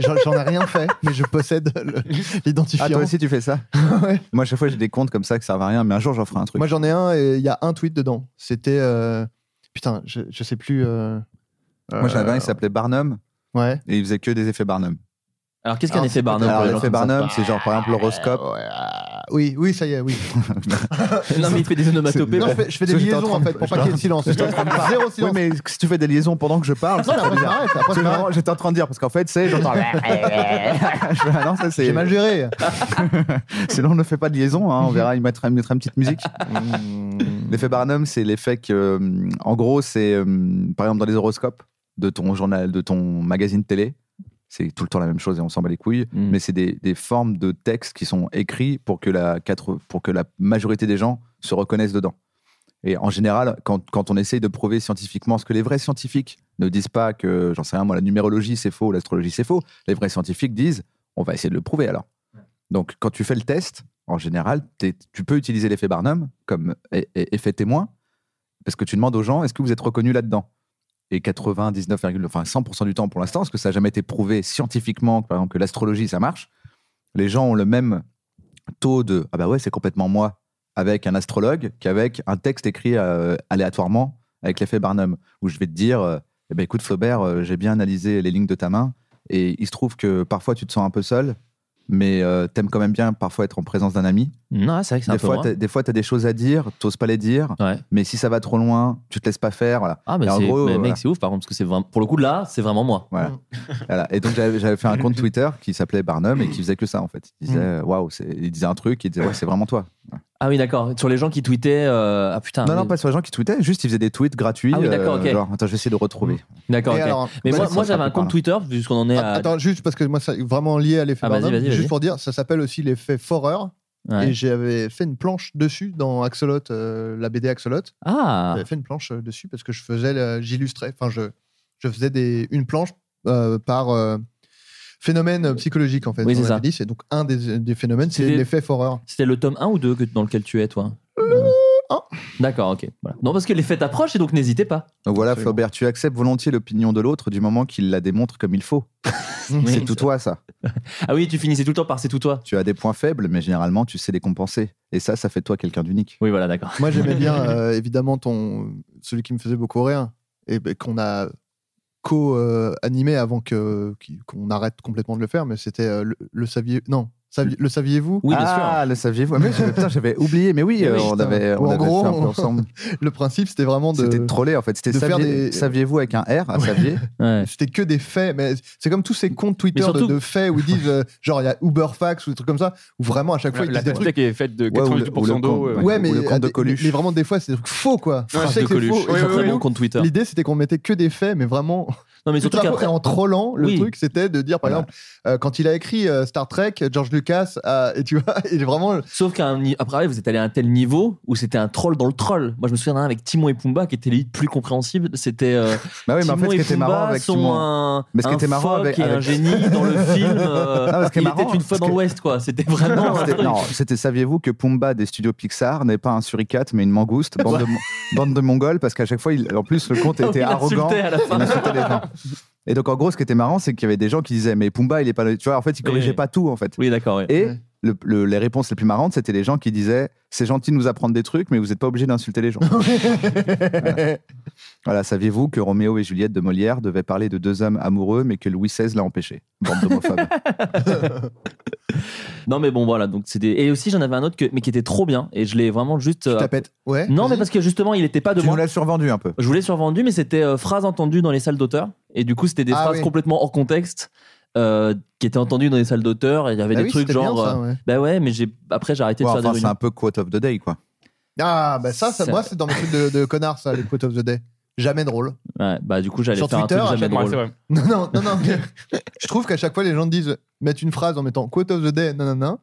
j'en, j'en ai rien fait, mais je possède le- l'identifiant.
Ah, toi aussi, tu fais ça
Ouais.
Moi, à chaque fois, j'ai des comptes comme ça qui servent à rien, mais un jour, j'en ferai un truc.
Moi, j'en ai un et il y a un tweet dedans. C'était, euh, putain, je, je sais plus. euh,
Moi, j'en avais un
euh,
qui s'appelait Barnum
ouais.
et il faisait que des effets Barnum.
Alors, qu'est-ce qu'un
Alors,
effet
Ah, c'est pas-
Barnum
Alors,
pour les gens
l'effet
comme ça
Barnum, c'est genre, par exemple, l'horoscope.
Ah, oui, oui, ça y est, oui.
Non, mais il fait des onomatopées.
Non, je fais, je fais des
J'étais en
liaisons
train
en
de-
fait pour
j'étais
pas qu'il y ait de
en
silence.
train de-
Zéro
Oui,
silence.
mais si tu fais des liaisons pendant que je parle,
Non,
c'est
mais
trop
après,
bizarre.
ça arrête, après,
C'est
ça
marrant,
arrête.
J'étais en train de dire, parce qu'en fait, c'est. J'entends. Je fais, ah non, ça, c'est-
J'ai mal géré.
Sinon, on ne fait pas de liaison. hein, on verra, il mettra, il mettra une petite musique. L'effet Barnum, c'est l'effet que, euh, en gros, c'est euh, par exemple dans les horoscopes de ton journal, de ton magazine télé. C'est tout le temps la même chose et on s'en bat les couilles.
Mm.
Mais c'est des, des formes de textes qui sont écrits pour que, la quatre- pour que la majorité des gens se reconnaissent dedans. Et en général, quand, quand on essaye de prouver scientifiquement ce que les vrais scientifiques ne disent pas que, j'en sais rien, moi, la numérologie c'est faux, l'astrologie c'est faux, les vrais scientifiques disent on va essayer de le prouver alors. Donc, quand tu fais le test, en général, t'es- tu peux utiliser l'effet Barnum comme e- e- effet témoin, parce que tu demandes aux gens est-ce que vous êtes reconnu là-dedans Et 99, enfin 100% du temps pour l'instant, parce que ça n'a jamais été prouvé scientifiquement, par exemple, que l'astrologie ça marche, les gens ont le même taux de ah bah ouais, c'est complètement moi avec un astrologue qu'avec un texte écrit euh, aléatoirement avec l'effet Barnum, où je vais te dire euh, eh ben écoute, Flaubert, euh, j'ai bien analysé les lignes de ta main, et il se trouve que parfois tu te sens un peu seul. Mais euh, t'aimes quand même bien parfois être en présence d'un ami.
Non, c'est vrai que c'est un
Des
peu
fois,
moins.
t'as- des fois, tu as des choses à dire, t'oses pas les dire,
Ouais.
mais si ça va trop loin, tu te laisses pas faire. Voilà.
Ah, mais
Et en
c'est-
gros,
mais
voilà.
mec, c'est ouf, par contre, parce que c'est vraiment. Pour le coup, là, c'est vraiment moi.
Voilà. Voilà. Et donc, j'avais j'avais fait un compte Twitter qui s'appelait Barnum et qui faisait que ça, en fait. Il disait, waouh, c'est- il disait un truc, il disait, ouais, c'est vraiment toi.
Ah oui, d'accord. Sur les gens qui tweetaient. euh, Ah putain.
non,
oui.
non, pas sur les gens qui tweetaient, juste ils faisaient des tweets gratuits. euh,
Ah oui, d'accord, ok.
genre, attends, je vais essayer de retrouver.
D'accord.
Et
ok.
alors,
mais
bah,
moi,
ça
moi, j'avais
sera plus
un
par
compte
là.
Twitter, puisqu'on en est à.
Attends, juste parce que moi, c'est vraiment lié à l'effet
Ah, vas-y,
Barnum.
vas-y, vas-y.
Juste pour dire, ça s'appelle aussi l'effet Forer.
Ouais.
Et j'avais fait une planche dessus dans Axolot, euh, la BD Axolot.
Ah
J'avais fait une planche euh, dessus parce que je faisais, le- j'illustrais, enfin, je, je faisais des, une planche euh, par euh, phénomène euh, psychologique, en fait.
Oui,
dans
c'est
la
ça.
BD. C'est donc un des, des phénomènes, c'est
C'était-
l'effet Forer.
C'était le tome 1 ou 2 que, dans lequel tu es, toi
Euh,
Euh,
un.
D'accord, ok. Voilà. Non, parce que les fêtes approchent et donc n'hésitez pas.
Donc voilà,
Absolument.
Flaubert, tu acceptes volontiers l'opinion de l'autre du moment qu'il la démontre comme il faut. c'est
Oui.
tout toi, ça.
Ah oui, tu finissais tout le temps par c'est tout toi.
Tu as des points faibles, mais généralement, tu sais les compenser. Et ça, ça fait de toi quelqu'un d'unique.
Oui, voilà, d'accord.
Moi, j'aimais bien, euh, évidemment, ton, celui qui me faisait beaucoup rire et ben, qu'on a co-animé avant que, qui- qu'on arrête complètement de le faire, mais c'était euh, le, le saviez non, savi- le saviez-vous
Oui, bien sûr.
ah, le saviez-vous Ah, mais j'avais- putain, J'avais oublié, mais oui,
Oui,
euh, on
putain.
avait, on
En
avait
gros,
fait un peu
on-
ensemble.
Le principe, c'était vraiment de.
C'était de troller en fait. C'était
de faire
saviez-
des-
saviez-vous avec un R à saviez
Ouais.
C'était que des faits, mais c'est comme tous ces comptes Twitter
Mais surtout-
de, de faits où ils disent euh, genre il y a Uberfax ou des trucs comme ça, où vraiment à chaque fois ils
La
disent des trucs.
tech est faite de
Ouais, ou le-
98%
ou le
d'eau.
con-
euh,
ouais.
Ouais, mais,
le compte de
mais-
Coluche.
mais vraiment des fois c'est des trucs faux quoi.
Ouais,
Je sais
de
que c'est
Coluche.
faux.
Oui,
Ils
Ils
ont
ont
oui,
très
oui.
bon compte Twitter.
L'idée, c'était qu'on mettait que des faits, mais vraiment.
Non, mais surtout
Tout à fait,
qu'après.
en trollant, le
Oui.
truc, c'était de dire, par
Voilà.
exemple, euh, quand il a écrit euh, Star Trek, George Lucas, a- et tu vois, il est vraiment.
Sauf qu'après, vous êtes allé à un tel niveau où c'était un troll dans le troll. Moi, je me souviens d'un avec Timon et Pumba qui était limite plus compréhensible. C'était. euh,
Bah oui, mais en
Timon
fait, ce qui
et
était
Pumba
marrant avec
sont
Timon-
un,
Mais ce qui
un
était marrant
phoque
avec-
et un
avec-
génie dans le film. euh,
Non, mais ce qui est
il
marrant,
était une fois
parce
dans
que-
l'Ouest, quoi. C'était vraiment.
Non,
un
c'était-
truc.
non, c'était saviez-vous que Pumba des studios Pixar n'est pas un suricate mais une mangouste, bande, de, mon- bande de mongols, parce qu'à chaque fois, il- en plus, le compte
Ah oui,
était
il
arrogant.
insultait à la fin.
Il insultait les gens. Et donc, en gros, ce qui était marrant, c'est qu'il y avait des gens qui disaient, mais Pumba, il est pas. le- Tu vois, en fait, il
Oui,
corrigeait
oui.
pas tout, en fait.
Oui, d'accord. oui.
Et le- le- les réponses les plus marrantes, c'était les gens qui disaient C'est gentil de nous apprendre des trucs, mais vous n'êtes pas obligé d'insulter les gens. voilà, Voilà, saviez-vous que Roméo et Juliette de Molière devaient parler de deux hommes amoureux, mais que Louis XVI l'a empêché Bande d'homophobes.
Non, mais bon, voilà. Donc, c'est des- Et aussi, j'en avais un autre que... mais qui était trop bien. Et je l'ai vraiment juste. euh,
Tu tapette. Ouais.
Non, mais parce que justement, il n'était pas de
tu
moi.
nous l'as survendu un peu.
Je voulais survendu, mais c'était euh, phrases entendues dans les salles d'auteur. Et du coup, c'était des
Ah
phrases
oui.
complètement hors contexte euh, qui étaient entendues dans les salles d'auteur. Et il y avait
Bah
des
oui,
trucs
c'était bien,
genre.
ça,
euh,
ouais.
bah ouais, mais j'ai... après, j'ai arrêté
Ouais,
de faire
enfin,
des
c'est
réunions.
un peu quote of the day, quoi.
Ah, bah ça, ça,
Ça-
moi, c'est dans mes trucs de, de connard, ça, les quotes of the day. jamais drôle.
Ouais, bah du coup j'allais
Sur
faire
Twitter,
un truc
à
jamais
chaque-
drôle.
Non, non, non, non. je trouve qu'à chaque fois, les gens disent, mettent une phrase en mettant quote of the day, nanana.
Moi,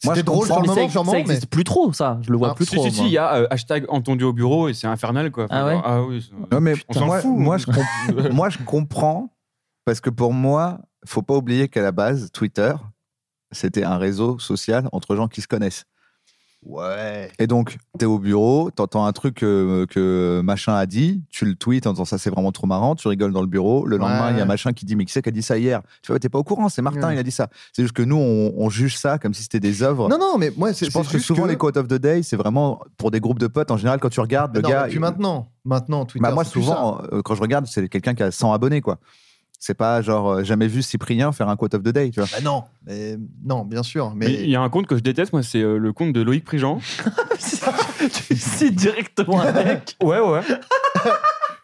C'était
je
drôle
comprends,
sur le
mais ça
moment,
ex-
sûrement,
ça existe
mais-
Plus trop ça, je le vois
Ah,
plus
si,
trop.
Si,
moi.
si, il y a euh, hashtag entendu au bureau et c'est infernal quoi. Enfin,
Ah ouais
genre, ah oui, c'est-
Non, mais
on s'en
moi,
fout.
moi, je comp- moi, je comprends parce que pour moi, faut pas oublier qu'à la base, Twitter, c'était un réseau social entre gens qui se connaissent.
Ouais.
Et donc, t'es au bureau, t'entends un truc euh, que machin a dit, tu le tweets en disant ça c'est vraiment trop marrant, tu rigoles dans le bureau, le lendemain il y
Ouais.
a machin qui dit mais qui c'est qui a dit ça hier Tu fais Ouais, t'es pas au courant, c'est Martin,
Ouais.
il a dit ça. C'est juste que nous on, on juge ça comme si c'était des œuvres.
Non, non, mais moi, c'est-
je pense
c'est
que
juste
souvent
que-
les quotes of the day c'est vraiment pour des groupes de potes en général quand tu regardes le
non,
gars.
mais puis
il-
maintenant, maintenant, Twitter.
bah moi,
c'est plus ça.
souvent, euh, quand je regarde, c'est quelqu'un qui a 100 abonnés, quoi. C'est pas genre euh, jamais vu Cyprien faire un quote of the day, tu vois.
Bah non, mais- non, bien sûr.
Mais
Mais
il y a un compte que je déteste, moi, c'est euh, le compte de Loïc Prigent.
tu cites directement un mec.
Ouais, ouais.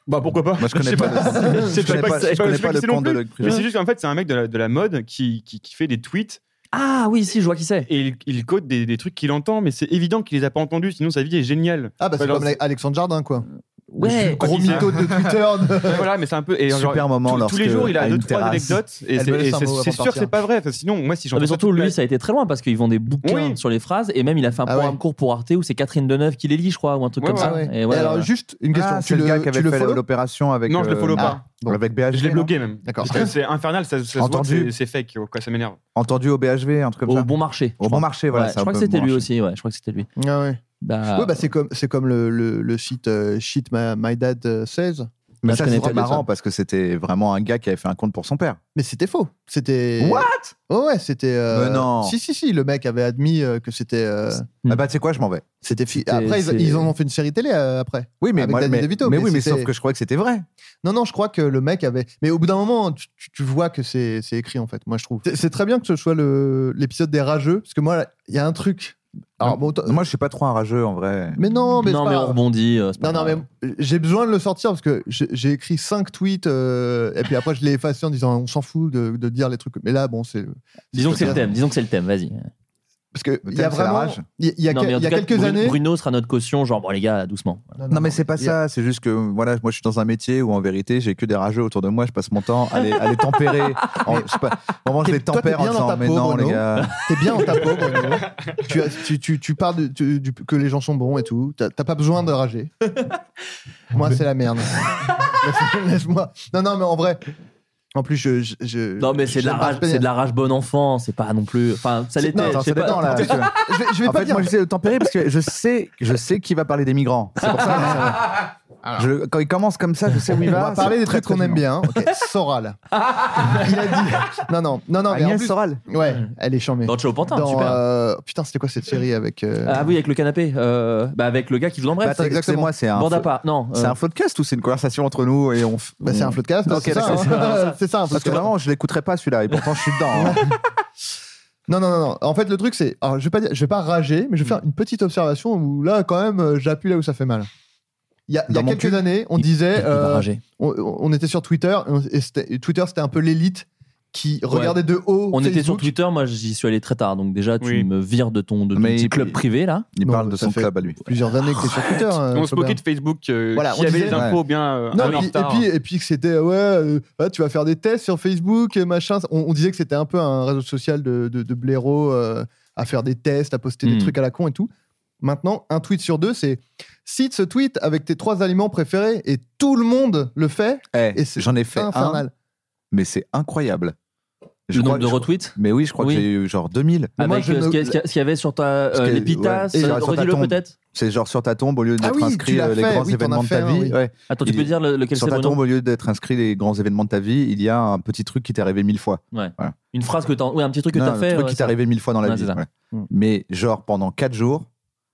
bah pourquoi pas
Moi, je connais
sais
pas le-
Je sais
je connais
qui
pas-
c'est,
je connais
sais
pas
qui
le
c'est non
compte de
plus.
Loïc Prigent.
Mais c'est juste qu'en fait, c'est un mec de la, de la mode qui, qui, qui fait des tweets
Ah oui, si, je vois qui c'est.
et il, il code des, des trucs qu'il entend, mais c'est évident qu'il les a pas entendus, sinon sa vie est géniale.
ah bah c'est
Enfin,
comme Alexandre Jardin quoi.
Ouais.
Le gros
Quand il-
mytho de Twitter. de-
Ouais, voilà, mais c'est un peu. Et
Super moment
tous- Tous
lorsque,
les jours, il
à
a deux,
une
trois
terrasse,
anecdotes. Et
elle
c'est-
me laisse
et
un
c'est
mot avant
c'est
de
sûr que
partir.
c'est pas vrai. Enfin, Sinon, moi, si
Ah,
Non,
j'en
Ah, mais surtout, lui, ça a été très loin parce qu'ils vendent des bouquins
Oui.
sur les phrases et même il a fait un
Ah
programme
ouais.
court pour Arte où c'est Catherine Deneuve qui les lit, je crois, ou un truc
Ouais,
comme
ouais,
ça.
Ah ouais.
Et ouais,
Et alors
ouais.
juste une question,
Ah,
tu
c'est le, gars qui
tu
avait
le
fait
follow
l'opération avec.
Non, je le follow
ah,
pas.
bon, avec BHV.
Je l'ai
non
bloqué même.
D'accord.
Parce que C'est infernal, ça, ça se voit que
Entendu.
c'est- c'est fake, quoi, ça m'énerve.
Entendu au BHV, un truc comme
Au
ça.
bon marché.
Au bon marché, voilà.
Ouais,
c'est
je
un
crois que
peu
c'était
bon
lui
marché.
aussi, ouais, je crois que c'était lui.
Ah ouais.
Bah,
Ouais, bah c'est comme c'est comme le, le, le site euh, shit my, my dad euh, says,
Mais
Bah,
ça,
je connais
c'était
pas
marrant
ça.
parce que c'était vraiment un gars qui avait fait un compte pour son père.
mais c'était faux. C'était
What
Ouais, ouais, c'était. euh,
Mais non.
Si si si, le mec avait admis euh, que c'était. euh,
Ah bah, tu sais quoi, je m'en vais.
c'était fi-
C'était-
Après
c'est-
ils, ils en ont fait une série télé euh, après.
Oui, mais
Avec
moi,
Danny
mais,
DeVito,
mais
mais
oui, mais
c'était-
sauf que je crois que c'était vrai.
Non non, je crois que le mec avait. Mais au bout d'un moment, tu, tu- tu vois que c'est c'est écrit en fait. Moi je trouve. C'est- C'est très bien que ce soit le l'épisode des rageux parce que moi il y a un truc. Alors bon, t-
Moi, je suis pas trop un rageux en vrai.
mais non mais c'est
non,
pas
mais on
grave.
rebondit. euh, c'est pas
Non, non, mais
grave.
euh, j'ai besoin de le sortir parce que j'ai j'ai écrit 5 tweets euh, et puis après je l'ai effacé en disant on s'en fout de, de dire les trucs. Mais là, bon, c'est.
Disons que c'est le thème, disons que c'est le thème, vas-y.
Parce que
Le
il y a
thème, c'est la
vraiment.
rage.
Il y a- il y a,
Non,
que-
mais en
il y a
tout cas,
quelques
Bru-
années.
Bruno sera notre caution, genre, bon, les gars, doucement.
Non, mais c'est pas
il y
ça,
a-
c'est juste que voilà, moi je suis dans un métier où en vérité j'ai que des rageux autour de moi, je passe mon temps à les, à les tempérer. En, je sais pas, vraiment je
T'es-
les
toi, t'es
tempère en
bien dans
disant
ta
mais
peau,
Oh non
Bruno.
les gars.
T'es bien dans ta peau, Bruno. tu, as- tu, tu, tu parles de- tu- du- que les gens sont bons et tout. T'as t'as pas besoin de rager. Moi, c'est la merde. Laisse-moi. Non, non, mais en vrai. En plus, je. je- je-
Non, mais c'est de, la
j'aime pas
rage- c'est
me peigner.
de la rage bon enfant, c'est pas non plus. Enfin, ça l'était.
Attends,
je sais
ça
pas.
dépend, là, tu vois.
Je vais, je vais
En
pas
fait,
dire.
moi j'essaie de tempérer parce que je sais, je sais qui va parler des migrants. C'est pour ça. que ça- Je- quand il commence comme ça, je sais où il
On
va.
va parler
c'est
des
très,
trucs qu'on
très
aime
gênant.
bien. hein. Ok, Soral. Ah, Il a dit. Non, non, non, non. mais en
Agnès
plus-
Soral.
Ouais, elle est charmée.
Dans le show au Pantin,
Dans,
super.
euh, Putain, c'était quoi cette série avec. euh,
Ah oui, avec le canapé. euh, bah, avec le gars qui joue dans
Bah,
bref.
attends, excusez-moi, c'est un,
Bande à
fo-
part. Non.
c'est
euh,
un podcast ou c'est une conversation entre nous et on. f-
bah, c'est un floodcast,
Ok,
c'est ça.
d'accord,
hein.
c'est ça.
C'est ça, un
Parce que
floodcast.
vraiment, je l'écouterai pas celui-là et pourtant je suis dedans. hein.
Non, non, non, non. En fait, le truc, c'est. Alors, je vais pas, dire- je vais pas rager, mais je vais faire une petite observation où là, quand même, euh, j'appuie là où ça fait mal. Il y a, il y a
Dans mon
quelques
cul.
années, on
il-
disait.
il va
euh,
rager.
on, on était sur Twitter et on- et, c'était- et Twitter, c'était un peu l'élite qui regardait de haut.
On était sur
Facebook.
Twitter, moi j'y suis allé très tard, donc déjà tu
Oui.
me vires de ton, de ton
Mais
petit
il-
club privé là.
Il
Non,
parle de
ça
son
fait-
club à lui.
Plusieurs années que t'es sur Twitter. euh,
on se
Flaubert.
moquait de Facebook euh,
Voilà, on
qui avait
disait-
les infos bien euh,
Non,
Ah,
un peu en
puis- et,
retard.
hein.
puis, et puis que c'était, euh, ouais, euh, ah, tu vas faire des tests sur Facebook, euh, machin. On, on disait que c'était un peu un réseau social de, de, de blaireaux euh, à faire des tests, à poster
Hmm.
Mm.
des trucs à la con et tout. Maintenant, un tweet sur deux, c'est cite ce tweet avec tes trois aliments préférés et tout le monde le fait.
Eh,
Et c'est
J'en ai fait un,
Infernal.
mais c'est incroyable.
Le nombre de
je-
retweets
Mais oui, je crois
Oui.
que j'ai eu genre 2000.
Mais moi,
avec
je
euh,
ne-
ce qu'il y a- ce qu'il y a- ce qu'il y avait sur ta
Ce
euh,
que-
l'épitasse,
ouais. Et
euh,
sur ta
redis-le
tombe.
peut-être.
C'est genre sur ta tombe, au lieu d'être
Ah oui, tu
inscrit
l'as
euh, les
fait,
grands
oui, t'en as
événements de ta
fait un,
vie.
oui.
ouais.
Attends, tu
Il-
peux dire le- lequel c'est
Sur ta tombe,
Bruno
au lieu d'être inscrit les grands événements de ta vie, il y a un petit truc qui t'est arrivé mille fois.
Une phrase que t'as, ouais, un petit truc que
Non,
t'as
un
fait.
truc
ouais,
qui t'est
ça.
arrivé mille fois dans la
Ouais,
vie.
c'est ça.
voilà.
Mm.
Mais genre pendant 4 jours,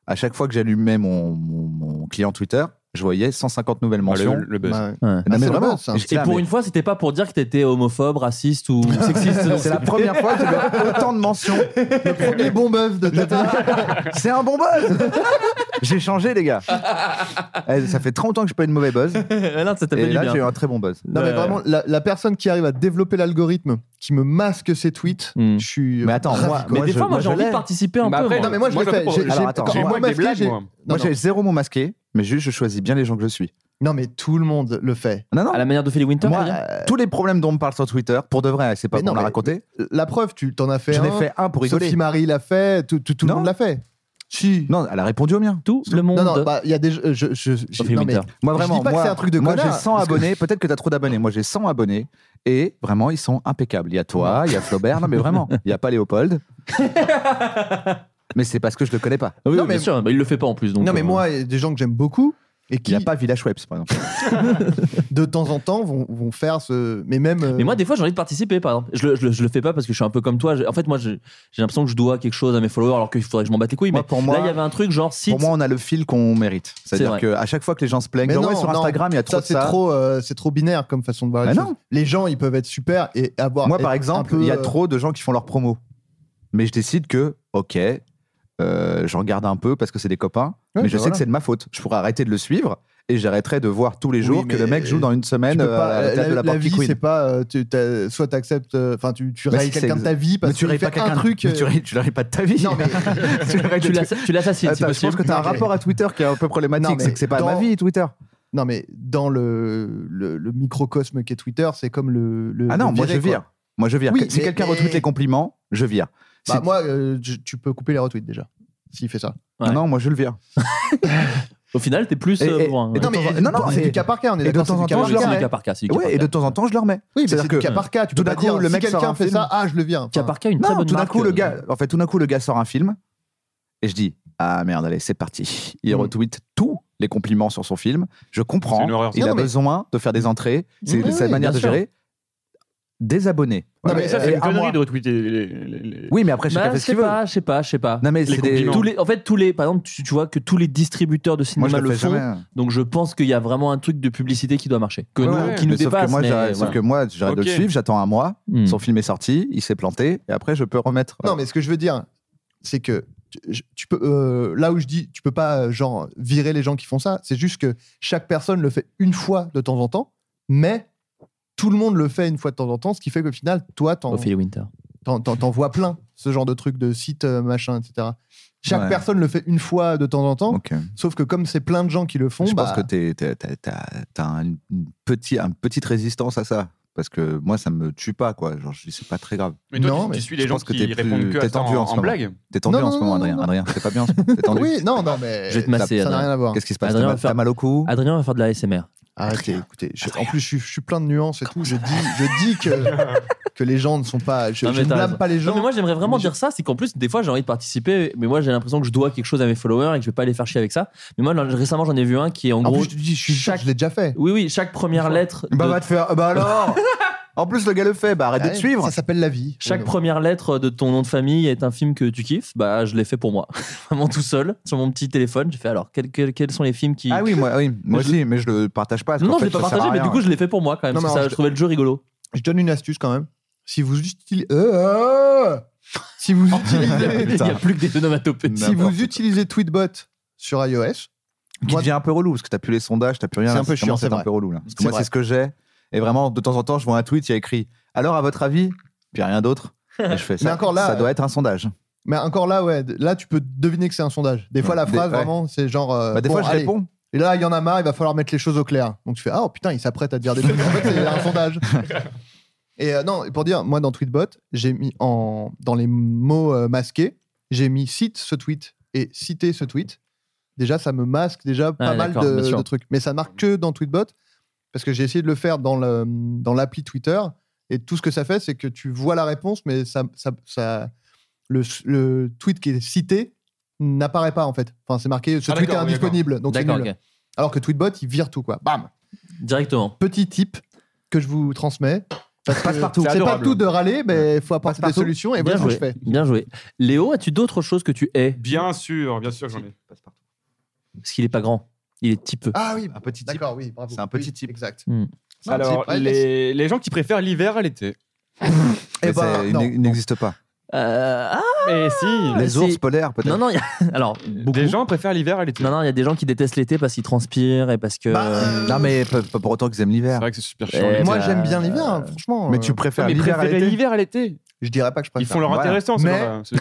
à chaque fois que j'allumais mon, mon, mon client Twitter, je voyais 150 nouvelles
Ah, le-
mentions.
le buzz.
Ouais.
Ouais.
Ah,
Non, mais
c'est le
vraiment,
buzz, ça.
et j'étais
Et
là,
pour
mais-
une fois, c'était pas pour dire que t'étais homophobe, raciste ou sexiste.
C'est la première fois que j'avais autant de mentions.
Le premier bon bœuf de ta
C'est un bon buzz J'ai changé, les gars. Eh, ça fait 30 ans que je pas eu de mauvais buzz.
non, ça t'a fait
Et
du
là,
bien.
j'ai eu un très bon buzz.
Non, mais
Ouais.
vraiment, la, la personne qui arrive à développer l'algorithme, qui me masque ses tweets,
Mm.
je suis.
Mais attends,
ravi,
moi-
quoi.
Mais
moi,
des
je-
fois, moi
moi,
j'ai
je
envie de
l'ai.
participer un
Mais
peu.
après,
non,
moi.
mais moi, je l'ai
le fais
fait.
pour-
J'ai-
Alors,
j'ai-
attends,
quand
j'ai
on
moi
m'a
avec des
masqué,
blagues,
j'ai-
moi.
Non,
Moi,
non.
j'ai zéro mot masqué, mais juste je choisis bien les gens que je suis.
Non, mais tout le monde le fait.
Non, non.
À la manière de Philly Winter
Moi, euh, tous les problèmes dont on me parle sur Twitter, pour de vrai, c'est pas
Mais
pour
non,
la
mais-
raconter.
La preuve, tu t'en as fait
J'en
un.
ai fait un pour isoler.
Sophie Marie l'a fait, tout, tout, tout le monde l'a fait. Si.
Non, elle a répondu au mien.
Tout le monde.
Non, non, bah, il y a des. Je, je, je,
Sophie
non, mais
Winter. Moi
Je
vraiment,
dis pas
moi,
que c'est un truc de
moi,
connard.
j'ai 100
parce que-
abonnés, peut-être que t'as trop d'abonnés. Moi j'ai 100 abonnés et vraiment ils sont impeccables. Il y a toi, il y a Flaubert, non mais vraiment, il y a pas Léopold. mais c'est parce que je le connais pas.
Oui,
Non,
oui, bien
mais-
sûr, bah, il le fait pas en plus. Donc,
Non, mais
euh,
moi, il y a des gens que j'aime beaucoup et
Il
qui,
y a pas Village Webs par exemple.
de temps en temps, vont, vont faire ce. Mais même. euh,
Mais moi, des fois, j'ai envie de participer, par exemple. Je le, je le- je le fais pas parce que je suis un peu comme toi. J'ai- En fait, moi, j'ai j'ai l'impression que je dois quelque chose à mes followers alors qu'il faudrait que je m'en batte les couilles.
Moi,
mais
pour moi-
là, il y avait un truc genre si.
Pour moi on a le fil qu'on mérite. C'est-à-dire
vrai.
que à chaque fois que les gens se plaignent,
mais
genre, ouais,
non,
sur
non,
Instagram il y a trop
ça,
de
c'est
ça.
trop, euh, c'est trop binaire comme façon de voir les
Mais
choses.
non.
Les gens, ils peuvent être super et avoir.
Moi, par
être un
exemple,
peu,
il y a
euh,
trop de gens qui font leur promo. Mais je décide que, ok, euh, j'en garde un peu parce que c'est des copains,
Ouais,
mais je sais
bah voilà.
que c'est de ma faute. Je pourrais arrêter de le suivre et j'arrêterai de voir tous les
Oui,
jours que
mais
le mec joue dans une
tu
semaine
peux
euh,
pas-
à la tête de la,
la
partie
vie, c'est
Queen.
pas. euh, tu- t'as- soit t'acceptes. euh, Enfin, tu, tu
Bah,
railles
si, c'est
quelqu'un de
exact.
ta vie
Mais
parce
tu
que
rayes pas
fait un
quelqu'un.
truc.
mais tu
euh,
rayes- tu le rayes pas de ta vie.
Non, mais.
Tu le rayes
Tu
de-
l'assa- tu l'assassines, si
Attends, je pense
possible.
que t'as un
Ok.
rapport à Twitter qui est un peu
Non,
problématique,
mais
c'est que c'est pas
dans-
ma vie Twitter.
Non, mais dans le, le, le microcosme qu'est Twitter, c'est comme le. le-
Ah non,
le
moi je
virer, quoi.
vire. Moi je vire.
Oui,
Si
mais-
quelqu'un
mais-
retweet les compliments, je vire.
Bah,
Si-
moi, euh, je- tu peux couper les retweets déjà, s'il fait ça.
Ouais.
Non, moi je le vire.
Au final, t'es plus.
Et-
euh,
et-
pour
et
un- ouais.
Non, mais
Non, non,
c'est
et-
du cas par cas, on est
et de
d'accord.
temps
c'est
en
du cas
temps,
Oui,
par
je
cas,
leur
c'est
mais-
du
mets.
cas par cas. c'est du cas
Oui,
par
et
cas.
de temps en temps, je le remets.
Oui, mais
C'est-à-dire
c'est du
que-
cas par cas. Tu
tout
peux
d'un
pas
coup,
dire
le
si
mec sort
quelqu'un
un
fait
film.
ça, ah, je le viens.
Cas
Enfin,
par cas, une très
Non,
bonne
tout d'un
marque,
coup,
euh,
le gars, en fait, tout d'un coup, le gars sort un film et je dis Ah merde, allez, c'est parti. Il
Mm.
retweete tous les compliments sur son film. Je comprends.
C'est une horreur, ça.
Il
Non,
a
mais-
besoin de faire des entrées. C'est
Oui,
cette
oui,
manière de
bien sûr.
gérer. Désabonner.
Non,
Ouais,
mais
ça,
et
c'est
à
une
moi.
connerie de retweeter les. les- les-
Oui, mais après, chacun
Bah,
fait
je
ce qu'il
sais
veut.
pas, je sais pas, je sais pas.
Non, mais c'est des.
compliments.
Tous les, en fait, tous les, par exemple, tu, tu vois que tous les distributeurs de
Moi,
cinéma
je le
le
fais
font.
jamais.
Donc je pense qu'il y a vraiment un truc de publicité qui doit marcher, que
Ouais,
nous-
ouais.
qui nous
Mais sauf, que
dépasse.
moi,
mais
j'arrête- sauf
voilà.
que moi, j'arrête de le
Ok.
suivre, j'attends un mois.
Hmm.
Son film est sorti, il s'est planté, et après, je peux remettre.
Non, mais ce que je veux dire, c'est que tu- je- tu peux euh, là où je dis tu peux pas euh, genre virer les gens qui font ça c'est juste que chaque personne le fait une fois de temps en temps mais tout le monde le fait une fois de temps en temps ce qui fait qu'au final toi t'en
Ophélie Winter.
t'en- t'en- t'en vois plein ce genre de truc de site euh, machin etc chaque
Ouais.
personne le fait une fois de temps en temps
Ok.
sauf que comme c'est plein de gens qui le font
je
bah,
pense que t'es- t'es- t'as- t'as t'as une, une petite, une petite résistance à ça. Parce que moi, ça me tue pas, quoi. Genre, je dis, c'est pas très grave.
Mais toi,
Non,
tu,
mais
tu suis
je
les gens
pense que
qui
t'es plus-
répondent que
t'es
à ça en,
tendu en ce
en
moment.
blague.
T'es tendu
Non,
en ce
non,
moment,
non,
Adrien.
non.
Adrien, t'es pas bien. en ce moment. T'es tendu.
oui non non mais
Je vais te masser,
ça ça n'a
Adrien.
rien à voir
Qu'est-ce qui se passe T'as
Adrien va
mal-
faire-
T'as mal au cou
Adrien va faire de la SMR.
Arrêtez, écoutez. Ah,
Ah,
je- en plus, je, suis- je suis plein de nuances et tout. Je dis, je dis que, que les gens ne sont pas. Je,
Non,
je
mais
ne
t'as
blâme
raison.
pas les
Non,
gens.
mais moi j'aimerais vraiment
Mais
dire ça, c'est qu'en plus des fois j'ai envie de participer, mais moi j'ai l'impression que je dois quelque chose à mes followers et que je vais pas les faire chier avec ça. Mais moi là, récemment j'en ai vu un qui est en,
en
gros,
plus, je te dis, je, suis sûr que je l'ai déjà fait.
oui oui, chaque première lettre, de-
Bah, va te faire. Bah alors En plus, le gars le fait. Bah, arrête de
Ah Ouais,
te suivre.
Ça s'appelle la vie.
chaque
Oui,
première lettre de ton nom de famille est un film que tu kiffes. Bah je l'ai fait pour moi, vraiment tout seul sur mon petit téléphone. J'ai fait alors quels, quels- quels sont les films qui
Ah oui, moi, oui, moi
je-
aussi, mais je le partage pas. parce
non,
qu'en
non, je
fait,
l'ai pas
ça sert
partagé,
à
mais
rien.
du coup, je l'ai fait pour moi quand même.
Non,
parce que
mais
ça,
alors,
je trouvais le jeu rigolo.
Je donne une astuce quand même. Si vous utilisez. Euh, euh, si vous
Oh,
utilisez,
Il n'y a plus que des onomatopées.
si vous
N'importe
utilisez tweetbot sur iOS,
Qui
Moi-
devient un peu relou, parce que t'as plus les sondages, t'as plus rien.
C'est
là,
un peu
ça commence
chiant,
à être
c'est
un peu relou, là. Parce que
C'est
moi,
vrai.
c'est ce que j'ai. Et vraiment, de temps en temps, je vois un tweet, il y a écrit Alors, à votre avis Puis rien d'autre. Et je fais
Mais
ça.
encore là,
ça
euh,
doit être un sondage.
mais encore là, ouais, là tu peux deviner que c'est un sondage. Des fois,
Ouais.
la
Des-
phrase
ouais.
vraiment, c'est genre. euh,
Bah, des
bon,
fois, je
allez.
réponds.
Et là, il y en a marre, il va falloir mettre les choses au clair. Donc tu fais Ah oh, putain, il s'apprête à dire des trucs. En fait, c'est un sondage. Et euh, non, pour dire, moi dans Tweetbot, j'ai mis en, dans les mots euh, masqués, j'ai mis cite ce tweet et citer ce tweet. Déjà, ça me masque déjà pas mal
d'accord,
de,
bien sûr.
de trucs. Mais ça marque que dans Tweetbot, parce que j'ai essayé de le faire dans le- dans l'appli Twitter. Et tout ce que ça fait, c'est que tu vois la réponse, mais ça, ça, ça- le, le tweet qui est cité n'apparaît pas en fait. Enfin, c'est marqué ce
Ah,
tweet est
d'accord, oui,
indisponible. Donc c'est
D'accord,
nul.
ok.
Alors que Tweetbot, il vire tout, quoi. Bam
Directement.
Petit tip que je vous transmets. Parce que
Passe-partout.
C'est pas
adorable.
tout de râler, mais il faut apporter des
Passe-partout.
solutions et
Bien
voilà ce que je
joué.
fais.
Bien joué. Léo, as-tu d'autres choses que tu hais
Bien sûr, bien sûr, que j'en ai.
Parce qu'il est pas grand. Il est petit peu.
Ah oui,
Un petit type.
d'accord, oui, bravo.
C'est un petit
Oui,
type.
Exact.
Hmm.
C'est un
Alors,
type, ouais, yes.
les, les gens qui préfèrent l'hiver à l'été.
Eh
Mais
ben,
c'est- il
non.
n'e- il n'existe pas.
Euh, ah,
Eh si
Ah,
Les
c'est-
ours polaires, peut-être.
non, non, il y a- alors, beaucoup.
Les gens préfèrent l'hiver à l'été.
Non, non, il y a des gens qui détestent l'été parce qu'ils transpirent et parce que.
Bah, euh,
Non, mais pas, pas pour autant qu'ils aiment
C'est
l'hiver.
vrai que c'est super
Eh,
chiant. l'été.
Moi,
bah,
j'aime bien l'hiver, hein, franchement.
Ah, Mais
euh,
tu préfères
mais
l'hiver à
préférez
l'été
l'hiver à l'été
Je dirais pas que je préfère.
Ils font leur
Voilà.
intéressant, ces
Mais-
gens-là. c'est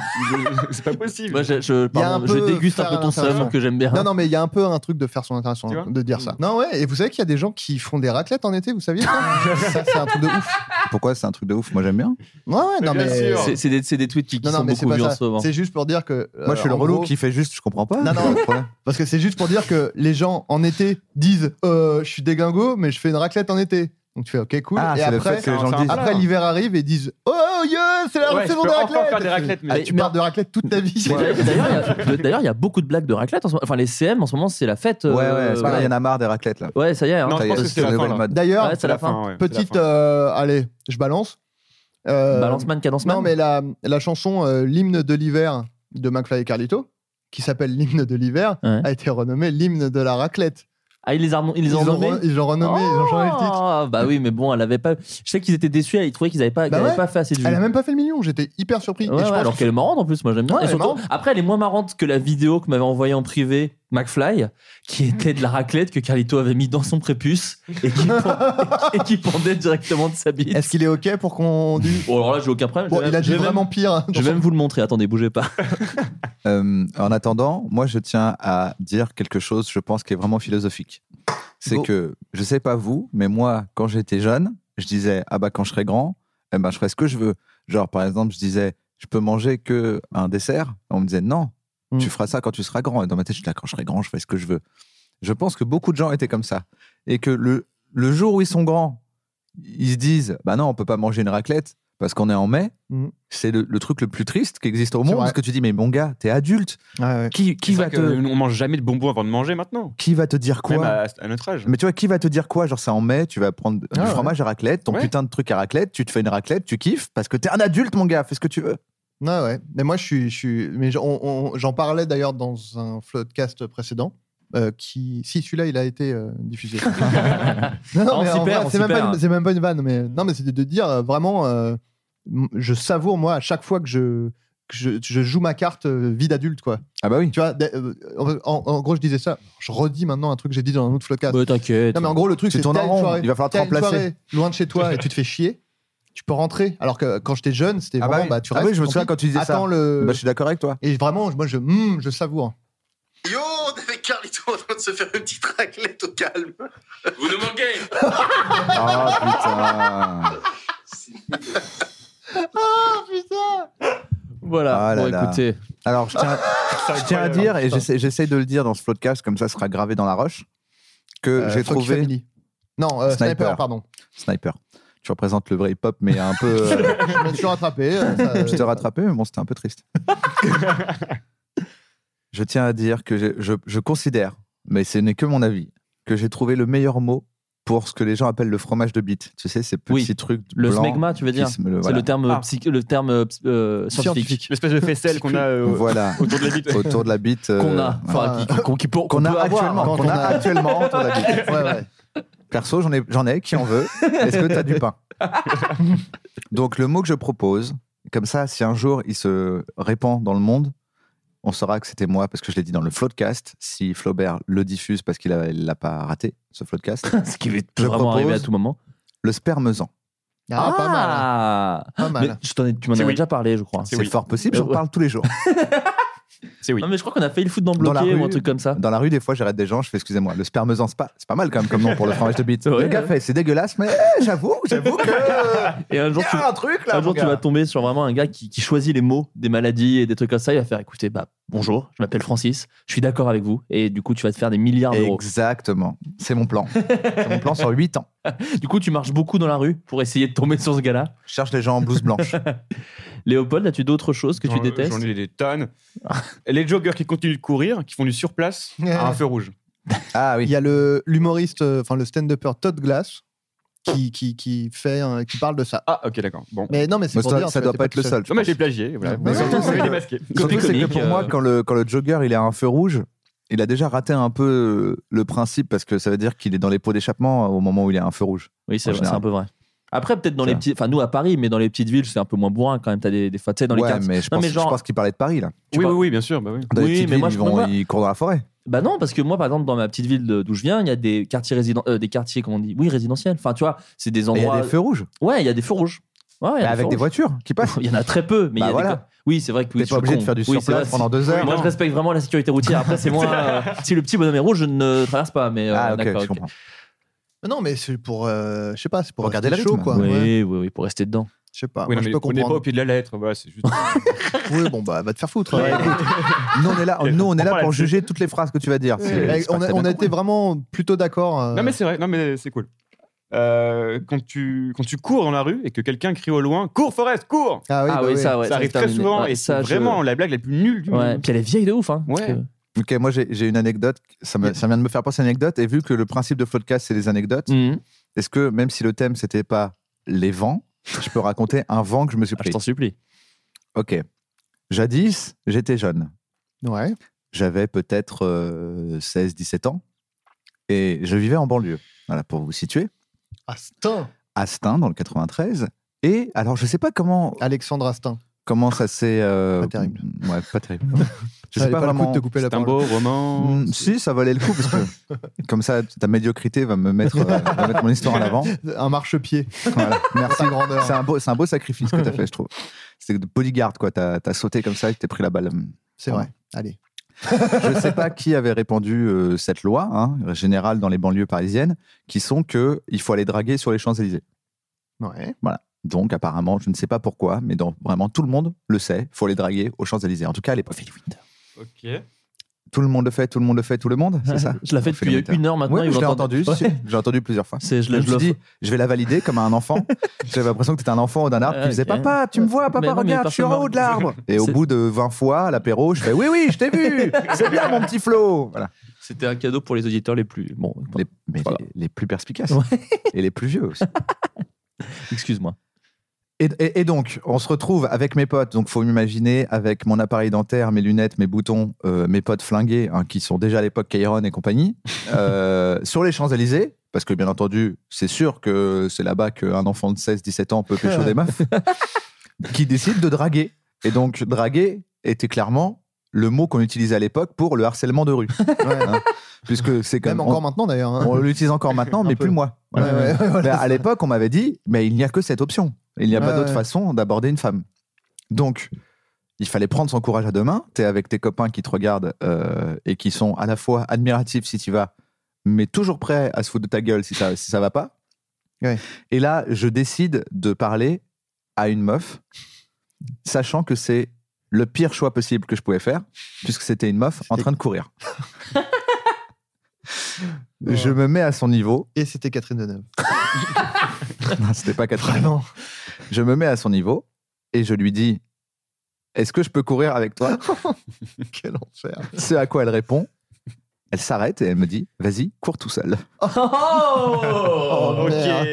c'est pas possible.
Moi, je, je-
Il y a
pardon,
un
je
peu
déguste un
faire
peu ton
l'intéressant.
savon que j'aime bien.
Non, non, mais il y a un peu un truc de faire son intéressant,
Tu vois
de dire
Mm.
ça. Non, ouais, et vous savez qu'il y a des gens qui font des raclettes en été, vous saviez ça Ça, c'est un truc de ouf.
Pourquoi c'est un truc de ouf Moi j'aime bien.
Ouais, ouais, non, mais.
C'est- C'est des, c'est des tweets qui, qui
Non, non,
sont
mais c'est
beaucoup
pas
vus en
ça.
ce moment.
C'est juste pour dire que. euh,
Moi je suis le relou qui fait juste, je comprends pas.
Non, non, parce que c'est juste pour dire que les gens en été disent euh, Je suis déglingo, mais je fais une raclette en été. Donc tu fais Ok, cool.
Ah,
et
c'est le
après,
fait que les gens le disent.
après l'hiver arrive et disent Oh yeah, c'est la
Ouais,
saison
je
des
peux enfin
raclettes
faire des raclettes, mais-
Ah, Tu
Mais-
parles de raclette toute ta vie.
D'ailleurs, il y a- D'ailleurs, il y a beaucoup de blagues de raclette en ce moment. Enfin, les CM en ce moment, c'est la fête.
Ouais,
euh,
ouais, c'est
voilà.
pareil, il y en a marre des raclettes là.
Ouais, ça y est. hein.
Non, je pense que c'est la fin. là.
D'ailleurs,
Ouais, c'est la fin.
ouais, c'est la
Petite,
fin.
euh, allez, je balance. Euh,
Balance man, cadence man.
Non, mais la, la chanson euh, L'hymne de l'hiver de McFly et Carlito, qui s'appelle L'hymne de l'hiver,
Ouais.
a été renommée L'hymne de la raclette.
Ah, ils les, ont ils les ont
ont
nommés
re- ils l'ont renommé, ils ont changé le titre.
Ah, bah oui, mais bon, elle avait pas. Je sais qu'ils étaient déçus, ils trouvaient qu'ils n'avaient pas,
Bah
qu'elle avait
ouais.
pas fait assez de vues.
Elle a même pas fait le million, j'étais hyper surpris.
Oh Ouais,
Et je
ouais,
pense
alors
que-
qu'elle est marrante en plus, moi j'aime bien.
Ouais,
Et
elle est
surtout,
marrante.
après, elle est moins marrante que la vidéo que m'avait envoyée en privé McFly, qui était de la raclette que Carlito avait mis dans son prépuce et qui, pend- et qui pendait directement de sa bite.
Est-ce qu'il est OK pour qu'on dise
Bon, alors là, j'ai aucun problème.
Bon,
Je vais-
il a
je
dit
vais même-
vraiment pire. hein, dans
Je vais même vous le montrer. Attendez, bougez pas.
Euh, en attendant, moi, je tiens à dire quelque chose, je pense, qui est vraiment philosophique. C'est
Go.
que, je sais pas vous, mais moi, quand j'étais jeune, je disais, ah bah, quand je serai grand, eh ben, je ferai ce que je veux. Genre, par exemple, je disais, je peux manger que un dessert. On me disait, non,
Mm.
tu feras ça quand tu seras grand. Et dans ma tête, je disais, quand je serai grand, je ferai ce que je veux. Je pense que beaucoup de gens étaient comme ça. Et que le, le jour où ils sont grands, ils se disent, bah non, on peut pas manger une raclette parce qu'on est en mai.
Mm.
C'est le, le truc le plus triste qui existe au
C'est
monde.
vrai.
Parce que tu dis, mais mon gars, t'es adulte.
Ouais, ouais.
Qui, qui
C'est
va
vrai
te,
que nous, On mange jamais de bonbons avant de manger maintenant.
qui va te dire quoi
Même à, à notre âge.
Mais tu vois, qui va te dire quoi Genre, c'est en mai, tu vas prendre du
Ah ouais.
fromage à raclette, ton
Ouais.
putain de truc à raclette, tu te fais une raclette, tu kiffes, parce que t'es un adulte, mon gars, fais ce que tu veux.
Ouais, ouais. Mais moi, je suis. Je suis... Mais j'en- on- on- j'en parlais d'ailleurs dans un floodcast précédent. euh, qui... Si, celui-là, il a été euh, diffusé. non,
On
mais
s'y
en
perd,
vrai,
on
c'est
s'y
même, pas
perd.
une- c'est même pas une vanne. Mais... Non, mais c'est de, de dire euh, vraiment. euh, m- je savoure, moi, à chaque fois que je, que je, je joue ma carte euh, vie d'adulte, quoi.
Ah bah oui.
Tu vois, d- euh, en, en gros, je disais ça. Je redis maintenant un truc que j'ai dit dans un autre floodcast.
Bah, T'inquiète.
Non, mais en gros, le truc,
Tu
c'est
tournes en
t'as une
rond,
soirée-
il va falloir te
t'as une
remplacer.
soirée loin de chez toi et tu te fais chier. Tu peux rentrer. Alors que quand j'étais jeune, c'était
Ah bah
vraiment,
oui.
bah, tu
Ah
restes.
oui, je me
tant
souviens
pis.
quand tu disais ça.
Attends le.
Bah, je suis d'accord avec toi.
Et vraiment, moi, je, hmm, je savoure.
Yo, on est avec Carlito en train de se faire une petite raclette au calme.
Vous nous manquez
Ah putain.
Ah, putain
Voilà.
Ah là
bon,
là.
écoutez.
Alors, je tiens, je tiens à dire, et j'essaie j'essaie de le dire dans ce podcast, comme ça sera gravé dans la roche, que
Euh,
j'ai
Funky
trouvé.
Family. Non, euh, sniper.
Sniper.
pardon.
Sniper. Tu représentes le vrai hip-hop, mais un peu. euh,
Je me suis rattrapé. euh, ça-
Je t'ai rattrapé, mais bon, c'était un peu triste. je tiens à dire que je, je- je considère, mais ce n'est que mon avis, que j'ai trouvé le meilleur mot pour ce que les gens appellent le fromage de bite. Tu sais, ces petits
Oui.
trucs
Le
blancs
smegma, tu veux
qui
dire
se- le-
C'est
voilà.
le terme,
Ah.
psych- le terme euh, ps- euh, scientifique.
L'espèce de faisselle qu'on a euh,
Voilà.
autour de la bite.
autour de la bite. euh,
Qu'on a,
voilà.
enfin, qui- qu'on- qui peut- qu'on
Qu'on a
peut avoir.
actuellement.
quand
qu'on
on
a
a-
actuellement autour de la bite.
Ouais, ouais.
Perso, j'en ai, j'en ai, qui en veut. Est-ce que tu as du pain Donc, le mot que je propose, comme ça, si un jour il se répand dans le monde, on saura que c'était moi parce que je l'ai dit dans le floodcast. Si Flaubert le diffuse parce qu'il ne l'a pas raté, ce floodcast,
Ce qui va
Je
vraiment
propose-
arriver à tout moment.
le spermesan.
Ah, pas mal.
Ah.
Pas
Mais
mal.
je t'en ai- tu m'en
C'est
avais
oui.
déjà parlé, je crois. Euh,
C'est
oui.
fort possible, j'en
Ouais.
parle tous les jours.
C'est oui.
Non, mais je crois qu'on a failli le foutre dans
Dans la
bloqué ou un
rue.
truc comme ça.
Dans la rue, des fois, j'arrête des gens, je fais excusez-moi, le spermesan, c'est pas, c'est pas mal quand même comme nom pour le fromage de bite.
C'est vrai,
le gars
ouais.
fait, c'est dégueulasse, mais eh, j'avoue, j'avoue que.
Et un
Il
jour,
y
tu,
a un truc là.
un
mon
jour tu
gars.
vas tomber sur vraiment un gars qui, qui choisit les mots des maladies et des trucs comme ça. Il va faire écoutez, bah, bonjour, je m'appelle Francis, je suis d'accord avec vous. Et du coup, tu vas te faire des milliards d'euros.
Exactement. C'est mon plan. C'est mon plan sur 8 ans.
Du coup, tu marches beaucoup dans la rue pour essayer de tomber sur ce gars-là.
Je cherche des gens en blouse blanche.
Léopold, as-tu d'autres choses que tu
J'en-
détestes
J'en ai des tonnes. les joggers qui continuent de courir, qui font du surplace à un feu rouge.
Ah
Il
oui.
y a le- l'humoriste, euh, enfin le stand-upper Todd Glass qui, qui, qui, fait un- qui parle de ça.
Ah, ok, d'accord. Bon.
Mais non, mais c'est
Moi,
pour
ça
dire,
ça
tu
doit
vois, t'es
pas être le
tout
seul. je
Non, mais
pense.
j'ai plagié. Voilà. Mais
Mais non,
surtout,
mais-
c'est démasqué.
Ah, bah Surtout, c'est que
comique,
pour
euh,
moi, quand le, quand le jogger il a un feu rouge, il a déjà raté un peu euh, le principe parce que ça veut dire qu'il est dans les pots d'échappement euh, au moment où il a un feu rouge.
Oui, c'est
En
vrai, c'est un
général.
peu vrai. Après, peut-être dans
C'est
les
vrai.
petits. Enfin, nous à Paris, mais dans les petites villes, c'est un peu moins bourrin quand même. T'as des, des fois, tu sais, dans les
ouais,
quartiers.
mais je
Non,
pense,
mais genre-
je pense qu'il parlait de Paris là.
Oui,
pas-
oui, oui, bien sûr. Bah oui.
Dans les
Oui,
petites
mais moi,
villes,
je-
ils, vont,
moi-
ils courent dans la forêt.
Bah non, parce que moi, par exemple, dans ma petite ville de- d'où je viens, il y a des quartiers résidentiels, des quartiers, comment on dit Oui, résidentiels. Enfin, tu vois, c'est des
Et il y
endroits.
a des feux rouges.
Ouais, il y a des feux rouges. Ouais, il y en a
Bah, avec
fort.
des voitures qui passent.
Il y en a très peu,
Bah
mais il y a des
voilà.
co- Oui, c'est vrai que oui,
T'es
je
pas
suis
obligé
con.
de faire du
Oui, c'est
surplace
vrai, si-
pendant deux heures.
Moi, je
Non.
respecte vraiment la sécurité routière. Après, c'est moi. euh, si le petit bonhomme est rouge, je ne traverse pas. Mais euh,
Ah, ok,
d'accord,
je
ok.
comprends.
Non, mais c'est pour. euh, je sais pas, c'est pour,
Pour garder
rester
le
chaud,
rythme.
quoi.
Oui,
Ouais.
oui, oui, pour rester dedans.
Je sais
Ah,
pas.
Oui,
moi,
non,
je
mais
peux
prenez pas
comprendre.
au pied de la lettre. Voilà, c'est juste.
Oui, bon, bah, va te faire foutre.
Ouais, écoute, nous, on est là, nous, on est là pour juger toutes les phrases que tu vas dire.
Ouais.
C'est-
Eh,
c'est pas
On
que
a,
t'as
on
bien
a été vraiment plutôt d'accord. euh,
Non, mais c'est vrai, non, mais c'est cool. Euh, quand, tu, quand tu cours dans la rue et que quelqu'un crie au loin Cours, Forest, cours
Ah oui,
Ah bah oui, oui. ça, ouais, ça,
arrive
c'est
très
terminé.
souvent
Ouais,
et
ça,
c'est
je-
vraiment la blague la plus nulle du
Ouais,
monde.
puis elle est vieille de ouf. Hein, parce
Ouais.
que-
Ok, moi j'ai j'ai une anecdote, ça me, ça vient de me faire penser à une anecdote, et vu que le principe de Floodcast c'est des anecdotes,
Mhm. Ah,
est-ce que même si le thème c'était pas les vents, je peux raconter un vent que je me suis
Ah,
pris
je t'en supplie.
Ok. Jadis, j'étais jeune.
Ouais.
J'avais peut-être 16-17 ans, et je vivais en banlieue, voilà, pour vous situer,
Astin.
Astin dans le 93, et alors je sais pas comment,
Alexandre Astin.
comment ça s'est... euh,
Pas terrible.
Ouais, pas terrible. je
Ça
sais
valait
pas
pas le coup
vraiment...
de te couper la
C'est un
parole.
beau roman.
Mm, si, ça valait le coup, parce que comme ça, ta médiocrité va me mettre, euh, va mettre mon histoire en avant.
Un marchepied.
Voilà, merci.
Ta grandeur.
C'est un, beau- c'est un beau sacrifice que tu as fait, je trouve. C'est de bodyguard, quoi. Tu as, sauté comme ça et tu t'es pris la balle.
C'est vrai. Allez.
Je sais pas qui avait répandu euh, cette loi, hein, générale dans les banlieues parisiennes, qui sont que il faut aller draguer sur les Champs-Élysées.
Ouais.
Voilà. Donc, apparemment, je ne sais pas pourquoi, mais dans, vraiment tout le monde le sait, faut les draguer aux Champs-Élysées. En tout cas, à l'époque.
Ok.
Tout le monde le fait, tout le monde le fait, tout le monde, c'est ça
Je la fais
Ophélie
depuis
Winter.
une heure maintenant,
Ouais,
ils
je l'ai
l'entendent.
entendu, si,
Ouais.
j'ai entendu plusieurs fois.
C'est- je le-
me
je
suis dit,
le-
je vais la valider comme un enfant. J'avais l'impression que t'étais un enfant d'un arbre
Ah,
qui faisait
ok.
Papa, tu me vois, papa,
Mais non, mais
regarde, je suis en
personne
haut de l'arbre. Et au
C'est-
bout de 20 fois, à l'apéro, je fais Oui, oui, je t'ai vu, c'est bien mon petit Flo. Voilà.
C'était un cadeau pour les auditeurs les plus. Bon,
Les, mais les, les plus perspicaces
Ouais.
et les plus vieux aussi.
excuse-moi.
Et, et- et donc, on se retrouve avec mes potes. Donc, faut m'imaginer avec mon appareil dentaire, mes lunettes, mes boutons, euh, mes potes flingués, hein, qui sont déjà à l'époque Kairon et compagnie, euh, sur les Champs-Élysées. Parce que, bien entendu, c'est sûr que c'est là-bas qu'un enfant de 16-17 ans peut pécho des meufs, qui décide de draguer. Et donc, draguer était clairement le mot qu'on utilisait à l'époque pour le harcèlement de rue. Hein, puisque c'est quand
Même encore maintenant, d'ailleurs. hein.
on l'utilise encore maintenant,
Un
mais
peu.
plus moi. Voilà.
Ouais, ouais, ouais,
Mais
voilà.
à l'époque, on m'avait dit, mais il n'y a que cette option. Il n'y a pas
Ouais,
d'autre
ouais.
façon d'aborder une femme. Donc, il fallait prendre son courage à deux mains. T'es avec tes copains qui te regardent euh, et qui sont à la fois admiratifs si tu vas, mais toujours prêts à se foutre de ta gueule si ça, si ça va pas.
Ouais.
Et là, je décide de parler à une meuf, sachant que c'est le pire choix possible que je pouvais faire, puisque c'était une meuf en train de courir. Je me mets à son niveau.
Et c'était Catherine Deneuve.
Non, c'était pas Catherine.
Vraiment.
Je me mets à son niveau et je lui dis Est-ce que je peux courir avec toi
Quel enfer.
Ce à quoi elle répond. Elle s'arrête et elle me dit Vas-y, cours tout seul.
Oh, merde.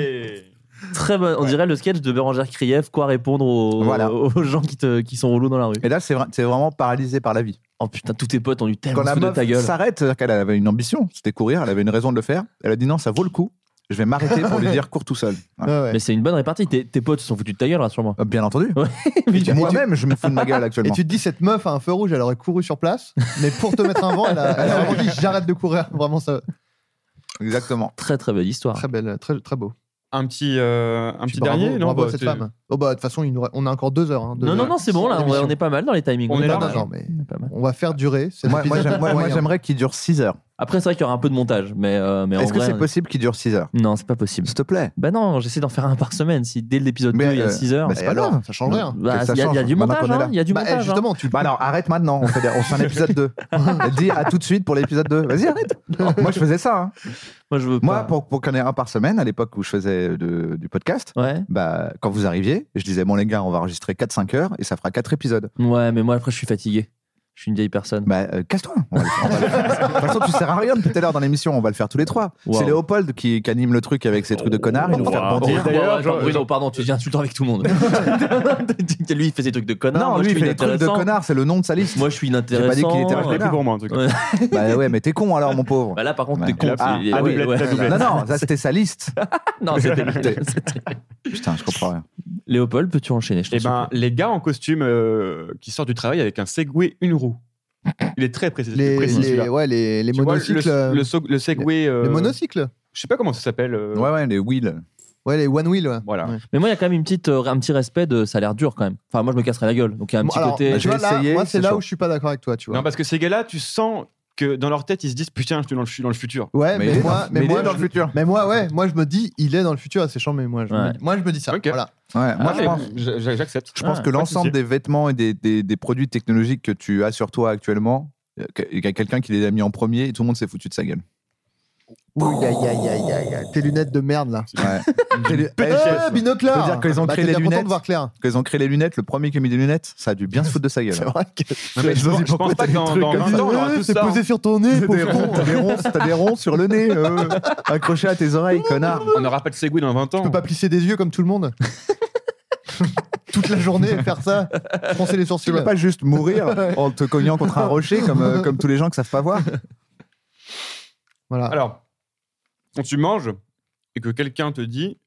Très bon. On dirait le sketch de Bérangère Krief, quoi répondre aux,
Voilà.
aux gens qui, te, qui sont relous dans la rue.
Et là, c'est vra- c'est vraiment paralysé par la vie.
Oh putain, tous tes potes ont eu tellement
Quand la
foutu de
meuf
ta gueule.
s'arrête, c'est-à-dire qu'elle avait une ambition, c'était courir, elle avait une raison de le faire. Elle a dit Non, ça vaut le coup. Je vais m'arrêter pour lui dire cours tout seul. Voilà.
Ouais, ouais.
Mais c'est une bonne répartie. Tes, tes potes se sont foutus de ta gueule, rassure-moi.
Euh, Bien entendu.
Ouais, mais tu-
Moi-même, je me fous de ma gueule
Et
actuellement.
tu te dis, cette meuf a un feu rouge, elle aurait couru sur place, mais pour te mettre un vent, elle a, elle a vraiment dit j'arrête de courir. Vraiment, ça.
Exactement.
Très très belle histoire.
Très belle, très, très beau.
Un petit, euh, un
Puis
petit
bravo-
dernier, non
bravo à
bah,
cette
c'est-
femme. Oh, bah, de toute façon, il nous re- on a encore deux heures. hein, de-
Non, non, non, c'est bon, là, on,
d'émission.
on est pas mal dans les timings.
On est
pas
là,
mal.
non, mais-
On est pas mal.
On va faire durer cet
Moi, moi,
épisode
j'aime- moi, moi,
moyen.
j'aimerais qu'il dure 6 heures.
Après, c'est vrai qu'il y aura un peu de montage, mais, euh, mais en
Est-ce que
vrai,
c'est
on est-
possible qu'il dure 6 heures
Non, c'est pas possible.
S'il te plaît.
Bah non, j'essaie d'en faire un par semaine. Si dès l'épisode 2,
Mais,
il y a
euh,
6 heures.
bah, c'est
Et
pas
alors,
grave.
ça change rien.
Bah,
que ça
il y, a- il y a
change,
du
maintenant
montage,
qu'on est là.
hein, il y a du
Bah, eh,
montage. hein.
justement, tu
Bah alors arrête maintenant, on fait, des- on fait un épisode 2. Elle dit à tout de suite pour l'épisode 2. Vas-y arrête. Moi je faisais ça. hein.
Moi, je veux
Moi
pas.
pour, pour qu'on ait un par semaine à l'époque où je faisais de- du podcast,
Ouais.
bah quand vous arriviez, je disais bon les gars on va enregistrer 4-5 heures et ça fera 4 épisodes.
Ouais, mais moi, après, je suis fatigué. Je suis une vieille personne.
Bah euh, casse-toi. On va le faire, on va le faire. De toute façon tu sers à rien depuis tout à l'heure dans l'émission, on va le faire tous les trois.
Wow.
C'est Léopold qui, qui anime le truc avec ses trucs de connard, il nous fait
Wow.
rebondir.
Oh,
D'ailleurs,
attends,
je-
Bruno, pardon, tu deviens insultant avec tout le monde. lui, il fait ses trucs de connard.
Non,
moi,
lui
je
il
suis
fait des trucs de
inintéressant.
connard, c'est le nom de sa liste.
Moi, je suis
J'ai
inintéressant.
pas dit qu'il était un
Ah, je l'ai
connard.
pris pour moi, en tout cas.
Bah ouais mais t'es con alors mon pauvre.
Bah là, par contre,
Ouais.
t'es con.
Ah,
il est-
ah,
ouais,
doublette,
ouais.
la doublette.
Non non, ça c'était sa liste.
Non, c'était le
Putain je comprends rien.
Léopold, peux-tu enchaîner je t'en
Eh ben,
supplie
les gars en costume euh, qui sortent du travail avec un Segway une roue. Il est très précis.
les,
précis,
les,
celui-là.
ouais, les, les
Tu vois,
monocycles.
le,
euh,
le, so- le Segway. euh,
les monocycles
Je sais pas comment ça s'appelle. euh,
Ouais ouais les wheels.
Ouais, les One Wheel, ouais.
Voilà.
Mais moi, il y a quand même une petite, euh, un petit respect de ça a l'air dur quand même. Enfin, moi, je me casserai la gueule. Donc, il y a un
Bon,
petit
alors,
bah,
côté.
tu vois, là, moi, c'est là où je suis pas d'accord avec toi, tu vois.
Non, parce que ces gars-là, tu sens que dans leur tête, ils se disent putain, je suis dans le, je suis dans le futur.
Ouais, mais, moi, mais, moi, je-
futur.
Mais moi, ouais, moi je me dis, il est dans le futur, c'est chiant, mais moi, je,
Ouais.
me, moi, je me dis ça. Voilà.
Ouais, moi, je
Ah, mais
pense-
je- je- J'accepte.
Je pense
Ah.
que l'ensemble des vêtements et des, des- des produits technologiques que tu as sur toi actuellement, euh, que- il y a quelqu'un qui les a mis en premier et tout le monde s'est foutu de sa gueule.
Ouh, aïe, aïe, aïe, aïe, aïe. Tes lunettes de merde, là.
Ouais.
Pétasse.
Eh,
binoclard.
Je veux dire, quand ils ont
Bah,
créé
t'es
les
bien content
lunettes,
de voir clair.
quand eh, ils ont créé les lunettes, le premier qui a mis des lunettes, ça a dû bien se foutre de sa gueule.
C'est vrai que.
Non, mais je,
pense- je pense pas que dans- dans 20 ans, on aura tout
C'est
ça,
posé
hein.
sur ton nez,
T'as des,
pauvre con.
ronds, t'as des ronces, t'as des ronces sur le nez, euh, accrochées à tes oreilles, connard.
On n'aura pas de Segway dans 20
Je peux
ans.
pas plisser des yeux comme tout le monde. Toute la journée, faire ça, froncer les sourcils.
Tu peux pas juste mourir en te cognant contre un rocher comme, euh, comme tous les gens qui savent pas voir.
Voilà.
Alors, quand tu manges et que quelqu'un te dit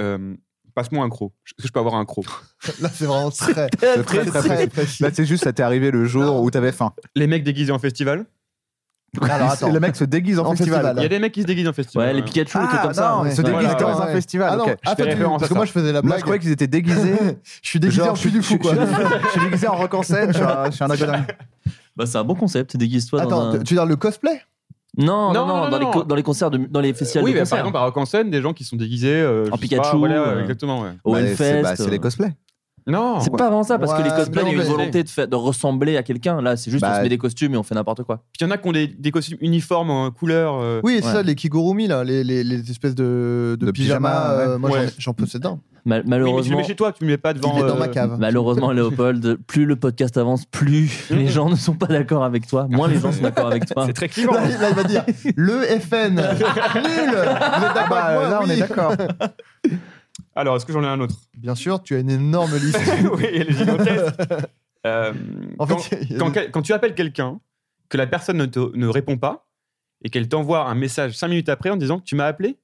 euh, passe-moi un croc, est-ce que je peux avoir un croc
Là, c'est vraiment très,
C'est très, très précis. Là, c'est juste, ça t'est arrivé le jour où t'avais faim.
Les mecs déguisés en festival
Alors, attends.
Le mec se déguise en,
En
festival.
festival.
Il y a des mecs qui se déguisent en festival. hein.
Ouais, les
ouais.
Pikachu et
Ah,
tout comme ça.
hein.
non,
ouais.
se
Ouais,
déguisent
ouais,
dans
ouais.
un festival.
Ah non,
ok.
ah,
Je fais
toi, tu-
référence
parce
à
que
ça.
moi, je faisais
Moi,
la blague.
je croyais qu'ils étaient déguisés.
Je suis déguisé
Genre,
en
je
cul du fou,
je-
quoi.
je- Je suis déguisé en rock en scène, je suis un- je suis un algodin.
Bah, c'est un bon concept. Déguise-toi dans
Attends,
un.
tu veux dire le cosplay
Non, non, non,
Non, non,
dans,
non,
les co-
non.
dans les concerts, de, dans les festivals
Oui,
de
mais par
concerts.
exemple, à Rock en scène, des gens qui sont déguisés euh, je
En
sais
Pikachu,
pas, voilà,
euh,
exactement. ouais.
Au
Bah,
Hellfest.
c'est- bah, C'est
euh,
les cosplays. Ah,
Non
C'est pas vraiment ça, parce que les
Ouais,
cosplays, il y a
non,
une
mais-
volonté de, faire- de ressembler à quelqu'un. Là, c'est juste, on
Bah,
se met des costumes et on fait n'importe quoi.
Puis il y en a qui ont des, des costumes uniformes en couleur. euh,
Oui, c'est
Ouais.
ça, les kigurumi, là, les, les, les espèces de, de,
De
pyjamas.
pyjamas,
euh,
ouais.
moi, j'en-
Ouais.
j'en possède un.
Mal-
Oui, mais tu le
malheureusement,
mets chez toi, tu ne mets pas devant.
Il est dans
euh,
ma cave.
malheureusement, Léopold, plus le podcast avance, plus les gens ne sont pas d'accord avec toi, moins les gens sont d'accord avec toi.
C'est très clivant.
Là, Bah, il là, il va dire le FN, nul Vous êtes d'accord
Bah,
avec moi
là, on
Oui.
est d'accord.
Alors, est-ce que j'en ai un autre
Bien sûr, tu as une énorme liste.
Oui, elle est gigantesque. Euh,
En
quand,
fait, il y a
quand
des-
quel- quand tu appelles quelqu'un, que la personne ne, te- ne répond pas, et qu'elle t'envoie un message 5 minutes après en disant Tu m'as appelé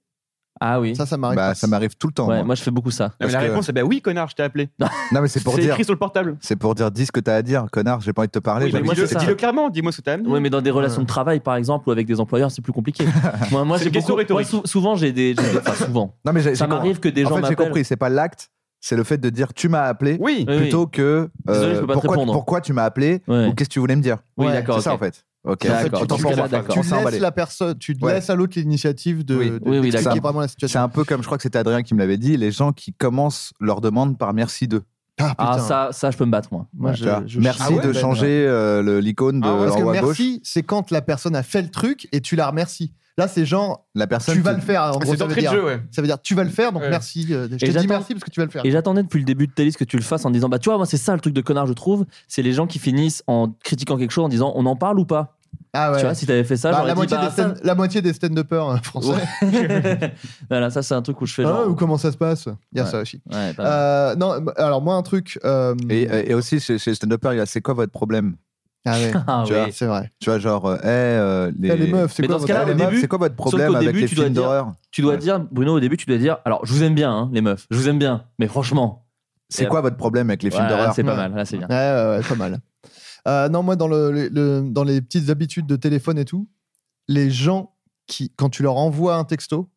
Ah oui,
Ça, ça m'arrive.
Bah,
pas.
ça m'arrive tout le temps.
ouais,
moi.
moi je fais beaucoup ça.
Non, mais
Parce
La
que-
réponse est Bah oui, connard, je t'ai appelé.
Non, mais c'est pour
C'est
dire.
écrit sur le portable.
C'est pour dire, dis ce que t'as à dire, connard, j'ai pas envie de te parler.
Oui, mais
j'avais-
moi,
dis-le
c'est ça.
dis-le clairement, dis-moi ce que t'as amené.
Oui, mais dans des relations de travail, par exemple, ou avec des employeurs, c'est plus compliqué. Moi, moi,
C'est
j'ai
une
beaucoup-
question
moi,
rhétorique.
sou- souvent, j'ai des, j'ai des- enfin, souvent.
Non, mais j'ai-
Ça
j'ai compris.
m'arrive que des
En
gens
fait, j'ai
m'appellent.
compris, c'est pas l'acte, c'est le fait de dire tu m'as appelé
Oui.
Oui,
plutôt que euh,
Désolé, je peux pas te
pourquoi,
répondre.
pourquoi tu m'as appelé
Ouais.
ou qu'est-ce que tu voulais me dire.
Oui,
Ouais,
d'accord,
C'est ça
ok.
en fait. Ok,
En fait,
D'accord,
tu-
Autant
dans
tu
ce
pour
cas-là,
moi.
d'accord.
Tu
On s'est
laisses
emballé.
la personne, tu
Ouais.
laisses à l'autre l'initiative de
Oui.
de-
Oui, oui,
d'expliquer
d'accord.
vraiment la
C'est
situation.
un peu comme je crois que c'était Adrien qui me l'avait dit, les gens qui commencent leur demande par merci de.
Ah,
Ah,
putain.
ça, ça, je peux me battre, moi.
Moi,
Ouais.
je-
Tu vois,
je-
merci
Ah ouais,
de
ben,
changer euh, le- l'icône de
bah, Ah ouais,
en
Parce que
haut à gauche.
merci, c'est quand la personne a fait le truc et tu la remercies. Là, c'est genre,
La personne
tu vas
te-
le faire. En gros,
C'est
ça veut
d'entrée de
dire,
jeu, ouais.
ça veut dire, tu vas le faire, donc
Ouais.
merci. euh,
Et
Je te dis
j'attends-
merci parce que tu vas le faire.
Et j'attendais depuis le début de ta liste que tu le fasses en disant Bah, tu vois, moi, c'est ça le truc de connard, je trouve. C'est les gens qui finissent en critiquant quelque chose en disant On en parle ou pas
Ah ouais.
Tu vois, si t'avais fait ça,
Bah,
j'aurais
la,
dit,
moitié
bah,
des stand- la moitié des stand-uppers euh, français.
ça... voilà, ça, c'est un truc où je fais
Ah,
genre.
ou comment ça se passe Il y a
Ouais.
ça aussi.
Ouais, pas mal.
Euh, non, alors moi, un truc. euh,
Et, et aussi chez, chez stand il y a c'est quoi votre problème
ah ouais,
Ah
tu
oui.
vois,
c'est vrai.
tu vois, genre, euh, Eh, euh, les...
Eh, les meufs, c'est
Mais dans
quoi
ce
votre
cas-là,
Eh, les
au
problème
meufs,
début-
c'est quoi votre problème
qu'au
avec
début,
les
tu dois
films
dire-
d'horreur
Tu dois
Ouais.
dire, Bruno, au début, tu dois dire Alors, je vous aime bien, hein, les meufs, je vous aime bien, mais franchement.
C'est quoi votre problème avec les films
Ouais,
d'horreur
C'est pas
Ouais.
mal, là, c'est bien.
Ouais, ouais, ouais, pas mal. Euh, non, moi, dans, le, le- le- dans les petites habitudes de téléphone et tout, les gens qui, quand tu leur envoies un texto,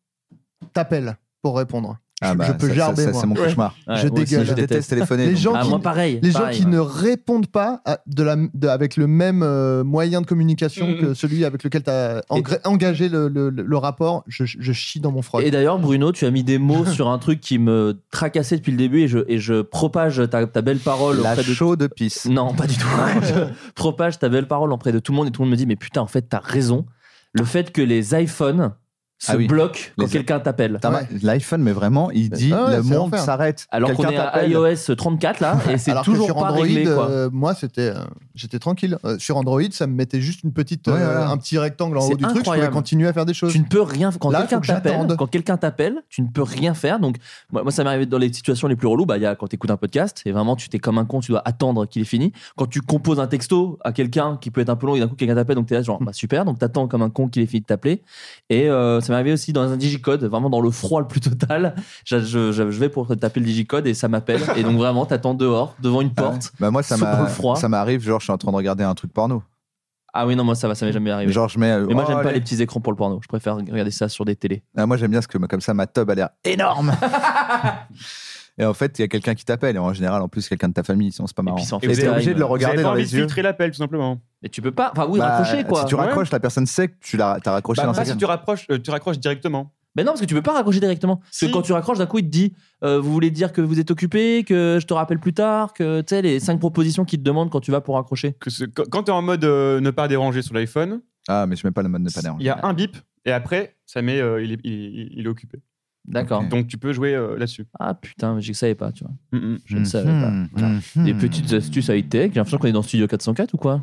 t'appellent pour répondre.
Ah
je,
bah,
je peux
ça- ça-
gerber,
ça,
moi.
C'est mon
Ouais.
cauchemar.
Ouais,
je
moi aussi,
dégueule.
Je déteste téléphoner.
Les
donc-
gens
Ah,
qui-
moi, pareil.
Les gens
pareil,
qui
ouais.
ne répondent pas à- de la, de- avec le même euh, moyen de communication
Mm,
Mhm.
que celui avec lequel tu as engagé le, le- le rapport, je, je chie dans mon froid.
Et d'ailleurs, Bruno, tu as mis des mots sur un truc qui me tracassait depuis le début et je, et je propage ta, ta belle parole
La
auprès de
chaude de pisse.
Non, pas du tout. je propage ta belle parole auprès de tout le monde et tout le monde me dit Mais putain, en fait, t'as raison. Le fait que les iPhones se
Ah oui.
bloquent quand
Les-
quelqu'un t'appelle.
Putain,
Ouais.
mais L'iPhone, mais vraiment, il dit
Ah ouais,
le
c'est
monde
l'enfer.
s'arrête.
Alors qu'on
Quelqu'un
est à
t'appelle.
iOS 34 là et c'est
Alors que
toujours
sur
pas
Android,
réglé quoi.
euh, moi c'était, euh, j'étais tranquille. Euh, sur Android, ça me mettait juste une petite,
Ouais,
euh,
voilà.
un petit rectangle en
C'est
haut du truc. Je
incroyable.
pouvais continuer à faire des choses.
Tu ne peux rien quand
Là, faut
quelqu'un
que
t'appelle.
j'attende.
Quand quelqu'un t'appelle, tu ne peux rien faire. Donc moi, moi, ça m'est arrivé dans les situations les plus reloues. Bah, il y a quand t'écoutes un podcast et vraiment tu t'es comme un con, tu dois attendre qu'il ait fini. Quand tu composes un texto à quelqu'un qui peut être un peu long et d'un coup quelqu'un t'appelle, donc t'es là genre
Hmm.
bah super, donc t'attends comme un con qu'il ait fini de t'appeler. Et euh, ça m'est arrivé aussi dans un digicode, vraiment dans le froid le plus total. Je, je- je- je vais pour taper le digicode et ça m'appelle. Et donc vraiment
Ah
t'attends dehors devant une porte.
Bah moi, ça
Sous le
m'a-
froid.
ça m'arrive, genre, je suis en train de regarder un truc porno.
Ah oui, non, moi ça va, ça m'est jamais arrivé.
Genre, je mets. euh,
Mais moi,
oh,
j'aime pas
allez.
les petits écrans pour le porno. Je préfère regarder ça sur des télés.
Ah, moi, j'aime bien parce que comme ça, ma tub a l'air énorme. et en fait, il y a quelqu'un qui t'appelle. Et en général, en plus, quelqu'un de ta famille, sinon c'est pas marrant.
sans
Et t'es
FaceTime,
obligé de le
vous
regarder
avez pas
dans
envie
les
de
yeux.
filtrer
Filtrer l'appel, tout simplement.
Mais tu peux pas. Enfin, oui,
Bah,
raccrocher quoi.
Si tu
Ouais.
raccroches, la personne sait que tu l'as t'as raccroché
Bah,
dans
pas
sa
si
gamme.
tu raccroches, euh, tu raccroches directement.
Mais non, parce que tu peux pas raccrocher directement. Parce que quand tu raccroches, d'un coup, il te dit euh, Vous voulez dire que vous êtes occupé, que je te rappelle plus tard, que tu sais, les cinq propositions qu'il te demande quand tu vas pour raccrocher.
Que ce- quand- quand t'es en mode euh, ne pas déranger sur l'iPhone,
Ah, mais je mets pas le mode ne pas déranger.
il y a un bip et après, ça met, euh, il, est, il est- il est occupé.
D'accord.
Donc tu peux jouer euh, là-dessus.
Ah putain, mais je ne savais pas, tu vois.
Mhm.
Je ne savais pas.
Mhm.
Voilà.
Mhm.
Des petites astuces high-tech. J'ai l'impression qu'on est dans Studio 404 ou quoi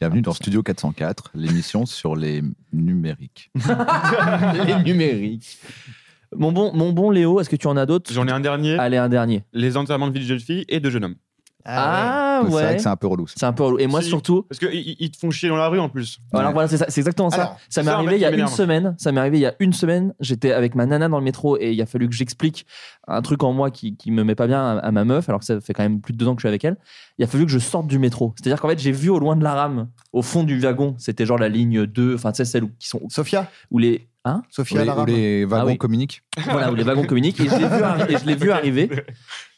Bienvenue dans Studio 404, l'émission sur les numériques.
Les numériques. Mon bon, mon bon Léo, est-ce que tu en as d'autres
J'en ai un dernier.
Allez, un dernier.
Les enterrements de vie de jeune fille et de jeune homme.
Ah, ouais.
C'est vrai que c'est un peu relou. ça.
C'est un peu relou. Et moi,
Si,
surtout.
Parce qu'ils ils te font chier dans la rue en plus.
Alors voilà, c'est ça- c'est exactement ça.
Alors,
ça m'est
ça, en
arrivé
fait,
il y a
qui
une
m'énerve.
semaine. Ça m'est arrivé il y a une semaine. J'étais avec ma nana dans le métro et il a fallu que j'explique un truc en moi qui, qui me met pas bien à, à ma meuf, alors que ça fait quand même plus de deux ans que je suis avec elle. Il a fallu que je sorte du métro. C'est-à-dire qu'en fait, j'ai vu au loin de la rame, au fond du wagon, c'était genre la ligne 2, enfin, tu sais, celle où, qui sont.
Sophia
Où les. Hein
Sophia
Où les-
Laram.
où les wagons
Ah oui.
communiquent.
voilà, où les wagons communiquent. Et je l'ai vu, arri- et je l'ai vu arriver.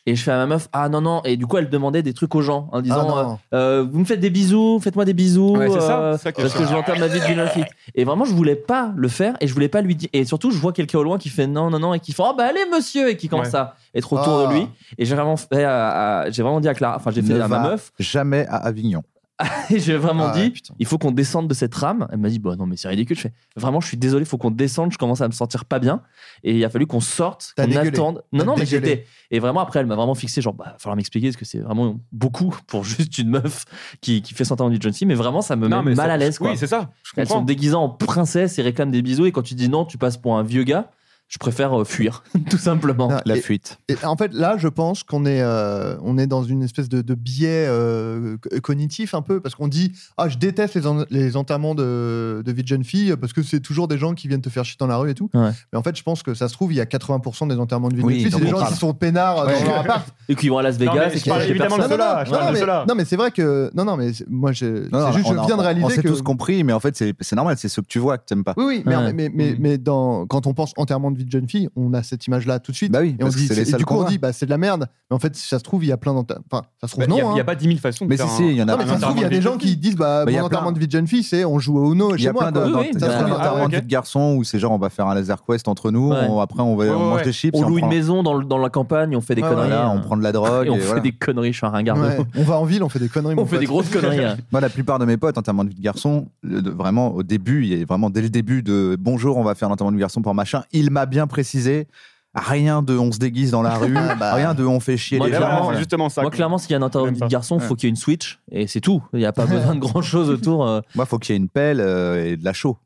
Et je fais à ma meuf, ah non, non. Et du coup, elle demandait des trucs aux gens en disant,
Ah non.
euh, Euh, vous me faites des bisous, faites-moi des bisous.
Ouais, c'est ça,
euh,
c'est ça qui est
parce que
chiant.
je vais entendre ma vie de jeune fille. Et vraiment, je voulais pas le faire et je voulais pas lui dire. Et surtout, je vois quelqu'un au loin qui fait non, non, non, et qui fait, oh bah allez, monsieur, et qui commence
Ouais.
à être autour
Ah.
de lui. Et j'ai vraiment fait, à- à- j'ai vraiment dit à Clara, enfin, j'ai fait
Ne
à ma
va
meuf,
Jamais à Avignon.
et j'ai vraiment
Ah ouais,
dit, il faut qu'on descende de cette rame. Elle m'a dit, bah non, mais c'est ridicule. Je fais, vraiment, je suis désolé, il faut qu'on descende. Je commence à me sentir pas bien. Et il a fallu qu'on sorte,
T'as
qu'on
dégueulé.
attende. Non,
T'as
non, mais
dégueulé.
j'étais. Et vraiment, après, elle m'a vraiment fixé, genre, bah, va falloir m'expliquer parce que c'est vraiment beaucoup pour juste une meuf qui, qui fait 100 ans de John C. Mais vraiment, ça me
Non,
met
mais
mal
ça-
à l'aise, quoi.
Oui, c'est ça. Je
Elles sont
comprends.
déguisées en princesse et réclament des bisous. Et quand tu dis non, tu passes pour un vieux gars. Je préfère euh, fuir, tout simplement.
La
Et-
fuite.
Et en fait, là, je pense qu'on est, euh, on est dans une espèce de, de biais euh, co- cognitif un peu, parce qu'on dit Ah, je déteste les, en- les enterrements de, de vie de jeune fille, parce que c'est toujours des gens qui viennent te faire chier dans la rue et tout.
Ouais.
Mais en fait, je pense que ça se trouve, il y a 80% des enterrements de vie de
Oui,
jeune fille, c'est
donc
des
on
gens
parle.
qui sont
Oh,
peinards
Ouais.
dans leur appart.
Et qui vont à Las
Non,
Vegas
mais
et
je
qui
parle
achètent
évidemment de
personne.
cela.
non,
Là, je parle
non,
de
mais,
cela.
non, mais c'est vrai que. Non, non, mais c'est- moi, je,
Non, non,
c'est juste,
on
je
a-
viens de
on-
réaliser
On s'est
que.
tous compris, mais en fait, c'est c'est normal, c'est ceux que tu vois que t'aimes pas.
Oui, oui, mais,
Ouais.
mais, mais, mais dans, quand on pense enterrement de vie de jeune fille, on a cette image-là tout de suite.
Bah oui,
et on
parce
se
que
dit,
c'est les
et
seuls
du coup,
qu'on
on
voit.
dit, bah, c'est de la merde. Mais en fait, si ça se trouve, il y a plein d'enterrements. Enfin, ça se trouve,
Bah, Il n'y a,
non.
il y a
hein.
pas 10 000 façons de
Mais si,
faire
si, il y en a
Non,
plein.
mais ça se trouve, il y a des gens qui disent, bah,
Bah, il y
mon
a
enterrement
plein.
de vie de jeune fille, c'est on joue au Uno
Il y
Oh, chez
a
moi.
plein d'en-
quoi.
d'en-
Oui, oui,
il y a
ça se
plein
trouve,
Ah,
d'enterrements
ok.
de vie de garçons où c'est genre on va faire un laser quest entre nous,
Ouais.
on- après on, va,
Ouais,
on
ouais,
mange
ouais.
des chips, et
On
on
loue une
prend-
maison dans, le- dans la campagne, on fait des
Ouais,
conneries.
voilà,
hein.
on prend de la drogue.
Et on
et
fait
voilà.
des conneries, je suis un ringard. de
Ouais. bah,
ouf.
On va en ville, on fait des conneries.
On
mon
fait des
pote.
grosses conneries. hein.
Moi, la plupart de mes potes, enterrement de vie de garçon, le- de- vraiment au début, il y a vraiment dès le début de bonjour, on va faire un enterrement de vie de garçon pour machin, il m'a bien précisé rien de on se déguise dans la rue, rien de on fait chier
Ah, bah. Moi,
les
clairement,
gens.
euh,
c'est justement ça.
Moi,
quoi.
clairement, s'il y a un interview
Même
de
pas.
garçon, faut qu'il y ait une Switch et c'est tout. Il n'y a pas besoin de grand chose autour. euh,
Moi, faut qu'il y ait une pelle euh, et de la chaux.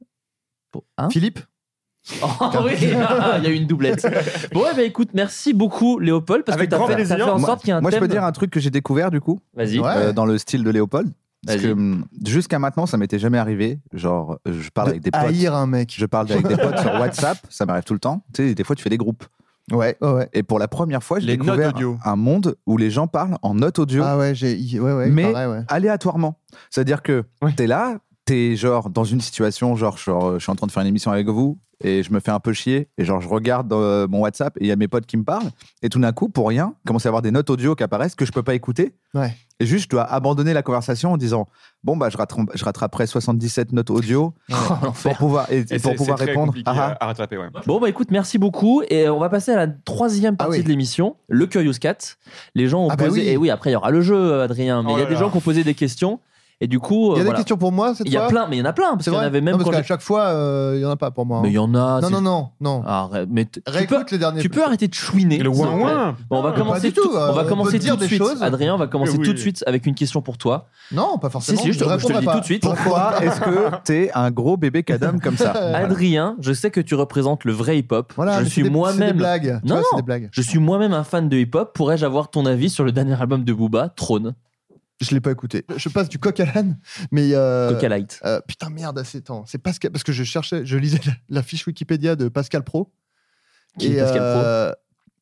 pour- hein
Philippe
Oh
Ah
oui, il y a eu une doublette. Bon, ouais, bah écoute, merci beaucoup, Léopold, parce
Avec
que t'as
grand
fait, t'as
plaisir.
fait en
Moi,
sorte qu'il y ait un
moi, je
thème.
peux dire un truc que j'ai découvert du coup.
Vas-y.
Ouais.
euh, dans le style de Léopold. Parce
Vas-y.
que hum, jusqu'à maintenant, ça m'était jamais arrivé. Genre, euh, je parle
De
avec des potes.
Haïr un mec.
Je parle avec des potes sur WhatsApp. Ça m'arrive tout le temps. Tu sais, des fois, tu fais des groupes.
Ouais, ouais, ouais.
Et pour la première fois, j'ai
Les notes
découvert
audio.
un monde où les gens parlent en notes audio,
Ah ouais, j'ai. il- Ouais, ouais,
mais
pareil, ouais.
aléatoirement. C'est-à-dire que
Ouais.
t'es là, t'es genre dans une situation, genre, genre, euh, je suis en train de faire une émission avec vous et je me fais un peu chier et genre je regarde dans, euh, mon WhatsApp et il y a mes potes qui me parlent et tout d'un coup pour rien commence à y avoir des notes audio qui apparaissent que je peux pas écouter
Ouais.
et juste, je dois abandonner la conversation en disant Bon, bah, je, rattrape- je rattraperai 77 notes audio
Oh,
pour
l'enfer.
pouvoir, et,
Et
pour
c'est-
pouvoir
c'est très
répondre.
compliqué
Ah,
à- à rattraper, ouais.
Bon, bah écoute, merci beaucoup. Et euh, on va passer à la troisième partie
Ah oui.
de l'émission, le Curious Cat. Les gens ont
Ah bah
posé.
oui.
Et oui, après, il y aura le jeu, euh, Adrien. Mais
Oh
il y a
là
des
là.
gens qui ont posé des questions. Et du
Il y
coup, euh,
a des
voilà.
questions pour moi cette
Il y a
fois
plein, mais il y en a plein. Parce
C'est
qu'il y en
vrai
avait même
Non, parce
quand
qu'à
j'ai-
chaque fois, euh, il y en a pas pour moi. hein.
Mais il y en
Non,
a. c'est-
non, non, non.
Arrête, mais t- tu peux,
Réécoute les derniers.
tu peux arrêter de chouiner.
Et le
s'il te
ouin
plaît.
ouin.
Bon, on va
Pas
commencer,
du tout,
tout, on va
euh, on
commencer
peut dire
tout de
des
suite.
choses.
Adrien, on va commencer
Eh oui.
tout de suite avec une question pour toi.
Non, pas forcément.
si, je te- je te le
répondrai
dis
pas.
tout de suite.
Pourquoi
Est-ce que t'es un gros bébé cadam comme ça
Adrien, je sais que tu représentes le vrai hip-hop.
Euh, Voilà, mais
je
c'est
suis
des- C'est des
moi-même.
blagues. Tu
Non,
vois, c'est
non.
des blagues.
Je suis moi-même un fan de hip-hop. Pourrais-je avoir ton avis sur le dernier album de Booba, Trône,
Je l'ai pas écouté. Je passe du coq à l'âne, mais. euh,
Coca Light
euh, putain, merde, assez temps. C'est Pascal, parce que je cherchais, je lisais la, la fiche Wikipédia de Pascal Pro.
Qui est Pascal Praud
Pro euh,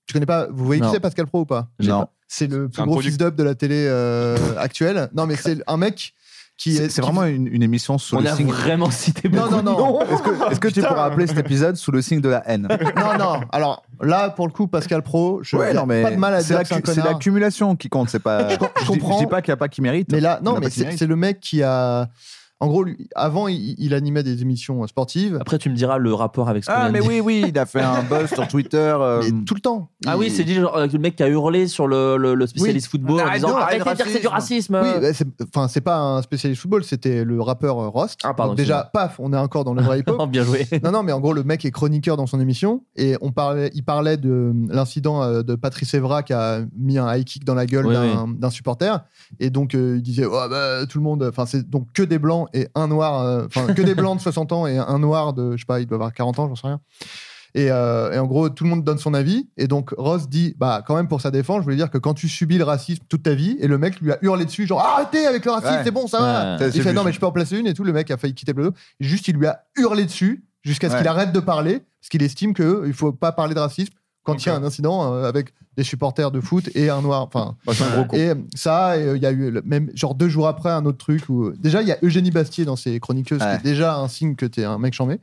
Tu connais pas, vous voyez
Non.
qui c'est Pascal Pro ou pas
J'ai
Non.
pas.
C'est le plus
un
gros
produc-
fils d'up de la télé euh, actuelle. Non, mais c'est un mec qui
C'est-
est.
C'est vraiment une, une émission sous
On
le
a
signe.
vraiment cité Non, beaucoup non, de non. noms.
Est-ce que, est-ce que tu
Putain.
pourras appeler cet épisode sous le signe de la haine
Non, non. Alors là, pour le coup, Pascal Pro, je
Ouais,
y a
non, mais
pas de mal à
c'est
dire
la
que c'est un
cu- c'est
connard.
l'accumulation qui compte. C'est pas.
Je com- je
dis-
comprends.
dis pas qu'il n'y a pas qui mérite.
Mais là,
Il y en
non,
a
mais
pas qui
c'est
méritent.
c'est le mec qui a. En gros, lui, avant, il, il animait des émissions sportives.
Après, tu me diras le rapport avec ce qu'on
Ah,
vient de
mais
dire.
oui, oui, il a fait un buzz sur Twitter. euh,
tout le temps.
Ah oui, c'est dit genre, euh, le mec qui a hurlé sur le, le- le spécialiste football en disant
non,
arrêtez de dire que c'est du racisme.
Oui, bah, c'est- enfin, c'est pas un spécialiste football, c'était le rappeur euh, Rost.
Ah, pardon,
Donc déjà, paf, on est encore dans le vrai hip-hop.
Bien joué.
non, non, mais en gros, le mec est chroniqueur dans son émission et on parlait, il parlait de euh, l'incident euh, de Patrice Evra qui a mis un high kick dans la gueule
Oui,
d'un d'un supporter. Et donc, euh, il disait, Oh, bah, tout le monde, enfin, c'est donc que des blancs et un noir, euh, enfin, que des blancs de 60 ans et un noir de, je sais pas, il doit avoir 40 ans, j'en sais rien. Et, euh, et en gros, tout le monde donne son avis. Et donc, Ross dit, bah, quand même, pour sa défense, je voulais dire que quand tu subis le racisme toute ta vie, et le mec lui a hurlé dessus, genre, arrêtez avec le racisme,
Ouais.
c'est bon, ça
Ah.
Ouais.
va.
C'est-
Il
c'est
fait, non,
juste.
mais je peux en placer une et tout. Le mec a failli quitter le plateau. Juste, il lui a hurlé dessus jusqu'à ce
Ouais.
qu'il arrête de parler, parce qu'il estime qu'il ne faut pas parler de racisme quand il y a un incident euh, avec des supporters de foot et un noir. Enfin,
Bah, c'est un gros con.
et ça, et, euh, il y a eu le même genre deux jours après un autre truc où déjà il y a Eugénie Bastier dans ses chroniqueuses, qui est déjà un signe que t'es un mec chambé.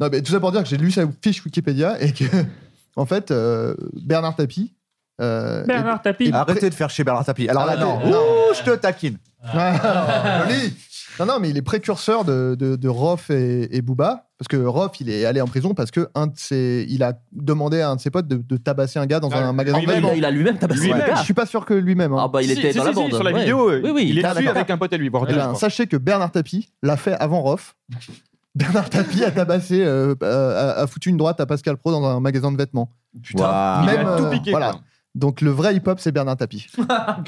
Non, mais tout ça pour dire que j'ai lu sa fiche Wikipédia et que en fait euh, Bernard Tapie. euh,
Bernard
est-
Tapie.
est-
Arrêtez de faire chez Bernard Tapie. Alors
Ah,
là,
non.
t'es- Ouh, je te taquine.
Ah, joli. Non, non, mais il est précurseur de, de, de Rof et, et Booba. Parce que Rof, il est allé en prison parce que un de ses, il a demandé à un de ses potes de, de tabasser un gars
Ah
dans un magasin de
lui-même.
vêtements.
Il a lui-même tabassé Lui-même. un gars.
Je suis pas sûr que lui-même. hein.
Ah bah il était dans la bande.
sur la
ouais.
vidéo, euh,
Oui, oui,
il est
ah,
dessus
d'accord.
avec un pote à lui. voire
Eh
deux, je
ben,
crois.
sachez que Bernard Tapie l'a fait avant Roff. Bernard Tapie a tabassé, euh, euh, a, a foutu une droite à Pascal Pro dans un magasin de vêtements.
Putain,
Même, euh, voilà. Donc le vrai hip-hop, c'est Bernard Tapie.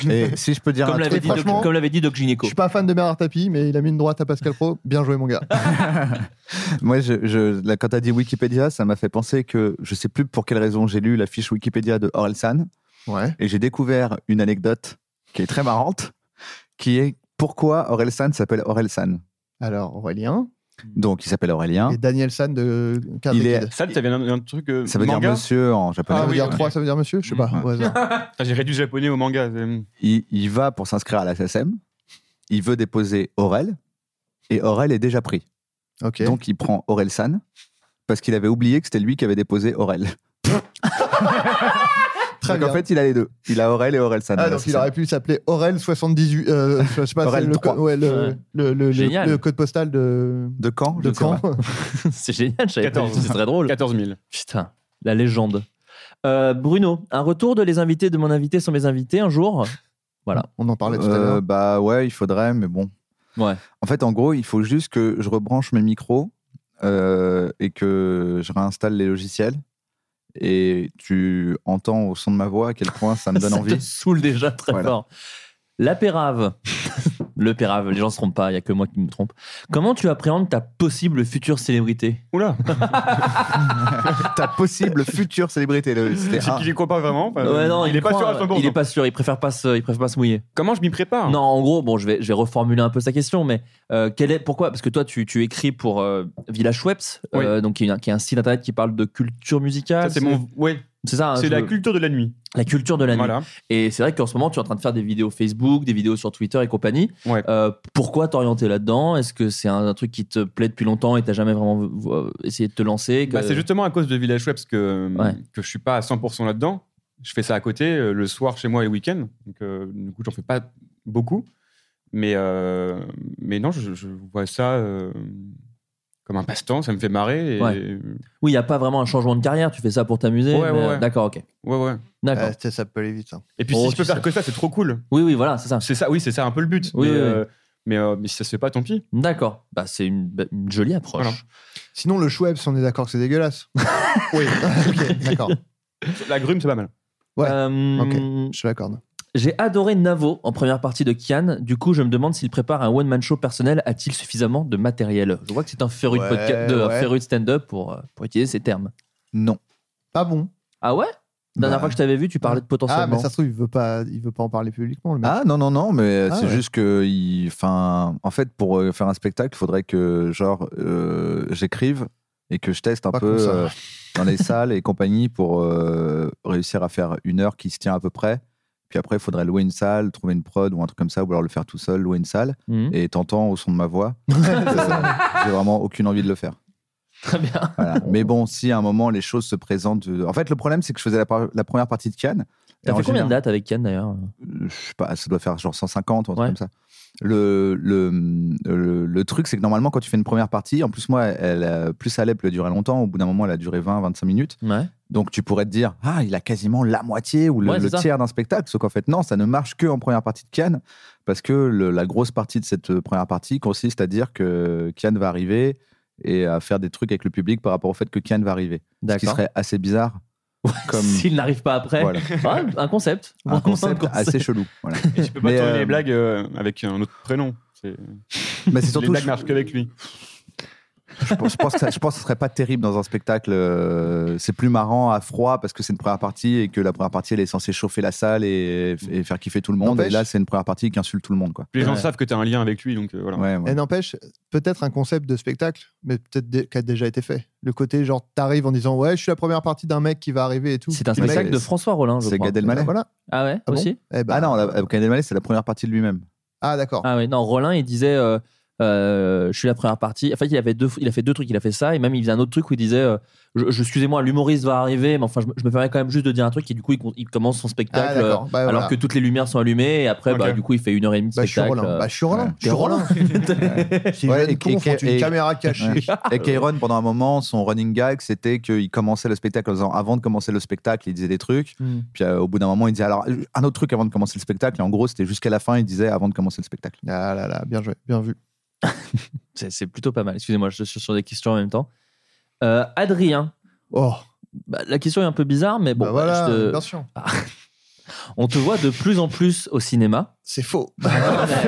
Et si je peux dire un
Comme l'avait
truc,
dit, Doc-
franchement,
comme l'avait dit Doc Gineco.
Je suis pas fan de Bernard Tapie, mais il a mis une droite à Pascal Pro. Bien joué, mon gars.
Moi, je, je- là, quand t'as dit Wikipédia, ça m'a fait penser que je sais plus pour quelle raison j'ai lu la fiche Wikipédia de Orelsan.
Ouais.
Et j'ai découvert une anecdote qui est très marrante, qui est pourquoi Orelsan s'appelle Orelsan.
Alors, Aurélien.
Donc, il s'appelle Aurélien.
Et Daniel San de Karate
Il est-
Kid.
Ça, t'avais un, un truc. euh,
Ça veut dire
manga Ah
monsieur en japonais.
ça veut
oui,
dire
ok.
3, ça veut dire monsieur Je sais pas. au hasard.
Putain, J'ai réduit le japonais au manga. euh,
Il, il va pour s'inscrire à la SSM. Il veut déposer Aurel. Et Aurel est déjà pris.
Ok.
Donc, il prend Orelsan parce qu'il avait oublié que c'était lui qui avait déposé Aurel.
Très
donc, en
bien.
fait, il a les deux. Il a Aurel et Orelsan. à
Ah,
la
donc il
SSM.
aurait pu s'appeler Aurel 78. euh, je sais pas,
Aurel
c'est le,
3.
co- ouais, le,
Ouais.
le- le- le-
Génial.
le code postal de,
De Caen je
de
ne sais pas.
Caen.
C'est génial, je savais pas
14.
du tout, c'est très drôle.
14 000.
Putain, la légende. Euh, Bruno, un retour de les invités de mon invité sans mes invités un jour. Voilà.
On en parlait tout à
Euh,
l'heure.
Bah ouais, il faudrait, mais bon.
Ouais.
En fait, en gros, il faut juste que je rebranche mes micros euh, et que je réinstalle les logiciels. Et tu entends au son de ma voix à quel point ça me donne
ça
envie.
te saoule déjà très
Voilà.
fort. La pérave. le pérave, les gens se trompent pas, il y a que moi qui me trompe. Comment tu appréhendes ta possible future célébrité
Oula
Ta possible future célébrité. le- c'était
C'est
un-
qu'il y croit pas vraiment. enfin,
Ouais, non,
Euh, il est pas
croit,
sûr à 100%.
Il est pas sûr, il préfère pas se, il préfère pas se mouiller.
Comment je m'y prépare
Non, en gros, bon, je vais, je vais reformuler un peu sa question, mais euh, quel est, pourquoi Parce que toi, tu, tu écris pour euh, Village Webs, euh, donc qui est, une- qui est un site internet qui parle de culture
Ça,
musicale.
c'est mon. Ouais.
C'est ça. hein,
C'est
je-
la culture de la nuit.
la culture de la nuit.
Voilà.
Et c'est vrai qu'en ce moment, tu es en train de faire des vidéos Facebook, des vidéos sur Twitter et compagnie.
Ouais.
Euh, pourquoi t'orienter là-dedans Est-ce que c'est un, un truc qui te plaît depuis longtemps et t'as jamais vraiment euh, essayé de te lancer que-
Bah, c'est justement à cause de Village Webs que, euh,
Ouais.
que je suis pas à 100% là-dedans. Je fais ça à côté, euh, le soir chez moi et le week-end. Donc, euh, du coup, j'en fais pas beaucoup. Mais, euh, mais non, je, je vois ça euh, comme un passe-temps, ça me fait marrer. et- euh,
Ouais. Oui, il n'y a pas vraiment un changement de carrière. Tu fais ça pour t'amuser.
Ouais,
mais- euh,
ouais, ouais.
D'accord, ok.
Ouais, ouais.
D'accord.
Ah, ça- ça peut aller vite. hein.
Et puis,
Oh,
si je peux
c'est
faire
ça.
que ça, c'est trop cool.
Oui, oui, voilà, c'est ça.
C'est ça, oui, c'est ça un peu le but.
Oui,
mais,
oui, oui.
euh, mais, euh, mais si ça se fait pas, tant pis.
D'accord. Bah, c'est une, bah, une jolie approche.
Voilà.
Sinon, le Schweppes, on est d'accord que c'est dégueulasse.
Oui,
ok, d'accord.
la grume, c'est pas mal.
Ouais.
Euh,
Ok, je te l'accorde.
J'ai adoré Navo en première partie de Kian. Du coup, je me demande s'il prépare un one-man show personnel. A-t-il suffisamment de matériel Je vois que c'est un féru de,
Ouais,
podca- de- un
ouais.
féru de stand-up pour, euh, pour utiliser ces termes.
Non.
Pas bon.
Ah ouais La dernière
Bah.
fois que je t'avais vu, tu parlais de
Ah,
potentiellement.
mais ça se trouve, il veut pas, il veut pas en parler publiquement, le mec.
Ah non, non, non, mais
Ah,
c'est
ouais.
juste que. il- Enfin, en fait, pour euh, faire un spectacle, il faudrait que, genre, euh, j'écrive et que je teste un
Pas
peu
comme ça.
euh, dans les salles et compagnie pour euh, réussir à faire une heure qui se tient à peu près. Puis après, il faudrait louer une salle, trouver une prod ou un truc comme ça, ou alors le faire tout seul, louer une salle.
Mhm.
Et t'entends au son de ma voix. Euh, J'ai vraiment aucune envie de le faire. Très bien. Mais bon, si à un moment les choses se présentent. euh, En fait, le problème, c'est que je faisais la, par- la première partie de Cannes.
T'as
Et en
fait combien de
général-
dates avec Ken d'ailleurs
je sais pas, ça doit faire genre 150 ou un truc comme ça. Le, le, le, le truc, c'est que normalement, quand tu fais une première partie, en plus, moi, elle, euh, plus ça allait, plus elle durait longtemps. Au bout d'un moment, elle a duré 20-25 minutes. Donc, tu pourrais te dire, ah, il a quasiment la moitié ou le,
Ouais, c'est
le
ça.
tiers d'un spectacle. Sauf qu'en fait, non, ça ne marche que en première partie de Kian, parce que le- la grosse partie de cette euh, première partie consiste à dire que Kian va arriver et à faire des trucs avec le public par rapport au fait que Kian va arriver. Ce qui
D'accord.
serait assez bizarre. Comme...
S'il n'arrive pas après.
Voilà.
Ah, un concept. Vraiment
Un concept assez chelou. Voilà.
Et tu peux pas
Mais,
tourner
euh,
les blagues euh, avec un autre prénom. C'est...
Mais c'est surtout-
les blagues marchent qu'avec lui.
je pense, je pense que ça- je pense que ce serait pas terrible dans un spectacle. euh, c'est plus marrant à froid parce que c'est une première partie et que la première partie elle est censée chauffer la salle et, et faire kiffer tout le monde. Et là, c'est une première partie qui insulte tout le monde. Quoi.
Puis les gens savent que tu as un lien avec lui, donc euh, voilà.
Et n'empêche, peut-être un concept de spectacle, mais peut-être dé- qui a déjà été fait. Le côté genre, t'arrives en disant ouais, je suis la première partie d'un mec qui va arriver et tout.
C'est un
Le mec-
spectacle de François Rollin, je
C'est
crois.
Gad Elmaleh.
Voilà.
Ah ouais,
Ah bon
aussi
Ah non, la- Gad Elmaleh, c'est la première partie de lui-même.
Ah d'accord.
Ah ouais, non, Rollin, il disait euh, euh, Je suis la première partie. En fait, il, avait deux, il a fait deux trucs. Il a fait ça, et même il faisait un autre truc où il disait euh, je, je- Excusez-moi, l'humoriste va arriver, mais enfin, je, me- je me permets quand même juste de dire un truc. Et du coup, il, con- il commence son spectacle
Ah, d'accord.
euh,
Bah,
alors
voilà.
que toutes les lumières sont allumées, et après, bah, du coup, il fait une heure et demie de
Bah, je suis
spectacle.
Rollin.
euh,
Bah, je suis Rollin. Je suis
T'es
Rollin.
Ouais,
et con, font une caméra cachée.
Ouais. Et Kairon, pendant un moment, son running gag, c'était qu'il commençait le spectacle en disant avant de commencer le spectacle, il disait des trucs.
Hmm.
Puis euh, au bout d'un moment, il disait alors euh, un autre truc avant de commencer le spectacle. Et en gros, c'était jusqu'à la fin, il disait avant de commencer le spectacle.
Ah là là, bien joué, bien vu.
C'est c'est plutôt pas mal. Excusez-moi, je suis sur des questions en même temps. Euh, Adrien.
Oh.
Bah, la question est un peu bizarre, mais bon.
Bah
bah,
voilà,
je te-
bien sûr.
On te voit de plus en plus au cinéma. Bah,
C'est faux. C'est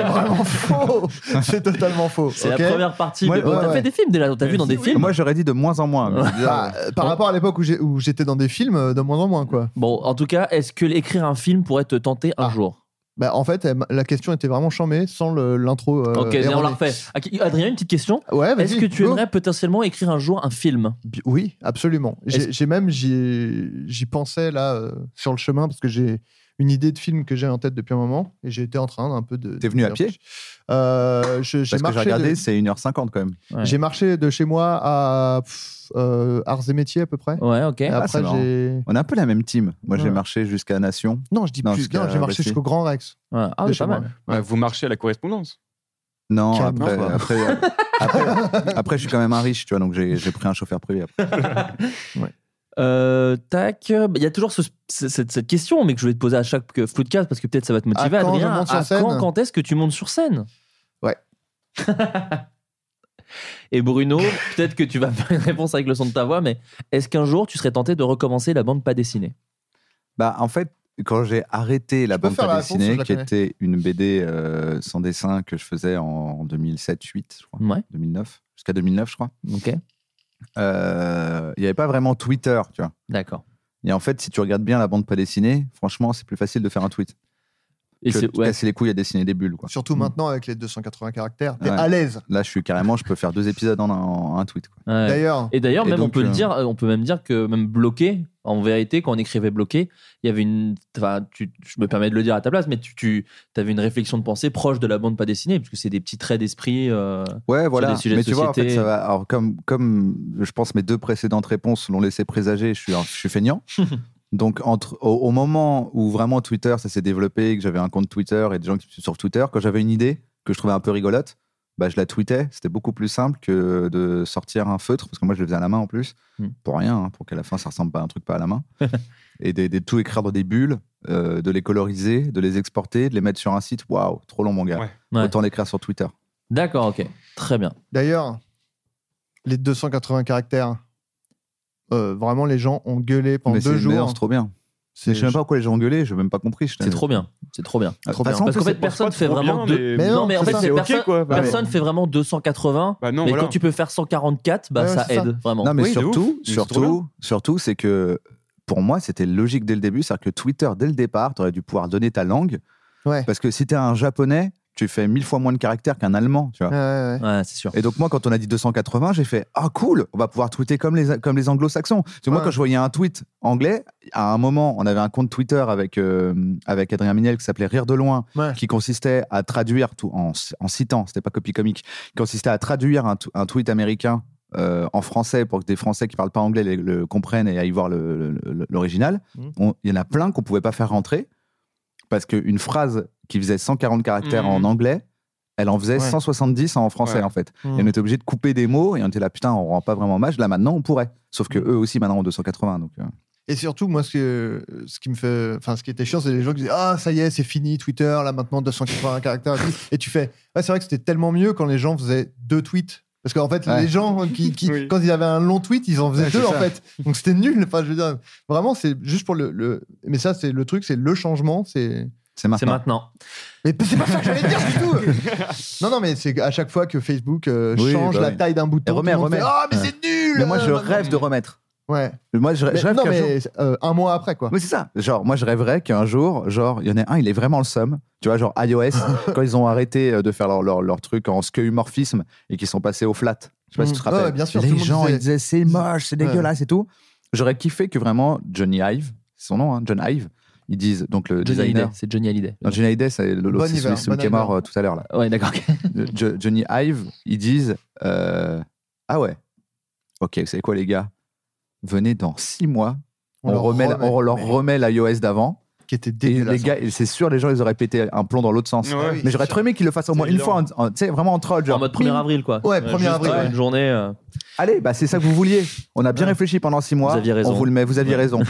vraiment faux. C'est totalement faux.
C'est
ok
la première partie.
Ouais,
mais bon,
ouais,
t'as
ouais.
fait des films déjà. T'as vu dans des films.
Moi, j'aurais dit de moins en moins. mais c'est bizarre.
Bah, euh, par rapport à l'époque où j'ai- où j'étais dans des films, euh, de moins en moins, quoi.
Bon, en tout cas, est-ce que écrire un film pourrait te tenter un jour
Bah, en fait, elle m'a- la question était vraiment chambée sans le- l'intro. euh,
Ok, viens, on la
erronée.
refait. Ah, qui- Adrien, une petite question.
Ouais, vas-y,
est-ce que tu
go.
aimerais potentiellement écrire un jour un film
Bi- Oui, absolument. J'ai j'ai même, j'y j'y pensais là, euh, sur le chemin, parce que j'ai une idée de film que j'ai en tête depuis un moment, et j'étais en train un peu de.
T'es venu à
de-
pied
Euh, je- J'ai
Parce que j'ai
marché. de-
regardé, c'est 1h50 quand même.
J'ai marché de chez moi à pff, euh, Arts et Métiers à peu près.
Ouais, ok.
Et
Ah, c'est
après,
marrant.
j'ai.
On est un peu la même team. Moi, j'ai
Ouais.
marché jusqu'à Nation.
Non, je dis plus.
jusqu'à
Non, j'ai marché
Bastille.
jusqu'au Grand Rex.
Ah,
De
ouais,
chez
pas
moi.
mal.
Bah, vous marchez à la correspondance.
Non,
Calme,
après,
non,
après, euh, après- après, je suis quand même un riche, tu vois, donc j'ai j'ai pris un chauffeur privé. après.
Euh, tac. euh, bah, Il y a toujours ce- ce- cette, cette question, mais que je vais te poser à chaque que- floodcast parce que peut-être ça va te motiver.
À quand je
Adrien,
monte sur
à
scène
quand, quand est-ce que tu montes sur scène
Ouais.
Et Bruno, peut-être que tu vas faire une réponse avec le son de ta voix, mais est-ce qu'un jour tu serais tenté de recommencer la bande pas dessinée
Bah, en fait, quand j'ai arrêté la
peux
bande
faire la
pas
réponse,
dessinée,
je la
qui
connais.
était une BD euh, sans dessin que je faisais en 2007-2008, je crois,
Hmm.
Ouais.
2009, jusqu'à 2009, je crois,
Ok.
euh, il n'y avait pas vraiment Twitter, tu vois.
D'accord.
Et en fait, si tu regardes bien la bande pas dessinée, franchement, c'est plus facile de faire un tweet.
Et
que
c'est-
de te
ouais.
casser les couilles à dessiner des bulles, quoi.
Surtout maintenant avec les 280 caractères, t'es
Ouais.
à l'aise.
Là, je suis carrément, je peux faire deux épisodes en un, en un tweet. quoi.
Ouais.
D'ailleurs,
Et d'ailleurs,
Et
même on
donc,
peut le
euh,
dire, euh, on peut même dire que même bloqué, en vérité, quand on écrivait bloqué, il y avait une, enfin, tu- je me permets de le dire à ta place, mais tu, tu avais une réflexion de pensée proche de la bande pas dessinée, parce que c'est des petits traits d'esprit. euh,
Ouais, voilà.
des sujets
Mais
de
tu vois, en fait,
société.
ça va. Alors, comme, comme je pense mes deux précédentes réponses l'ont laissé présager, je suis, un- je suis feignant. Donc, entre, au, au moment où vraiment Twitter, ça s'est développé, que j'avais un compte Twitter et des gens qui me suivent sur Twitter, quand j'avais une idée que je trouvais un peu rigolote, bah, je la tweetais. C'était beaucoup plus simple que de sortir un feutre, parce que moi, je le faisais à la main en plus,
Hmm.
pour rien, hein, pour qu'à la fin, ça ressemble pas à un truc pas à la main. et de, de tout écrire dans des bulles, euh, de les coloriser, de les exporter, de les mettre sur un site. Waouh, trop long, mon gars.
Ouais.
Autant l'écrire sur Twitter.
D'accord, ok, très bien.
D'ailleurs, les 280 caractères, euh, vraiment, les gens ont gueulé pendant
Mais
deux
c'est une
jours.
merde, c'est trop bien.
C'est-
Je sais même pas pourquoi les gens ont gueulé, je n'ai même pas compris.
C'est trop bien, c'est trop bien.
Trop bien.
Parce qu'en fait,
c'est pour
personne
pas
fait
trop
vraiment
bien,
deux.
mais- Mais
non,
non,
mais en
c'est
fait,
ça.
c'est
C'est ok,
personne,
quoi, bah,
personne
mais-
fait vraiment 280.
Bah non,
mais
voilà.
quand tu peux faire 144, bah,
Ouais,
ça
c'est ça.
aide vraiment.
Non, mais
Oui, de ouf.
surtout,
Mais c'est trop
surtout, surtout, c'est que pour moi, c'était logique dès le début. C'est-à-dire que Twitter, dès le départ, tu aurais dû pouvoir donner ta langue.
Ouais.
Parce que si tu es un japonais, tu fais mille fois moins de caractères qu'un Allemand, tu vois.
Ouais,
c'est sûr.
Et donc moi, quand on a dit 280, j'ai fait ah cool, on va pouvoir tweeter comme les comme les Anglo-Saxons. Parce que moi,
Ouais.
quand je voyais un tweet anglais, à un moment, on avait un compte Twitter avec euh, avec Adrien Minel qui s'appelait Rire de loin, qui consistait à traduire tout en, en citant, c'était pas copie comique, qui consistait à traduire un, tw- un tweet américain. euh, en français pour que des Français qui parlent pas anglais les- le comprennent et aillent voir le- le- le- l'original.
Mm.
On- Il y en a plein qu'on pouvait pas faire rentrer parce qu'une phrase qui faisait 140 caractères
Mhm.
en anglais, elle en faisait
Ouais.
170 en français
Ouais.
en fait.
Mhm.
Et on était obligé de couper des mots et on était là putain, on rend pas vraiment hommage. Là maintenant, on pourrait. Sauf que
Hmm.
eux aussi maintenant ont 280 donc. euh,
Et surtout, moi, ce, que, ce qui me fait, enfin, ce qui était chiant, c'est les gens qui disaient Ah, ça y est, c'est fini, Twitter, là maintenant 280 caractères. et tout. Et tu fais Ouais, c'est vrai que c'était tellement mieux quand les gens faisaient deux tweets. Parce qu'en fait,
Ouais.
les gens, qui, qui- quand ils avaient un long tweet, ils en faisaient
Ouais,
deux,
c'est
en
ça.
fait. Donc c'était nul. Enfin, je veux dire, vraiment, c'est juste pour le. le- Mais ça, c'est le truc, c'est le changement, c'est.
C'est maintenant.
C'est maintenant.
Mais c'est pas ça que j'allais dire du tout. Non, non, mais c'est à chaque fois que Facebook euh,
Oui,
change
bah
la
oui.
taille d'un bouton.
Et remets,
tout le monde
remets.
fait, Ah, mais
Ouais.
c'est nul.
Mais moi, je
euh,
rêve de remettre.
Ouais.
Moi, je, je
Mais-
rêve
non,
qu'un
mais
jour-
euh, un mois après, quoi.
Oui, c'est ça. Genre, moi, je rêverais qu'un jour, genre, il y en ait un, il est vraiment le somme. Tu vois, genre iOS, quand ils ont arrêté euh, de faire leur, leur, leur truc en skeuomorphisme et qu'ils sont passés au flat. Je sais pas si tu te
Mhm. Ouais,
rappelles.
ouais, bien sûr, tout
les
le monde
gens,
disait-
ils disaient c'est moche, c'est
Ouais.
dégueulasse et tout. J'aurais kiffé que vraiment Johnny Ive, c'est son nom, hein, John Ive, ils disent, donc le
Johnny
designer.
Hallyday, c'est Johnny Hallyday.
Non, Johnny Hallyday, c'est le-
Bon
l'autre, c'est
Iver,
celui, celui
Bon
qui est mort
Iver.
euh, tout à l'heure. là.
Ouais, d'accord.
Le- Jo- Johnny Ive, ils disent euh, Ah ouais, ok, vous savez quoi, les gars Venez dans six mois,
On
on,
leur
remet, la-
remet,
on leur
mais-
remet l'iOS d'avant.
Qui était
Et les
dégueulasse. hein.
gars, et c'est sûr, les gens, ils auraient pété un plomb dans l'autre sens.
Ouais, oui,
Mais
c'est
j'aurais trop aimé qu'ils le fassent au moins une fois, en- en- tu sais, vraiment en troll. Genre,
En mode 1er
ping.
avril, quoi.
Ouais,
1er
1er avril, ouais.
Une journée. euh,
Allez, bah, c'est ça que vous vouliez. On a bien réfléchi pendant six mois.
Vous aviez raison.
On vous le met, vous aviez
Ouais.
raison.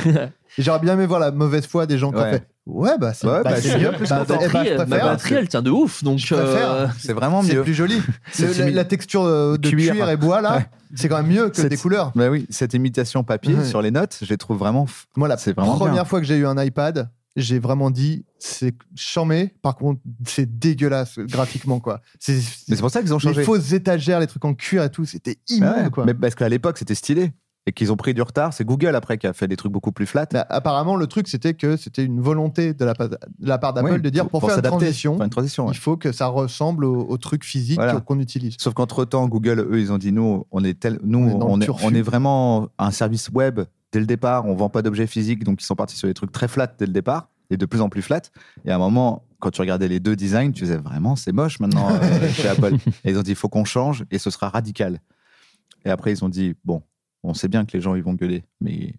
Et J'aurais bien aimé voir la mauvaise foi des gens qui ont
Ouais.
fait. Ouais, bah c'est
Ouais,
bah,
bah,
c'est
c'est
mieux.
bien plus
Bah,
Ma
bah,
batterie,
bah, je
elle- ma
préfère.
batterie, elle tient de ouf. Donc,
Je préfère.
euh,
C'est vraiment
C'est
mieux.
plus joli.
C'est
Le- la,
timide.
la texture euh, de cuir,
Cuir.
et bois là,
Ouais.
c'est quand même mieux que
Cette-
des couleurs.
Bah oui, cette imitation papier
Ouais.
sur les notes, je les trouve vraiment. f-
Moi, la
c'est vraiment
première
bien.
fois que j'ai eu un iPad, j'ai vraiment dit c'est chamé. Par contre, c'est dégueulasse graphiquement quoi. C'est
Mais c'est pour ça qu'ils ont changé. Bah
les fausses étagères, les trucs en cuir et tout, c'était immonde
Ouais,
quoi.
Mais parce qu'à l'époque, c'était stylé. Et qu'ils ont pris du retard. C'est Google après qui a fait des trucs beaucoup plus flat.
Bah, apparemment, le truc c'était que c'était une volonté de la, pa- de la part d'Apple
Ouais,
de dire
pour-
pour,
pour
faire une
s'adapter,
transition,
faire une transition, ouais.
il faut que ça ressemble au, au truc physique
Voilà.
qu'on utilise.
Sauf qu'entre temps, Google, eux, ils ont dit nous, on est tel, nous,
On est dans le
on est,
turfu.
on est vraiment un service web dès le départ. On vend pas d'objets physiques, donc ils sont partis sur des trucs très flat dès le départ et de plus en plus flat. Et à un moment, quand tu regardais les deux designs, tu disais vraiment c'est moche maintenant euh, chez Apple. Et ils ont dit il faut qu'on change et ce sera radical. Et après, ils ont dit bon, on sait bien que les gens ils vont gueuler, mais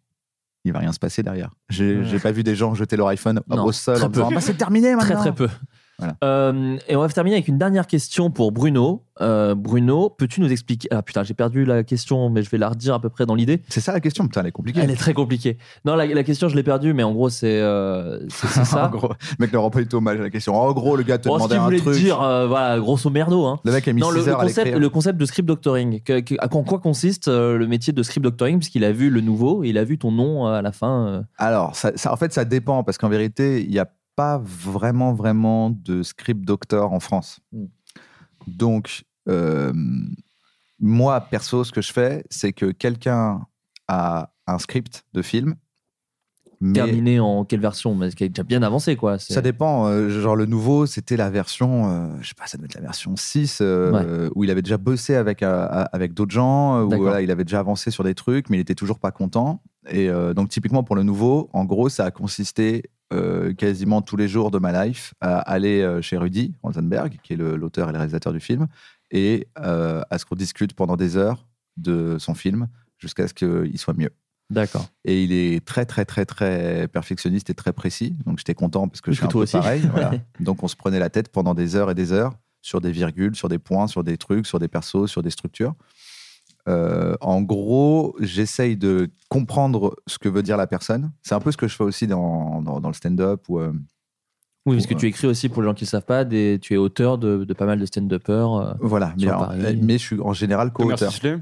il va rien se passer derrière. J'ai j'ai pas vu des gens jeter leur iPhone
Non,
au sol
très
en disant
peu.
Ah bah, c'est terminé
Très
maintenant.
très peu.
Voilà.
Euh, et on va terminer avec une dernière question pour Bruno. Euh, Bruno, peux-tu nous expliquer Ah putain, j'ai perdu la question, mais je vais la redire à peu près dans l'idée.
C'est ça la question, putain, elle est compliquée.
Elle est très compliquée. Non, la, la question, je l'ai perdue, mais en gros, c'est euh, c'est- c'est ça. Oh,
en gros, le mec ne rend pas du tout hommage à la question. En gros, le gars te
Bon, ce
demandait
qu'il
un
voulait
truc.
dire, euh, voilà, grosso merdo. Hein.
Le mec a mis
Non, le,
6
le
heures à
concept,
l'écrire.
le concept de script doctoring. Que- que- à quoi- en quoi consiste euh, le métier de script doctoring Puisqu'il a vu le nouveau, il a vu ton nom euh, à la fin. euh.
Alors, ça, ça- en fait, ça dépend parce qu'en vérité, il n'y a pas vraiment, vraiment de script doctor en France.
Hmm.
Donc, euh, moi, perso, ce que je fais, c'est que quelqu'un a un script de film. Mais
Terminé en quelle version Mais ce qui est déjà bien avancé, quoi. c'est-
ça dépend. euh, genre, le nouveau, c'était la version, euh, je sais pas, ça doit être la version 6, euh, où il avait déjà bossé avec, euh, avec d'autres gens, euh, où
D'accord.
voilà, il avait déjà avancé sur des trucs, mais il était toujours pas content. Et euh, donc, typiquement, pour le nouveau, en gros, ça a consisté euh, quasiment tous les jours de ma life à aller euh, chez Rudy Rosenberg, qui est le- l'auteur et le réalisateur du film, et euh, à ce qu'on discute pendant des heures de son film jusqu'à ce qu'il soit mieux.
D'accord.
Et il est très, très, très, très perfectionniste et très précis. Donc j'étais content parce que
Plus
je suis
que
un
toi
peu
aussi.
pareil. voilà.
Ouais.
Donc on se prenait la tête pendant des heures et des heures sur des virgules, sur des points, sur des trucs, sur des persos, sur des structures. Euh, en gros, j'essaye de comprendre ce que veut dire la personne. C'est un peu ce que je fais aussi dans, dans, dans le stand-up. Ou, euh,
Oui, parce que
Ouais.
tu écris aussi pour les gens qui ne savent pas, des, tu es auteur de, de pas mal de stand-uppers. euh,
voilà, mais,
sur
alors,
Paris.
mais je suis en général
Thomas
co-auteur.
Sisley.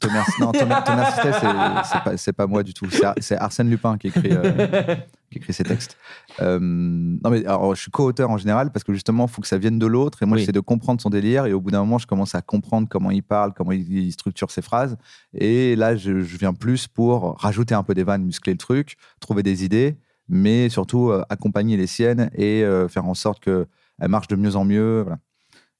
Thomas, non, Thomas, Thomas Sisley, c'est, c'est pas, c'est pas moi du tout. C'est, Ar- c'est Arsène Lupin qui écrit, euh, qui écrit ses textes. Euh, non, mais alors, je suis co-auteur en général parce que justement, il faut que ça vienne de l'autre. Et moi,
Oui.
j'essaie de comprendre son délire. Et au bout d'un moment, je commence à comprendre comment il parle, comment il, il structure ses phrases. Et là, je, je viens plus pour rajouter un peu des vannes, muscler le truc, trouver des idées, mais surtout euh, accompagner les siennes et euh, faire en sorte que elle marche de mieux en mieux. Voilà.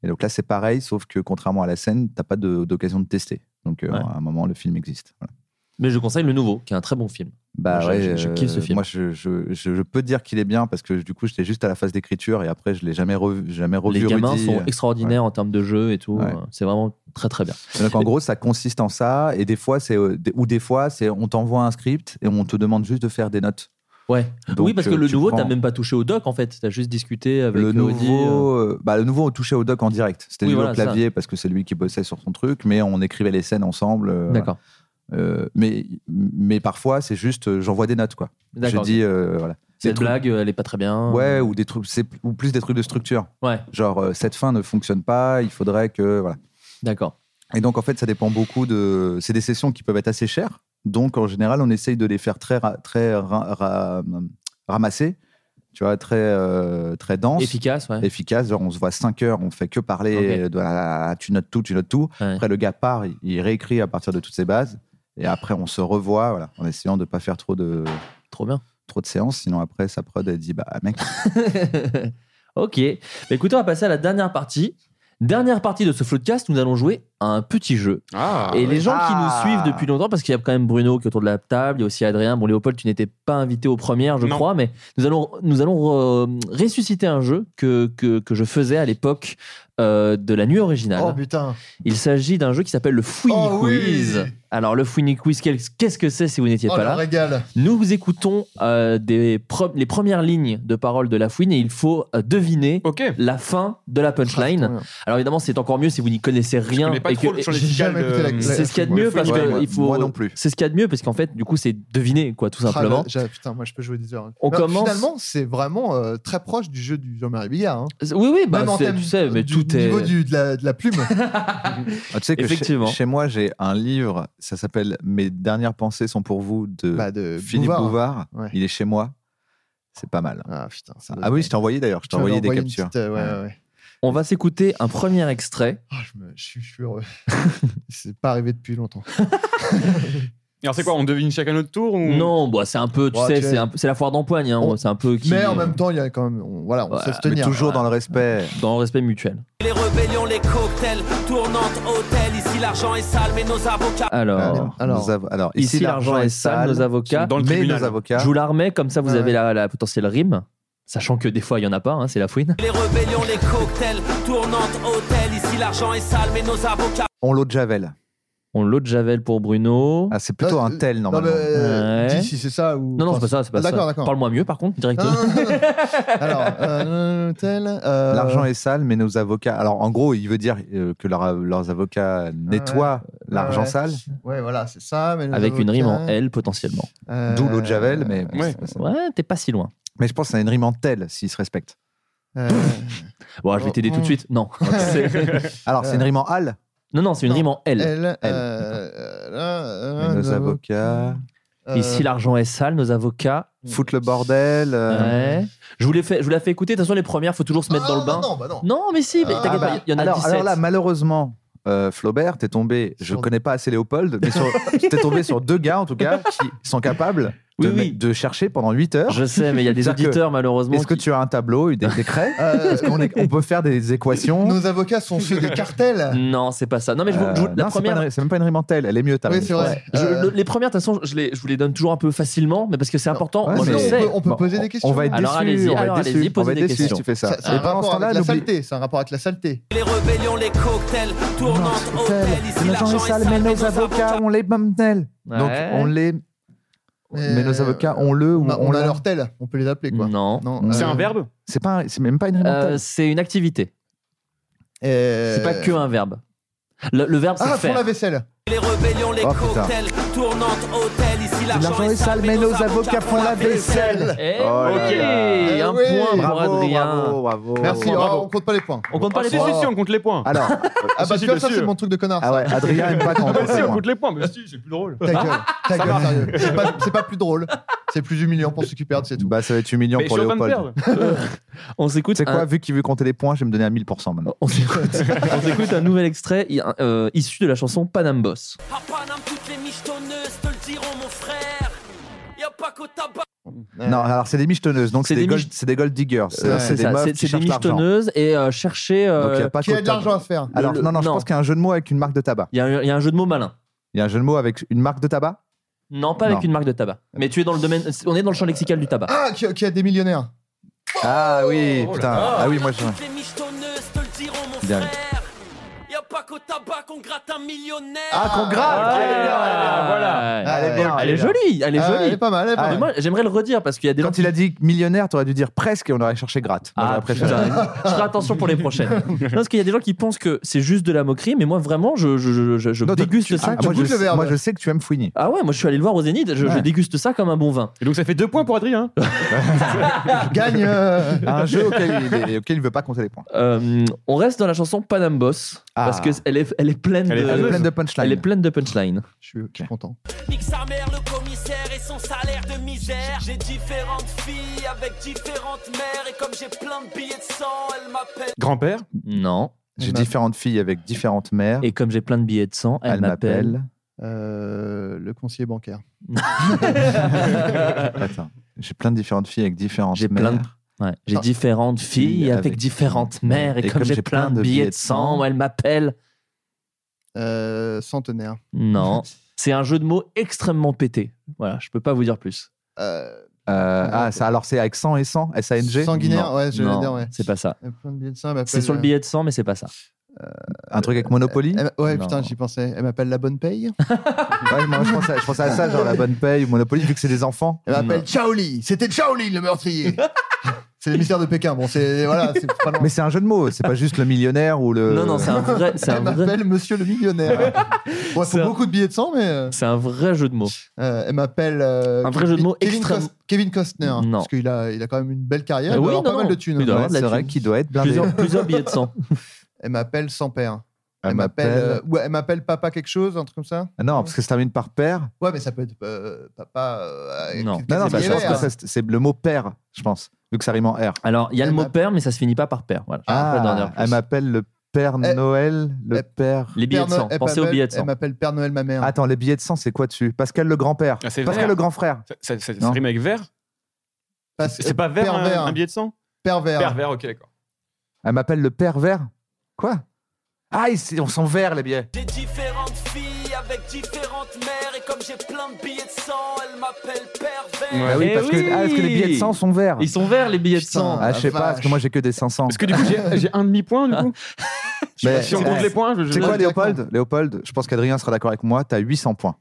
Et donc là, c'est pareil, sauf que contrairement à la scène, t'as pas de- d'occasion de, tester. Donc euh,
Ouais.
à un moment, le film existe. Voilà.
Mais je conseille le nouveau, qui est un très bon film.
Bah
Moi,
ouais,
je, je- je
euh,
kiffe ce film.
Moi, je, je- je- je peux dire qu'il est bien parce que du coup, j'étais juste à la phase d'écriture et après, je l'ai jamais revu. Jamais revu euh.
Les gamins
Rudy.
sont extraordinaires en termes de jeu et tout. euh, C'est vraiment très très bien.
Donc en gros, ça consiste en ça et des fois, c'est euh, des- ou des fois, c'est on t'envoie un script et on te demande juste de faire des notes.
Ouais.
Donc,
oui, parce que
euh,
le
tu
nouveau,
prends-
t'as même pas touché au doc en fait. T'as juste discuté avec
le
Audi, euh,
nouveau, euh, bah, le nouveau, on touchait au doc en direct. C'était
Oui,
lui
voilà,
au
ça.
clavier parce que c'est lui qui bossait sur son truc, mais on écrivait les scènes ensemble. euh,
D'accord.
voilà. Euh, mais, mais parfois, c'est juste, euh, j'envoie des notes, quoi. Je
D'accord,
dis,
ok. Ah.
euh, voilà. Des
Cette
trucs-
blague, elle est pas très bien.
Ouais, ou des trucs, c'est ou plus des trucs de structure.
Ouais.
Genre euh, cette fin ne fonctionne pas, il faudrait que voilà.
D'accord.
Et donc en fait, ça dépend beaucoup de. C'est des sessions qui peuvent être assez chères, donc en général, on essaye de les faire très ra- très ra- ra- ramassées, tu vois, très euh, très denses,
Efficace, ouais.
efficace. Genre on se voit 5 heures, on fait que parler.
Ok.
de la- la- la- tu notes tout, tu notes tout. Après le gars part, il, il réécrit à partir de toutes ses bases, et après on se revoit, voilà, en essayant de pas faire trop de.
Trop bien.
Trop de séances, sinon après sa prod elle dit bah mec.
Ok. Bah, écoutez, on va passer à la dernière partie. Dernière partie de ce floodcast, nous allons jouer à un petit jeu. et les gens
Ah.
qui nous suivent depuis longtemps, parce qu'il y a quand même Bruno qui est autour de la table, il y a aussi Adrien. Bon, Léopold, tu n'étais pas invité aux premières, je crois, mais nous allons, nous allons euh, ressusciter un jeu que, que, que je faisais à l'époque euh, de la nuit originale.
Oh putain.
Il s'agit d'un jeu qui s'appelle le Fouini
Oh oui.
Quiz. Alors, le Fouini Quiz, quel- qu'est-ce que c'est si vous n'étiez
Oh
pas
le
là
régal.
nous vous écoutons euh, des pre- les premières lignes de parole de la fouine et il faut euh, deviner la fin de la punchline. Alors évidemment, c'est encore mieux si vous n'y connaissez rien.
connais pas
et
trop
que-
le champ lexical J'ai jamais écouté de- la- la-
C'est ce qu'il y a de
le
mieux
fouine,
parce
ouais,
que
moi-
il faut.
moi non
C'est ce qu'il y a de mieux parce qu'en fait, du coup, c'est deviner quoi, tout simplement.
Ah, j'ai- putain, moi je peux jouer des heures.
On
Bah,
commence-
Finalement, c'est vraiment euh, très proche du jeu du Jean-Marie Bigard. hein.
Oui, oui, bah,
Même en
c'est-
thème
tu sais, mais
du
tout est.
niveau du- de, la, de la plume.
Ah, tu sais que
Effectivement.
Chez, chez moi, j'ai un livre, ça s'appelle Mes dernières pensées sont pour vous de,
Bah, de
Philippe
Bouvard.
Bouvard.
Ouais.
Il est chez moi. C'est pas mal.
Ah, putain, ça doit
ah
être
oui,
bon.
je t'ai envoyé d'ailleurs, je
Tu
t'ai
m'avais
envoyé des
envoyé une
captures.
petite, euh, ouais, ouais, ouais.
On va s'écouter un premier extrait.
Ah, je, me- je suis, je suis heureux. c'est pas arrivé depuis longtemps.
Et alors, c'est quoi On devine chacun notre tour ou...
Non, bah, c'est un peu, tu
Ouais,
sais,
tu
c'est
sais.
un peu- c'est la foire d'empoigne. hein, c'est un peu. qui-
Mais en même temps, il y a quand même. on- voilà, on
Voilà,
sait se tenir.
dans le respect.
Dans le respect mutuel.
Les rébellions, les cocktails, tournantes, hôtels, ici l'argent est sale, mais nos avocats.
Alors,
Alors, nos av- alors,
ici,
ici,
l'argent est sale, nos avocats,
dans le mais tribunal. nos avocats.
Je vous la remets, comme ça vous
Ah
avez
ouais.
la, la potentielle rime, sachant que des fois il y en a pas, hein, c'est la fouine.
Les rébellions, les cocktails, tournantes, hôtels, ici l'argent est sale, mais nos avocats.
On l'eau de Javel.
On l'eau de Javel pour Bruno.
Ah, c'est plutôt un tel
Non, mais,
normalement.
euh,
Ouais.
dis si c'est ça ou.
Non, non, c'est pas ça, c'est pas
Ah,
ça.
D'accord, d'accord.
Parle-moi mieux par contre, directement.
Alors, euh, tel, euh,
L'argent est sale, mais nos avocats. Alors en gros, il veut dire euh, que leur- leurs avocats nettoient l'argent
ouais.
sale,
Ouais, voilà, c'est ça. mais nos
Avec une
avocats-
rime en L potentiellement.
d'où l'eau de Javel, mais
Euh,
bon,
Ouais,
c'est pas ça.
t'es pas si loin.
Mais je pense que ça a une rime en tel s'ils se respectent.
Euh,
Bon, je vais t'aider tout de suite. Non.
Alors
Euh,
c'est une rime en al.
Non, non, c'est une rime en L.
Elle,
L.
euh, euh,
Mais
euh,
nos avocats.
euh,
Ici l'argent est sale, nos avocats.
Foutre le bordel. euh.
Ouais. Je vous l'ai fait, je vous la fais écouter. De toute façon, les premières, faut toujours se mettre dans le bain.
Non, bah non.
Non, mais si, mais
Ah,
t'inquiète
bah,
pas, il y en a
alors,
17.
alors là, malheureusement, euh, Flaubert, t'es tombé. Je connais pas assez Léopold, mais sur- t'es tombé sur deux gars en tout cas qui sont capables. De,
Oui, oui.
me- de chercher pendant 8 heures.
Je sais, mais il y a des
C'est-à-dire que-
auditeurs, malheureusement,
Est-ce que
qui-
tu as un tableau, des, des craies
Euh,
Est-ce qu'on est- on peut faire des équations
Nos avocats sont ceux des cartels.
Non, c'est pas ça. Non, mais je vous, je vous-
Euh,
la
non, c'est pas
première.
une- c'est même pas une rime en telle, elle est mieux ta
Oui,
rime,
c'est
je pense.
vrai.
Je-
Euh,
le- les premières, de toute façon, je, les, je vous les donne toujours un peu facilement, mais parce que c'est important.
Ouais,
Moi, je
mais
le
on
sais.
peut- on peut
Bon,
poser des questions.
On va être
Alors,
déçus,
allez-y,
on va
alors,
être
allez-y,
déçus, on
posez
va
des
être déçus si
questions.
tu fais ça.
Ça- C'est un,
Et pendant ce
rapport
temps-là,
avec la
n'oublie-
saleté. C'est un rapport avec la saleté.
Les rébellions, les cocktails, tournantes, hôtels, ici l'argent est sale, mais nos avocats.
on les même tels.
Ouais.
Donc on les. Mais nos avocats, on le ou
Bah, on, a-
on
on a
l'a.
leur tel. On peut les appeler quoi.
Non.
Non,
C'est
euh,
un verbe
C'est pas, un- c'est même pas une rime en
Euh,
telle.
c'est une activité.
euh,
C'est pas que un verbe. Le, le verbe, c'est
Ah, font
faire.
la vaisselle.
Les rébellions, les
Oh, putain.
cocktails, tournantes, hôtels, ici l'argent est sale, mais nos avocats font la vaisselle.
Eh
Oh là
oui,
là.
un
Eh oui.
point pour
Bravo,
Adrien.
bravo, bravo.
Merci.
bravo.
Oh, on compte pas les points.
On compte pas
Ah,
les
si,
points.
si, si, on compte les points.
Alors,
Ah bah
si,
tu vois,
bien
ça c'est
sûr.
mon truc de connard.
ah ouais,
ça.
Adrien aime pas quand on
Ah bah
compte les
si, on
points.
compte les points. Mais si, c'est plus drôle.
Ta gueule, ta gueule, sérieux. C'est pas, c'est pas plus drôle, c'est plus humiliant pour ceux qui perdent, c'est tout.
Bah, ça va être humiliant
Mais je
pour
suis en train de
Léopold.
perdre.
On s'écoute.
C'est quoi,
un-
vu qu'il veut compter les points, je vais me donner à 1000% maintenant.
on s'écoute- on s'écoute un nouvel extrait euh, issu de la chanson Panam Boss.
À Paname, toutes les michetonneuses te le diront, mon frère. Y'a pas qu'au tabac.
Non, alors c'est des michetonneuses, donc c'est
C'est des
des, gold-
mich-
c'est des gold diggers. C'est
Euh,
c'est
c'est
des
ça,
meufs
c'est-
qui
c'est des
cherchent l'argent.
michetonneuses et euh, chercher. euh,
Donc, il y a pas quota. Alors,
Le-
non, non, je
non.
pense qu'il y a un jeu de mots avec une marque de tabac.
Il y, a un jeu de mots malin.
Il y a un jeu de mots avec une marque de tabac
Non, pas avec
Non.
une marque de tabac. Mais tu es dans le domaine. On est dans le champ lexical du tabac.
Ah, qui, qui a des millionnaires.
Ah oui,
Oh là
putain.
là.
Ah oui, moi je.
Les michetonneuses te le diront, mon
Bien.
frère. Y'a pas qu'au tabac qu'on gratte un millionnaire.
Ah, qu'on gratte
Ah,
Allez, bien,
Ah,
voilà.
ah,
Elle est bien,
Elle est
bien.
jolie. Elle est
Ah,
jolie.
Elle est pas mal. Elle est pas
Mais
mal.
moi, j'aimerais le redire parce qu'il y a des gens
Quand il a dit millionnaire, t'aurais dû dire presque et on aurait cherché gratte. Moi,
Ah,
j'aurais préféré.
putain, je ferai attention pour les prochaines. Non, parce qu'il y a des gens qui pensent que c'est juste de la moquerie, mais moi vraiment, je, je, je- je, je
Non, toi,
déguste
tu-
ça.
ah, moi, je, sais- moi, je sais que tu aimes fouiner.
Ah ouais, moi je suis allé le voir au Zénith, je, je
Ouais.
déguste ça comme un bon vin.
Et donc ça fait deux points pour Adrien.
Gagne euh,
Un jeu auquel il, est- auquel il veut pas compter les points.
Euh, on reste dans la chanson Panam Boss, parce que elle est, elle est pleine
Ah. Euh, Elle est
de,
fameuse. pleine de punchline.
Elle est pleine de punchline.
Je suis, je suis content.
Nique sa mère, le commissaire et son salaire de misère. J'ai différentes filles avec différentes mères. Et comme j'ai plein de billets de sang, elle m'appelle.
Grand-père
Non.
J'ai différentes filles avec différentes mères.
Et comme j'ai plein de billets de sang, elle,
Elle m'appelle.
Euh, le conseiller bancaire.
Attends. J'ai plein de différentes filles avec différentes
J'ai
mères.
plein de- Ouais. J'ai différentes filles avec, différentes mères, et, comme, j'ai plein de billets de sang, elle m'appelle.
Euh, centenaire.
Non. c'est un jeu de mots extrêmement pété. Voilà, je peux pas vous dire plus.
Euh,
Euh, ah, ça, alors c'est avec 100 et 100 S-A-N-G
Sanguinaire,
Non.
ouais, je
Non,
vais dire, ouais.
c'est pas ça. euh,
Il y a plein de billets de sang, elle
C'est sur le
euh,
m'appelle,
billet de sang, mais c'est pas ça.
Un truc avec Monopoly
euh, elle- ouais,
Non.
putain, j'y pensais. Elle m'appelle la bonne paye.
Ouais, moi, je, pensais, à- je pensais à ça, genre la bonne paye ou Monopoly, vu que c'est des enfants.
Elle m'appelle Shaoli. C'était Shaoli le meurtrier. c'est les mystères de Pékin. Bon, c'est voilà, c'est pas loin.
Mais c'est un jeu de mots, c'est pas juste le millionnaire ou le.
Non, non, c'est un vrai, c'est un
Elle
vrai,
m'appelle Monsieur le millionnaire. Bon, il faut
C'est un-
beaucoup de billets de sang, mais euh,
c'est un vrai jeu de mots.
euh, elle m'appelle. euh,
Un vrai jeu de mots
Kevin
extrême-
Cos- Kevin Costner.
Non.
Parce qu'il a, il a quand même une belle carrière.
Ah
il doit
oui,
avoir
non,
pas mal
non.
de thunes.
Il doit avoir
Ouais,
de la
c'est vrai
thune.
qu'il doit être blindé.
Plusieurs, plusieurs billets de sang.
Elle m'appelle sans père.
Elle
Elle m'appelle.
m'appelle-
euh, ouais, elle m'appelle papa quelque chose, un truc comme ça.
Ah Non, parce que ça termine par père.
Ouais, mais ça peut être euh, papa. euh, avec-
Non.
avec
Non, non,
des
bah, je pense
billets
que
verts.
ça, c'est- c'est le mot père, je pense, vu que ça rime en R.
Alors, il y a le
Elle
mot
m'a-
père, mais ça se finit pas par père. Voilà. Je vais pas en
Ah,
dire plus.
elle m'appelle le père
Eh,
Noël, le
eh,
père.
Les billets de
Père
sang.
Noël- elle
Pensez aux
m'appelle-
billets de sang.
Elle m'appelle Père Noël ma mère.
Attends, les billets de sang, c'est quoi dessus Pascal le grand-père.
Ah, c'est
Pascal
vert.
le grand-frère.
Ça, ça, ça- ça
Non.
rime avec vert
Pas-
C'est pas vert
pervers.
un, un billet de sang
pervers.
Pervers, ok, d'accord.
Elle m'appelle le père vert. Quoi Ah, ils- on s'en vert les billets.
J'ai différentes filles avec différentes mères. Et comme j'ai plein de billets de sang, elle m'appelle pervers.
Ah oui,
Eh
parce,
oui
Que, ah, parce que les billets de sang sont verts.
Ils sont verts, les billets de
Putain.
sang.
Ah, je sais
la
pas, parce que
vache.
moi j'ai que des 500.
Est-ce que du coup, j'ai j'ai un demi-point, du coup Je sais
Mais-
pas Si on compte les points, je, je-
C'est quoi,
Ouais, d'accord.
Léopold Léopold, je pense qu'Adrien sera d'accord avec moi, t'as 800 points.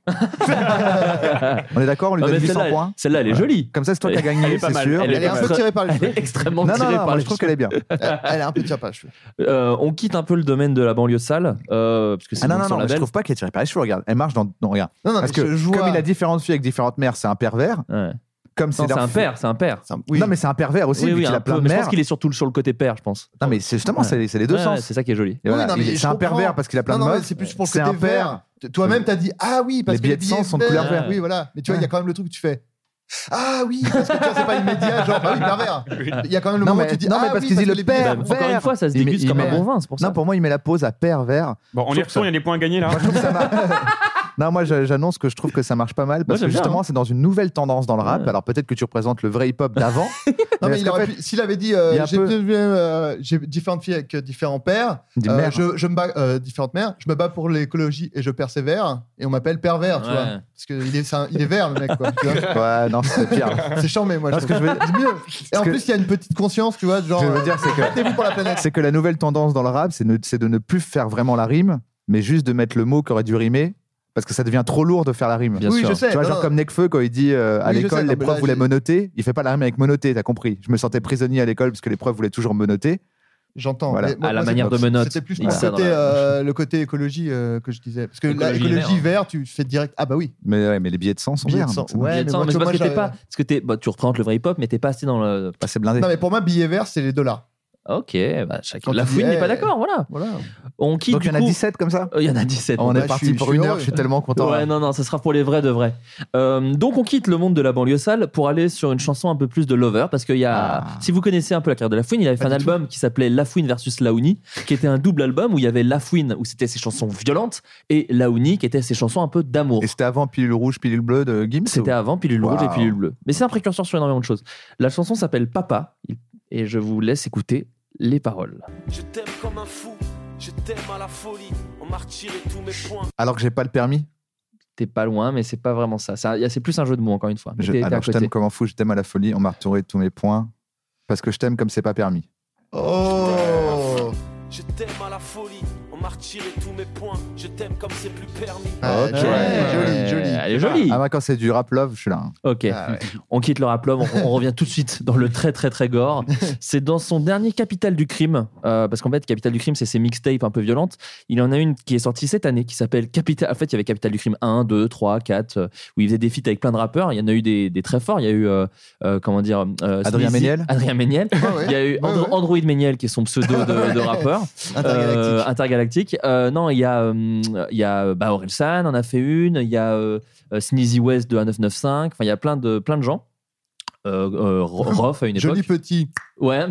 on est d'accord On lui
Ah,
donne
mais
800
celle-là,
points.
celle-là, elle est
Voilà.
jolie.
Comme ça, c'est toi qui as
Elle
gagné,
est pas
c'est
mal,
sûr.
elle
Elle est un
pas
peu
mal.
tirée par les
Elle
cheveux.
est extrêmement
Non, non,
tirée
non,
par
moi,
les
je trouve qu'elle est bien.
Elle elle est un peu tirée par les cheveux.
Euh, on quitte un peu le domaine de la banlieue sale, euh, parce que c'est
Ah non,
donc
non,
son
non, mais je
label.
trouve pas qu'elle est tirée par les cheveux, regarde. Elle marche dans. Non, regarde.
Non, non,
Parce
mais
que
je- je vois-
comme il a différentes filles avec différentes mères, c'est un pervers.
Ouais.
Comme
Non,
c'est
c'est
leur-
un père, c'est un père.
C'est un- oui.
Non, mais c'est un pervers aussi,
oui,
vu
oui,
qu'il
un
a plein
peu,
de
mais je pense
mères.
qu'il est surtout sur le côté père, je pense.
Non, mais c'est justement,
Ouais.
c'est c'est les deux
Ouais, ouais,
sens.
c'est ça qui est joli.
Et voilà,
Oui, non, mais
il-
je
c'est un
comprends.
pervers parce qu'il a plein
Non,
de
non, mais
meufs.
C'est plus pour le
C'est un
côté
père.
vert. T- Toi-même, t'as dit Ah oui, parce
Les
que
billets de sang sont de
verts.
couleur
verte.
Oui, voilà. Mais tu vois, il y a quand même le truc que tu fais Ah oui, parce que tu vois, c'est pas immédiat, genre, bah oui, pervers. Il y a quand même le
Non,
moment où
mais-
tu dis
non,
Ah
mais parce
oui,
qu'ils disent
que
le
les billets-
père.
Encore une
Vert.
fois, ça se
Il met-
déguste
il
comme
met-
un bon vin, c'est pour ça.
Non, pour moi, il met la pause à pervers.
Bon, on y retourne, il y a des points à gagner là.
Non, moi je- j'annonce que je trouve que ça marche pas mal parce
Moi,
que
j'aime bien,
justement
hein.
c'est dans une nouvelle tendance dans le rap.
Ouais.
Alors peut-être que tu représentes le vrai hip-hop d'avant.
Non, mais
parce
il
qu'en
aurait
fait,
pu- s'il avait dit
il y a un
euh, J'ai
peu-
deux- euh, j'ai différentes filles avec euh, différents pères,
Des
euh,
mères.
je, je me bats, euh, différentes mères, je me bats pour l'écologie et je persévère, et on m'appelle pervers, tu
Ouais.
vois. Parce qu'il est, c'est un- il est vert, le mec, quoi. tu vois.
Ouais, non, c'est pire.
C'est charmé, moi.
Non, ce
je
que je
trouve.
veux-
C'est mieux. Et en
que-
plus, il y a une petite conscience, tu vois,
Ce
genre.
que je veux dire, c'est que,
vous pour la planète.
c'est que la nouvelle tendance dans le rap, c'est ne- c'est de ne plus faire vraiment la rime, mais juste de mettre le mot qui aurait dû rimer parce que ça devient trop lourd de faire la rime.
Bien
oui,
sûr.
je sais.
Tu vois,
non,
genre
non.
comme Nekfeu, quand il dit euh,
Oui,
à
je sais, non,
l'école,
mais
les profs
là,
voulaient
j'ai-
me noter, il fait pas la rime avec me noter, t'as compris. Je me sentais prisonnier à l'école parce que les profs voulaient toujours me noter.
J'entends.
Voilà.
mais moi-
À la
moi,
manière
c'était-
de Menotte.
C'était plus
Il y a
mon
ça
côté,
dans la-
euh, le côté écologie euh, que je disais. Parce que la-
Écologie
l'écologie
verte.
vert, tu fais direct Ah bah oui.
Mais, ouais, mais les billets de sang sont
Billets
verts.
de sang.
donc ça-
Ouais,
Billet de
mais
sang,
moi,
mais c'est
tu-
parce que
moi,
t'es
j'avais-
pas, parce que t'es, bah, tu représentes le vrai hip-hop, mais t'es pas assez dans le.
Ah, c'est blindé.
Non, mais pour moi, billet vert, c'est les dollars.
Ok, bah, chacun.
Quand
La
tu
fouine
dis,
n'est pas
eh,
d'accord, voilà. On quitte.
Donc, il y en a 17
comme ça Il y en a 17.
Bah,
On est parti pour une heure, je suis tellement content. hein.
Ouais, non, non, ça sera pour les vrais de vrais. Euh, donc, on quitte le monde de la banlieue sale pour aller sur une chanson un peu plus de lover. Parce qu'il y a.
Ah.
Si vous connaissez un peu la carrière de La Fouine, il avait fait un album qui s'appelait La Fouine versus Laouni, qui était un double album où il y avait La Fouine, où c'était ses chansons violentes, et Laouni, qui était ses chansons un peu d'amour. Et
c'était avant Pilule Rouge, Pilule Bleue de Gims
C'était avant Pilule Rouge et
Waouh.
Pilule Bleue. Mais c'est un précurseur sur énormément de choses. La chanson s'appelle Papa, et je vous laisse écouter les paroles.
Je t'aime comme un fou, je t'aime à la folie. On m'a retiré tous mes points.
Alors que j'ai pas le permis T'es pas loin, mais c'est pas vraiment ça. Ça- C'est plus un jeu de mots, encore une fois. Mais
Je,
t'es- t'es à
alors, je
côté.
t'aime comme un fou, je t'aime à la folie, on m'a retourné tous mes points. Parce que je t'aime comme c'est pas permis.
Oh
Je t'aime à la folie, on m'a retiré tous mes points. Je t'aime comme c'est plus permis.
Ah,
Ok.
joli, joli. Elle est jolie.
Ah, moi, quand c'est du rap love, je suis là. hein.
Ok,
Ah
on quitte le rap love, on, on revient tout de suite dans le très très très gore. C'est dans son dernier Capital du crime, euh, parce qu'en fait Capital du crime c'est ses mixtapes un peu violentes. Il en a une qui est sortie cette année qui s'appelle Capital. En fait il y avait Capital du crime 1, 2, 3, 4, euh, où il faisait des feats avec plein de rappeurs. Il y en a eu des, des très forts. Il y a eu euh, euh, comment dire euh,
Adrien
Sneezy-
Méniel
Adrien Méniel. Il y a eu Andro- Android Méniel qui est son pseudo de, de rappeur
Intergalactique.
Euh, intergalactique. Euh, non, il y a, hum, il y a bah, Orelsan, en a fait une. Il y a euh, euh, Sneezy West de 1995. Enfin, il y a plein de, plein de gens. Euh, euh, Ro- Rof à une époque.
Joli petit.
Ouais,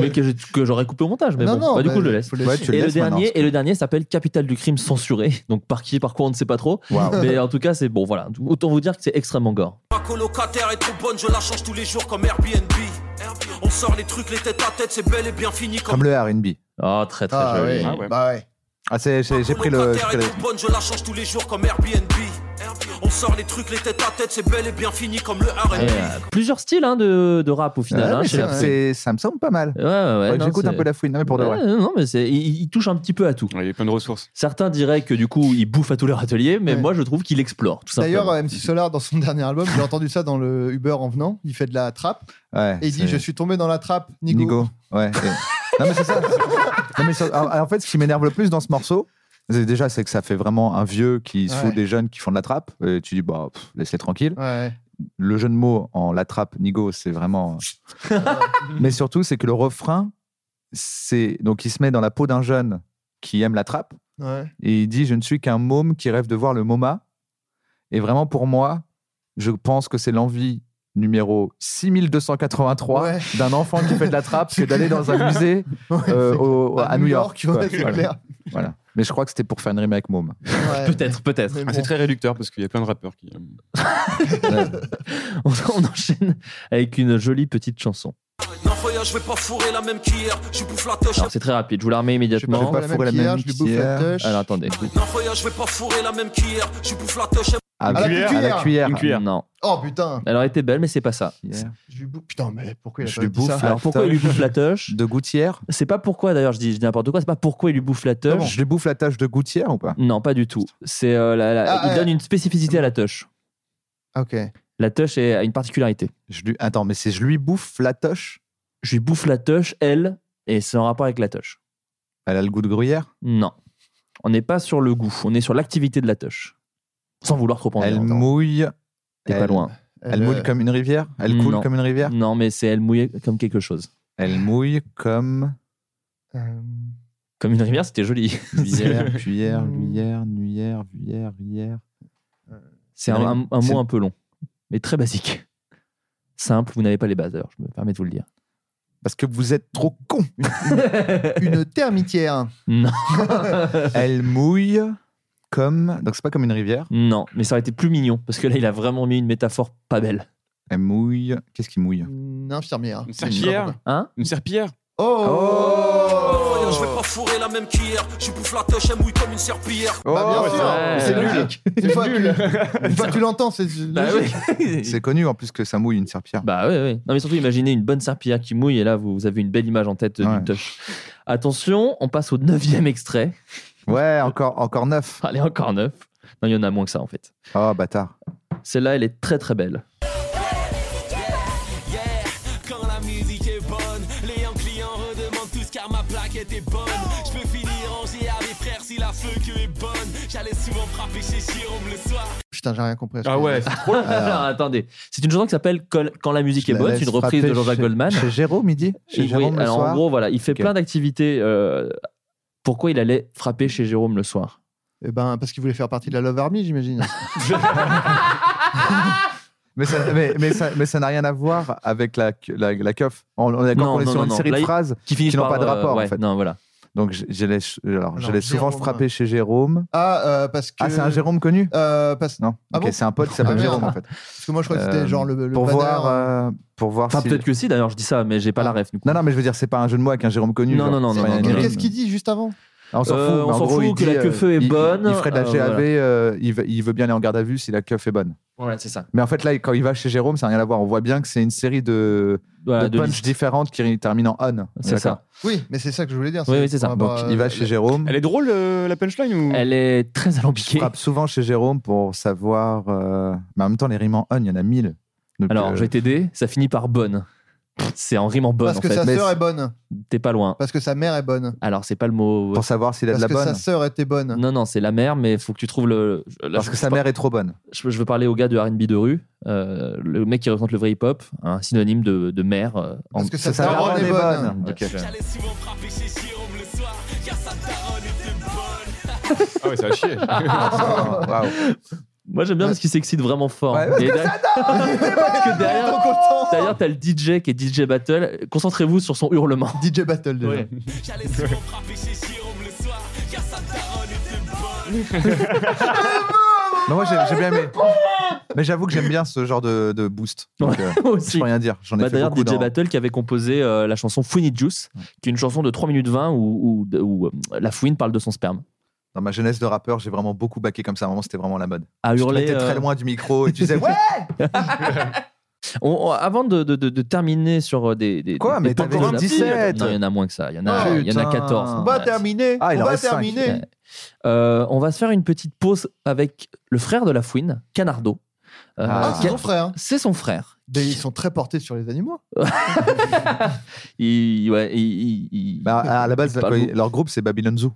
mais que, j'ai- que j'aurais coupé au montage. Mais
Non,
bon,
non,
Bah, du
mais
coup, je le laisse.
faut le laisser. Ouais, tu le
et, le
laisses maintenant,
dernier,
c'est
et le dernier s'appelle Capital du crime censuré. Donc, par qui, par quoi, on ne sait pas trop.
Waouh.
Mais en tout cas, c'est bon, voilà. Autant vous dire que c'est extrêmement gore.
Ma colocataire est trop bonne, je la change tous les jours comme Airbnb. On sort les trucs, les têtes à tête, c'est bel et bien fini comme.
Comme le RB.
Ah, très
très Ah joli. ouais. Ah ouais.
Ah, c'est- j'ai j'ai pris le. j'ai
colocataire
pris
est
le-
trop bonne, je la change tous les jours comme Airbnb. On sort les trucs, les têtes à tête, c'est bel et bien fini comme le
Et,
R&B.
euh, plusieurs styles hein, de, de rap au final.
Ah, Ouais,
hein,
mais
chez
c'est-
la Fouine.
c'est- Ça me semble pas mal.
Ouais, ouais,
Faudrait que
non,
J'écoute un
c'est-
peu la fouine, non, mais pour de
Ouais,
vrai.
Non, mais c'est- il, il touche un petit peu à tout.
il y a plein de ressources.
Certains diraient que du coup, il bouffe à tous leur atelier, mais
Ouais.
moi, je trouve qu'il explore. Tout simplement.
D'ailleurs, euh, MC Solar, dans son dernier album, j'ai entendu ça dans le Uber en venant. Il fait de la trappe.
Ouais,
et il dit
c'est-
Je suis tombé dans la trappe, Nigo.
Nigo. Ouais. Et- non, mais c'est ça. Non, mais ça- alors, alors, en fait, ce qui m'énerve le plus dans ce morceau, c'est déjà, c'est que ça fait vraiment un vieux qui se
Ouais.
fout des jeunes qui font de la trappe. Et tu dis, bah, pff, laisse-les tranquilles.
Ouais.
Le jeu de mots en la trappe, Nigo, c'est vraiment. mais surtout, c'est que le refrain, c'est. Donc, il se met dans la peau d'un jeune qui aime la trappe.
Ouais.
Et il dit Je ne suis qu'un môme qui rêve de voir le MoMA. Et vraiment, pour moi, je pense que c'est l'envie numéro 6283 d'un enfant qui fait de la trappe que d'aller dans un musée
Ouais,
euh,
c'est-
au-
à
à,
New
New York.
York,
quoi.
ouais, c'est
voilà.
clair.
Voilà. Mais je crois que c'était pour faire une rime avec môme.
Peut-être, peut-être.
Mais
Ah,
bon.
c'est très réducteur parce qu'il y a plein de rappeurs qui. euh,
on, on enchaîne avec une jolie petite chanson.
Non, voyage, je vais pas fourrer la même qu'hier. Je bouffe la touche.
Alors, c'est très rapide. Je vous la remets
Je
immédiatement.
vais pas fourrer la même cuillère, je lui bouffe la
cuillère.
tâche.
Alors, attendez.
Non, voyage, je vais pas fourrer la même qu'hier. Je bouffe la touche.
À
la cuillère.
à la cuillère.
Une cuillère.
Non.
Oh putain.
Elle aurait été belle, mais c'est pas ça.
Je lui bouffe- Putain, mais pourquoi il a
Je
pas
lui
dit ça
bouffe la
Alors, pourquoi il lui bouffe la touche
de gouttière.
C'est pas pourquoi, d'ailleurs, je dis, je dis n'importe quoi. C'est pas pourquoi il lui bouffe la touche.
Je lui bouffe la tâche de gouttière ou pas
Non, pas du tout. C'est euh, la- la-
Ah,
il
ouais.
donne une spécificité à la touche.
Ok.
La touche est- a une particularité.
je lui... Attends, mais c'est je lui bouffe la tâche
Je lui bouffe la touche, elle, et c'est en rapport avec la touche.
Elle a le goût de gruyère
Non. On n'est pas sur le goût, on est sur l'activité de la touche. Sans vouloir trop en
Elle
dire.
mouille.
T'es pas
elle-
loin.
Elle,
Elle, euh,
mouille comme une rivière Elle coule
Non.
comme une rivière
Non, mais c'est elle mouillée comme quelque chose.
Elle mouille comme.
Euh,
Comme une rivière, c'était joli.
Luière, cuillère, luière, nuière, vuière, rière.
C'est un, un- un
C'est-
mot un peu long, mais très basique. Simple, vous n'avez pas les bases d'ailleurs, je me permets de vous le dire.
Parce que vous êtes trop con.
Une termitière.
Non,
Elle mouille comme. Donc c'est pas comme une rivière.
non, mais ça aurait été plus mignon, parce que là, il a vraiment mis une métaphore pas belle.
Elle mouille. Qu'est-ce qui mouille
Une infirmière.
Une serpillière
Hein
Une serpillière
Oh,
Non, voyage, je vais pas fourrer la même qu'hier. Je bouffe la touche, elle mouille comme une serpillière.
Bah, bien sûr.
ouais.
C'est
Ouais.
logique. Une fois que- une fois que tu l'entends, c'est
Bah
logique.
oui.
C'est connu en plus que ça mouille une serpillère.
Bah oui, oui. Non, mais surtout, imaginez une bonne serpillière qui mouille, et là, vous, vous avez une belle image en tête d'une
Ouais.
touche. Attention, on passe au neuvième extrait.
Ouais, encore, encore neuf.
Allez, encore neuf. Non, il y en a moins que ça, en fait.
Oh, bâtard.
Celle-là, elle est très très belle.
Yeah, quand la musique est bonne, les clients redemandent tous car ma plaque était bonne. Je peux finir en GA, mes frères, si la feu que est bonne. J'allais souvent frapper chez Jérôme le soir.
Putain, j'ai rien compris. à ce
Ah
que-
ouais, c'est trop long. Alors, attendez. C'est une chanson qui s'appelle Col- Quand la musique est bonne, c'est une reprise de Jean-Jacques Goldman.
Chez Jérôme, il dit Chez
Et
Jérôme
oui,
le
alors
soir
en gros, voilà, il fait
Ok.
plein d'activités. euh, pourquoi il allait frapper chez Jérôme le soir
Eh ben, parce qu'il voulait faire partie de la Love Army, j'imagine.
Mais ça, mais, mais ça, mais ça n'a rien à voir avec la, la, la keuf. On, on est d'accord
Non,
qu'on est
non,
sur
non,
une
non.
série
Là,
de
il-
phrases
qui
qui,
finissent
n'ont
par,
pas de
euh,
rapport.
ouais,
en fait.
non, voilà.
Donc j- j'allais alors,
Alors,
j'allais souvent
Jérôme.
frapper chez Jérôme.
Ah, euh, parce que. Euh, Ah
Ah, c'est un Jérôme connu
Non.
Ok, c'est un pote qui s'appelle Jérôme en fait.
Parce que moi, je crois que c'était
Euh,
genre le. le hein.
pour
banner,
voir, euh, pour voir.
Enfin, peut-être que si, d'ailleurs, je dis ça, mais j'ai pas la ref.
Non, non, mais je veux dire, c'est pas un jeu de mots avec un Jérôme connu.
Non,
genre,
non, non,
c'est
non,
pas
non,
une
non,
rime.
Qu'est-ce qu'il dit juste avant
On s'en
Euh,
fout, mais
on
en
s'en
gros,
fout
il
que
dit,
la queue
euh,
feu est
il- il-
bonne.
Il ferait de la
Euh, voilà.
GAV, euh, il, veut, il veut bien aller en garde à vue si la queue est bonne.
Ouais, c'est ça.
Mais en fait, là, quand il va chez Jérôme, ça n'a rien à voir. On voit bien que c'est une série de,
Voilà,
de
Ah, de
punches
listes.
différentes qui terminent en on.
C'est ça.
Oui, mais c'est ça que je voulais dire. par
Donc
rapport à-
il va chez Jérôme.
Elle est drôle, euh, la punchline ou...
Elle est très alambiquée.
Je frappe souvent chez Jérôme pour savoir. euh, Mais en même temps, les rimes en on, il y en a mille. Donc,
Alors,
euh,
je vais t'aider, ça finit par bonne. C'est en rime en bonne,
Parce
en
que
fait.
sa
Mais
sœur
c'est-
est bonne.
T'es pas loin.
Parce que sa mère est bonne.
Alors, c'est pas le mot.
Pour savoir s'il a
Parce
de la
que sa
bonne.
sœur était bonne.
Non, non, c'est la mère, mais faut que tu trouves le.
Parce que sa mère est trop bonne.
Je, je veux parler au gars de RB de rue, euh, le mec qui représente le vrai hip-hop, un synonyme de, de mère. euh, en-
que sa daronne est bonne.
Ok.
J'allais souvent frapper chez Jérôme le soir. Car sa daronne était bonne.
Ah ouais, ça va chier.
Ah,
Moi, j'aime bien parce qu'il s'excite vraiment fort. Et derrière- parce que derrière, derrière, t'as le DJ qui est DJ Battle. Concentrez-vous sur son hurlement.
DJ Battle, déjà.
J'allais souvent frapper chez Jérôme le soir. Car sa daronne était bonne.
Mais moi, j'ai j'ai bien aimé. Mais j'avoue que j'aime bien ce genre de, de boost. Donc, euh, Je peux rien dire. J'en ai
Bah,
fait
D'ailleurs,
beaucoup
DJ
dans-
Battle qui avait composé euh, la chanson Fouine It Juice, qui est une chanson de 3 minutes 20 où, où- où, euh, la fouine parle de son sperme.
Dans ma jeunesse de rappeur, j'ai vraiment beaucoup baqué comme ça. À un moment, c'était vraiment la mode.
À
tu te
hurler,
mettais
euh,
très loin du micro et tu disais ouais.
On- on- avant de, de- de- de terminer sur euh, des. des
Quoi,
des-
mais
des
t'avais
portes de la-
17.
Non, Il y en a moins que ça. Il y en a, il y en a
Putain.
14.
On va terminer. Ah, il en
va
reste cinq.
terminer. Euh, on va se faire une petite pause avec le frère de la fouine, Canardo. Euh,
Ah, c'est
Ca-
son frère. hein.
C'est son frère.
Mais ils sont très portés sur les animaux.
Il, ouais, il- il- il-
Bah, à la base,
il parle
quoi,
beaucoup.
leur groupe, c'est Babylon Zoo.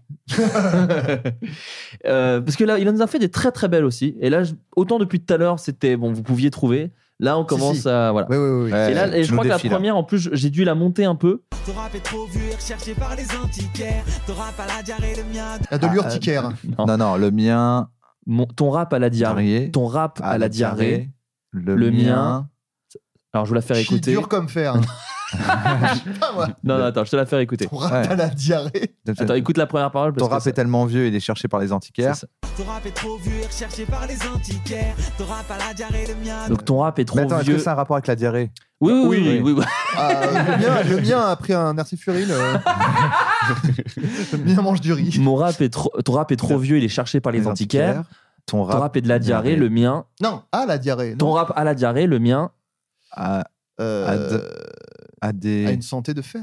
Euh, parce que là, il nous a fait des très très belles aussi. Et là, je- autant depuis tout à l'heure, c'était bon, vous pouviez trouver. Là, on commence
si.
à voilà.
Oui, oui, oui.
et là,
Ouais,
et
tu
je
nous
crois que la
hein.
défiles, hein. là.
première, en plus, j'ai dû la monter un peu.
Ton rap est trop vu et recherché par les antiquaires. Ton rap à la diarrhée, le mien.
Ah, de
Ah,
l'urticaire.
Non. non, le mien.
euh, Mon- ton rap à la diarrhée,
Diarrhée.
ton rap
Ah,
à, la diarrhée.
Le,
Le
mien.
Alors, je vous la faire
Chie
écouter.
dur comme fer. Putain, moi.
Non, non, attends, je te la faire écouter.
Ah Pour
Ouais.
à la diarrhée.
Attends, écoute la première parole. Parce
Ton
que
rap
ça-
est tellement vieux, il est cherché par les antiquaires.
c'est ça.
Ton rap est trop vu et recherché par les antiquaires. Ton rap à la diarrhée, le mien.
Donc, ton rap est trop
Mais attends, est-ce
vieux.
que c'est un rapport avec la diarrhée
Oui, oui, oui, oui, oui, oui.
Ah, le, mien, le mien a pris un artifuril. euh. le mien mange du riz.
Mon rap est trop, ton rap est trop vieux, il est cherché par les, antiquaires.
Ton
Ton
rap.
rap est de la diarrhée, le mien.
Non, à la diarrhée.
Ton
Non.
rap à la diarrhée, le mien.
à-
Euh,
à de- à
à
des.
une santé de fer.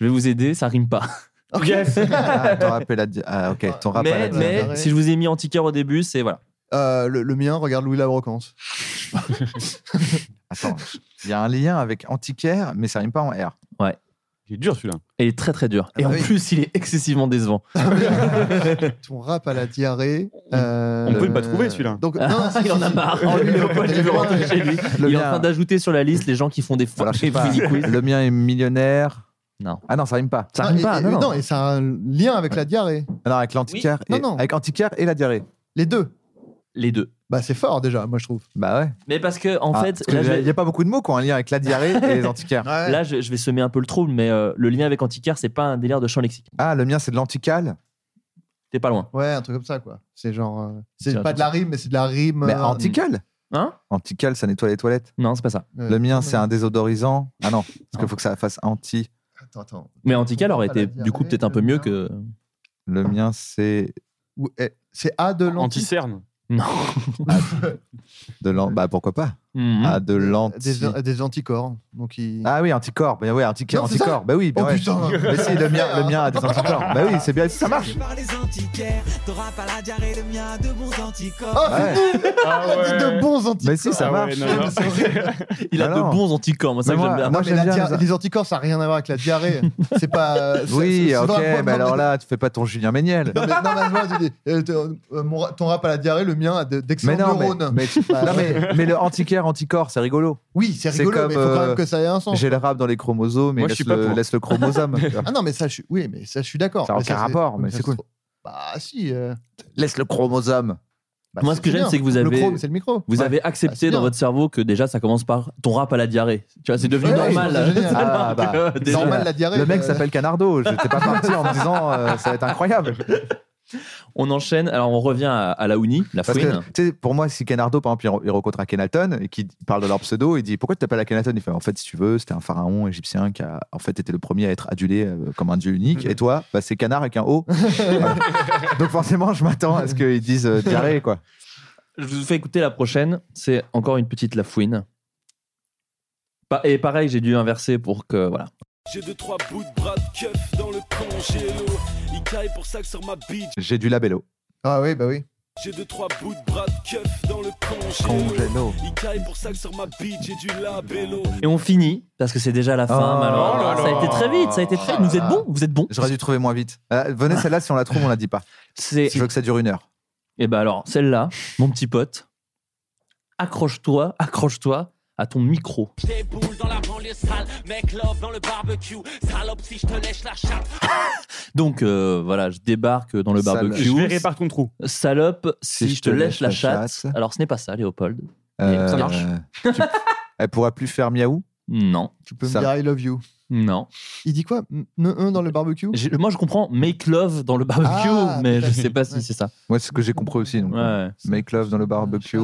Je vais vous aider, ça rime pas.
Ah, ton rap est la di- ah, ok, ton rap à la
mais
diarrhée.
mais
diarrhée.
si je vous ai mis antiquaire au début, c'est voilà.
Euh, le, le mien, regarde Louis Labrocance.
Attends, il y a un lien avec antiquaire, mais ça rime pas en R.
Il est dur celui-là.
Il est très très dur.
Ah
Et
bah
en
oui.
plus, il est excessivement décevant.
Ton rap à la diarrhée. euh,
On peut le pas trouver, celui-là.
Donc, non, si,
Ah, il en
si,
a
si.
marre. Oh, lui, Léopold, il veut rentrer chez lui.
Le
Il est en
mien.
train d'ajouter sur la liste les gens qui font des fois
Alors, je sais pas,
quiz.
le mien est millionnaire.
Non.
Ah non, ça rime pas.
Ça
Non,
rime
et-
pas.
et-
non, non.
non, et ça a un lien avec la diarrhée.
Ah non, avec l'antiquaire.
Oui.
et-
Non, non.
Avec antiquaire et la diarrhée.
Les deux.
Les deux.
Bah, c'est fort déjà, moi je trouve.
Bah ouais.
Mais parce que, en
Ah,
fait,
parce que
là, je
il
vais-
n'y a pas beaucoup de mots qui ont un lien avec la diarrhée et les antiquaires.
là, je, je vais semer un peu le trouble, mais euh, le lien avec antiquaire, c'est pas un délire de champ lexique.
Ah, le mien, c'est de l'anticale.
T'es pas loin.
Ouais, un truc comme ça, quoi. C'est genre. euh,
C'est
C'est
un
pas
truc-
de la rime, mais c'est de la rime.
Mais
euh,
anticale
Hein
Anticale, ça nettoie les toilettes.
Non, c'est pas ça.
euh,
Le mien, c'est un désodorisant. Ah non, parce qu'il faut que ça fasse anti.
Attends, attends.
Mais antiquaire aurait
Pas la euh,
été, du coup,
diarrhée,
peut-être un peu
le
mieux
mien.
que.
Le mien, c'est
Ou- eh, C'est A de l'anti.
Anti-cerne.
Non.
de l'an. Bah pourquoi pas
Mhm.
à de l'anti.
Des, des anticorps. Donc il...
Ah oui, anticorps. Bah oui, anti-
Non, c'est ça
anticorps. Bah oui, bah
Oh,
ouais.
putain.
Mais si, le mien, le mien a des anticorps. Bah oui, c'est bien, ça marche.
Par les antiquaires, t'auras pas la diarrhée, le mien a de bons anticorps.
Oh,
Ouais.
de bons anticorps. Ah
Mais si, ça marche.
Il a
Ah
de
non.
bons anticorps, moi, ça
Mais
que j'aime
moi-
bien.
moi,
Mais la
j'aime bien
dia-
les-
les anticorps, ça n'a rien à voir avec la diarrhée. Ah, C'est pas. euh, c'est- c'est-
Oui,
c'est
ok,
dans le
mais
programme
alors
de-
là, tu fais pas ton Julien Méniel.
Non, mais, non, mais moi, je dis, euh, ton- euh, mon ra- ton rap à la diarrhée, le mien a de- d'excellents
Mais non, mais,
neurones.
mais, tu-
Bah,
non, mais, mais le anticorps, anticorps, c'est rigolo.
Oui, c'est rigolo, mais il faut quand même que ça ait un sens.
J'ai le rap dans les chromosomes, mais
Moi, je
laisse,
suis pas
le,
pour.
laisse le chromosome. tu vois.
Ah non, mais ça, je suis, oui, mais ça, je suis d'accord.
ça n'a
Mais
aucun
c'est-
rapport, mais
ça,
c'est cool.
Bah si. euh,
Laisse le chromosome.
bah,
Moi, ce que
bien.
j'aime, c'est que vous
Le
avez-
chrome, c'est le micro.
Vous
Ouais.
avez
Bah, c'est
accepté
bien.
dans votre cerveau que déjà ça commence par ton rap à la diarrhée. Tu vois, c'est devenu
Ouais,
normal.
c'est génial.
Ah, bah,
Alors que, euh, déjà-
normal, la diarrhée.
Le mec
euh,
s'appelle Canardo. Je t'ai pas parti en me disant euh, ça va être incroyable.
On enchaîne. Alors on revient à, à la Uni, la
Parce que,
fouine.
tu sais, pour moi, si Canardo, par exemple, il re- il rencontre un Kenaton et qui parle de leur pseudo, il dit Pourquoi tu t'appelles Akhenaton Il fait En fait, si tu veux, c'était un pharaon égyptien qui a en fait été le premier à être adulé euh, comme un dieu unique. Et toi, bah, c'est canard avec un O. Voilà. Donc, forcément, je m'attends à ce qu'ils disent euh, diarrhée, quoi.
Je vous fais écouter la prochaine. C'est encore une petite la fouine. Pa- Et pareil, j'ai dû inverser pour que voilà.
J'ai deux trois bouts de bras de keuf dans le congélo. Il caille pour ça que sur ma bite.
J'ai du labello.
Ah oui, bah oui.
J'ai deux trois bouts de bras de keuf dans le congélo.
Congélo.
Il caille pour ça que sur ma bite. J'ai du labello.
Et on finit parce que c'est déjà la fin.
Oh
malheureusement.
là
ça
là.
a été très vite. Ça a été très. Vous êtes bon. Vous êtes bon.
J'aurais dû trouver moins vite. Euh, venez, celle-là, si on la trouve, on la dit pas.
C'est.
Je veux que ça dure une heure.
Et ben alors celle-là, mon petit pote, accroche-toi, accroche-toi à ton micro.
Des boules dans la banlieue sale. Mec love dans le barbecue. Salope si je te lèche la chatte.
Donc euh, voilà, je débarque dans le
Sale-
barbecue.
Je verrai par ton trou.
Salope, si, je te lèche la chatte. Alors ce n'est pas ça, Léopold.
Euh,
ça marche.
tu- Elle pourra plus faire miaou
Non,
Tu peux
Ça-
me dire I love you.
non.
Il dit quoi Ne- un dans le barbecue
J'ai- Moi, je comprends make love dans le barbecue,
Ah,
mais je
d'accord.
sais pas si c'est ça.
Moi, c'est ce que j'ai compris aussi. Donc, euh,
Ouais.
Make love dans le barbecue.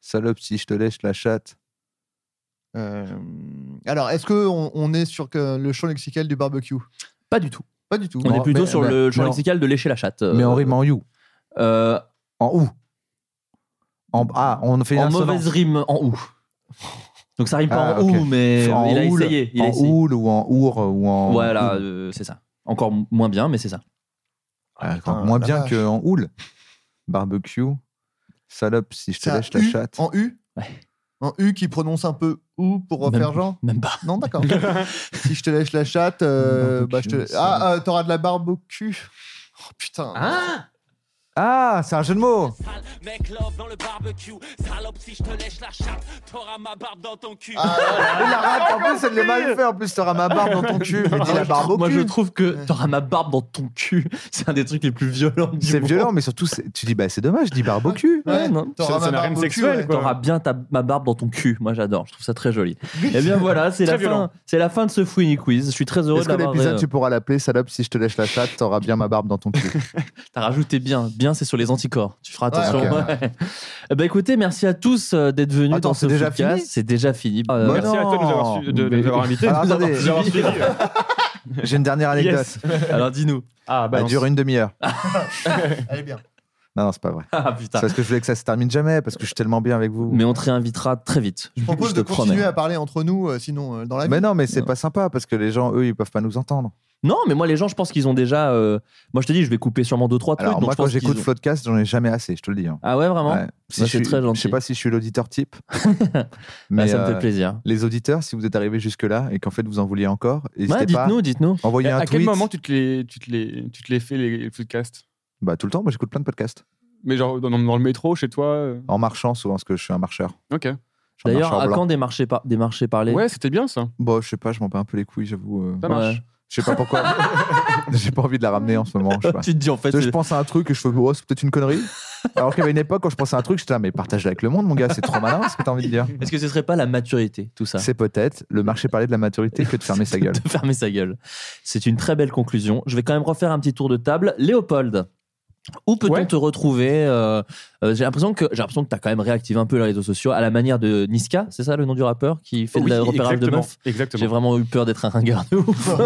Salope, si je te lèche la chatte.
Euh, Alors, est-ce qu'on on est sur que le champ lexical du barbecue
Pas du tout.
Pas du tout.
On est
Non,
plutôt
mais-
sur
mais-
le champ
mais en-
lexical de lécher la chatte. euh,
Mais en rime en you.
euh,
En ou en, Ah, on fait
en
une
mauvaise
assonance.
rime en ou. Donc ça rime pas
Ah,
en
ok.
ou, mais
En
il a
houle,
essayé. Il a
en
essayé.
houle ou en our ou en.
Voilà,
houle.
euh, c'est ça. Encore m- moins bien, mais c'est ça.
Ah,
putain,
encore moins
la
bien
vache.
qu'en houle. Barbecue. Salope, si je te
C'est un
lèche la
U
chatte.
En U
Ouais.
En U qui prononce un peu ou pour
Même-
faire genre
Même pas.
Non, d'accord. si je te lèche la chatte, euh, bah, je
Barbecue,
te...
ça-
Ah, euh, t'auras de la barbe au cul. Oh putain.
Hein Ah, c'est un jeu de mots
Sale mec love dans le barbecue. Salope si je te lèche la chatte. T'auras ma barbe dans ton cul.
Ah,
Il arrête, en plus, elle l'a mal fait. En plus, t'auras ma barbe dans ton cul. Mais dis la barbe au
Moi,
cul.
Ah, je trouve que t'auras ma barbe dans ton cul. C'est un des trucs les plus violents du
C'est
monde.
violent, mais surtout, c'est- tu dis, bah, c'est dommage, je dis barbe au cul.
Ouais, non.
T'auras
Ça-
ma
ça n'a
barbe
rien de
au cul,
sexuel,
ouais.
quoi.
T'auras bien ta, ma barbe dans ton cul. Moi, j'adore. Je trouve ça très joli.
Eh
Et bien voilà, c'est
Très
la
violent.
fin. C'est la fin de ce Fouini Quiz. Je suis très heureux
Est-ce
de
que
l'avoir.
l'épisode,
euh,
tu pourras l'appeler Salope, si je te lèche la chatte, t'auras bien ma barbe dans ton cul
T'as rajouté bien. Bien, c'est sur les anticorps. Tu feras
Ouais,
attention.
ok.
Ouais. Eh ben, écoutez, merci à tous euh, d'être venus
Attends,
dans ce
c'est déjà
podcast.
fini
C'est déjà fini. Euh,
Bah
Merci à toi de nous avoir, su- de- de
Mais-
nous avoir invités.
Alors, attendez.
de nous avoir suivis.
J'ai une dernière anecdote.
Yes.
Alors dis-nous.
Ah,
Elle
bah,
dure une demi-heure.
Elle est bien.
Non, non, c'est pas vrai.
Ah
C'est
putain.
parce que je voulais que ça se termine jamais, parce que je suis tellement bien avec vous.
Mais on te réinvitera très vite.
Je propose de
te promets.
continuer à parler entre nous, euh, sinon euh, dans
Ah
la vie.
Mais non, mais c'est
Non.
pas sympa parce que les gens, eux, ils peuvent pas nous entendre.
Non, mais moi les gens, je pense qu'ils ont déjà. euh, Moi, je te dis, je vais couper sûrement deux trois trucs.
Alors
donc
moi,
je
quand
pense
j'écoute
qu'ils ont-
Floodcast, j'en ai jamais assez, je te le dis. hein.
Ah ouais, vraiment.
Ouais. Si
Bah,
je
c'est
suis-
très gentil.
Je sais pas si je suis l'auditeur type.
Bah, ça me
euh,
fait plaisir.
Les auditeurs, si vous êtes arrivés jusque là et qu'en fait vous en vouliez encore, n'hésitez
Ouais,
pas.
dites-nous, dites-nous.
Envoyez un
à
tweet.
quel moment tu te les, tu te les, tu te les fais les, les podcasts
Bah tout le temps. Moi, j'écoute plein de podcasts
Mais genre dans, dans le métro, chez toi euh,
en marchant souvent parce que je suis un marcheur.
Ok.
Je suis un
D'ailleurs,
marcheur
à
blanc.
quand des marchés, par... des marchés parlés
Ouais, c'était bien ça.
Bon, je sais pas, je m'en bats un peu les couilles, j'avoue. euh,
Ça marche.
Ouais.
Je sais pas pourquoi. J'ai pas envie de la ramener en ce moment. Je sais pas.
Tu te dis en fait.
Tu sais, je
c'est-
pense à un truc et je fais, oh, c'est peut-être une connerie. Alors qu'il y avait une époque, quand je pensais à un truc, j'étais là, mais partage-le avec le monde, mon gars, c'est trop malin ce que t'as envie de dire.
Est-ce que ce serait pas la maturité, tout ça
C'est peut-être le marché parlé de la maturité que de fermer sa gueule.
de fermer sa gueule. C'est une très belle conclusion. Je vais quand même refaire un petit tour de table. Léopold, où peut-on
Ouais.
te retrouver Euh, euh, J'ai l'impression que j'ai l'impression que t'as quand même réactivé un peu les réseaux sociaux à la manière de Niska, c'est ça le nom du rappeur qui fait de
Oh Oui,
la repérage de
exactement,
meufs. J'ai
Exactement.
vraiment eu peur d'être un ringard de ouf.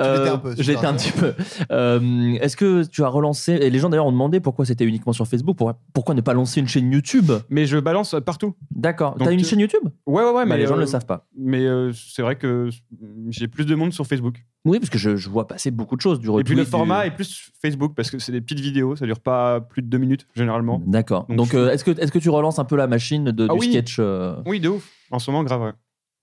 Euh,
l'étais un peu,
je l'étais un petit peu. Euh, Est-ce que tu as relancé et les gens d'ailleurs ont demandé pourquoi c'était uniquement sur Facebook, pour- pourquoi ne pas lancer une chaîne YouTube
Mais je balance partout.
D'accord.
Donc,
T'as une
tu-
chaîne YouTube
Ouais, ouais, ouais.
Mais Bah, les gens ne le
euh,
savent pas.
Mais euh, c'est vrai que j'ai plus de monde sur Facebook.
Oui, parce que je, je vois passer beaucoup de choses du
Et puis le
retweet, du-
format est plus Facebook parce que c'est des petites vidéos, ça dure pas plus de deux minutes généralement.
D'accord. Donc, euh, est-ce que, est que tu relances un peu la machine de,
Ah
du
oui.
sketch euh,
Oui, de ouf. En ce moment, grave. ouais.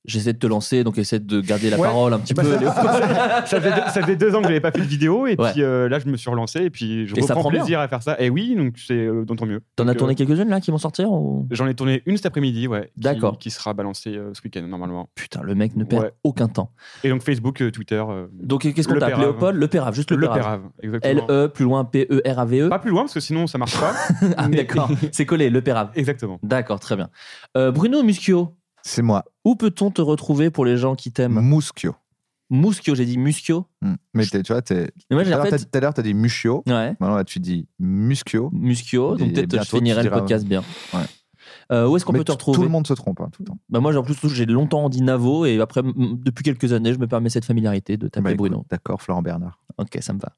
J'essaie de te lancer, donc essaie de garder la
Ouais.
parole un petit
Bah,
peu. Léo.
ça, ça faisait deux, ça faisait deux ans que j'avais pas fait de vidéo et
Ouais.
puis euh, là je me suis relancé et puis je
Et ça
reprends
prend bien.
plaisir à faire ça. Et oui, donc c'est euh, d'autant mieux.
T'en as
Donc,
tourné
euh,
quelques-unes là qui vont sortir ou...
J'en ai tourné une cet après-midi, ouais. qui-
D'accord.
Qui, sera balancée euh, ce week-end normalement.
Putain, le mec ne perd
Ouais.
aucun temps.
Et donc Facebook, euh, Twitter. euh,
Donc qu'est-ce qu'on
le
tape
Pérave.
Léopold, le Pérave, juste le, E
Le
Pérave.
Pérave, exactement.
L-E, plus loin, P-E-R-A-V-E.
Pas plus loin parce que sinon ça marche pas.
Ah, D'accord, c'est collé, le Pérave.
Exactement.
D'accord, très bien. Euh, Bruno Muschio.
C'est moi.
Où peut-on te retrouver pour les gens qui
Mm.
t'aiment
Muschio.
Muschio, j'ai dit Muschio.
Hmm. Mais t'es- tu vois, t'es- tout
moi, j'ai-
à
en
l'heure,
fait-
t'as- tout à l'heure, t'as dit Muschio.
Ouais.
Maintenant, là, tu dis Muschio.
Muschio, donc
Et
peut-être
bientôt,
je finirai
tu
le
diras-
podcast bien.
Ouais.
Euh, où est-ce qu'on
Mais
peut te
tout- Tout
retrouver
le monde se trompe, hein, tout le temps.
Bah moi, en plus, j'ai longtemps dit Navo et après, m- m- depuis quelques années, je me permets cette familiarité de
Bah,
taper
écoute,
Bruno.
D'accord, Florent Bernard.
Ok, ça me va.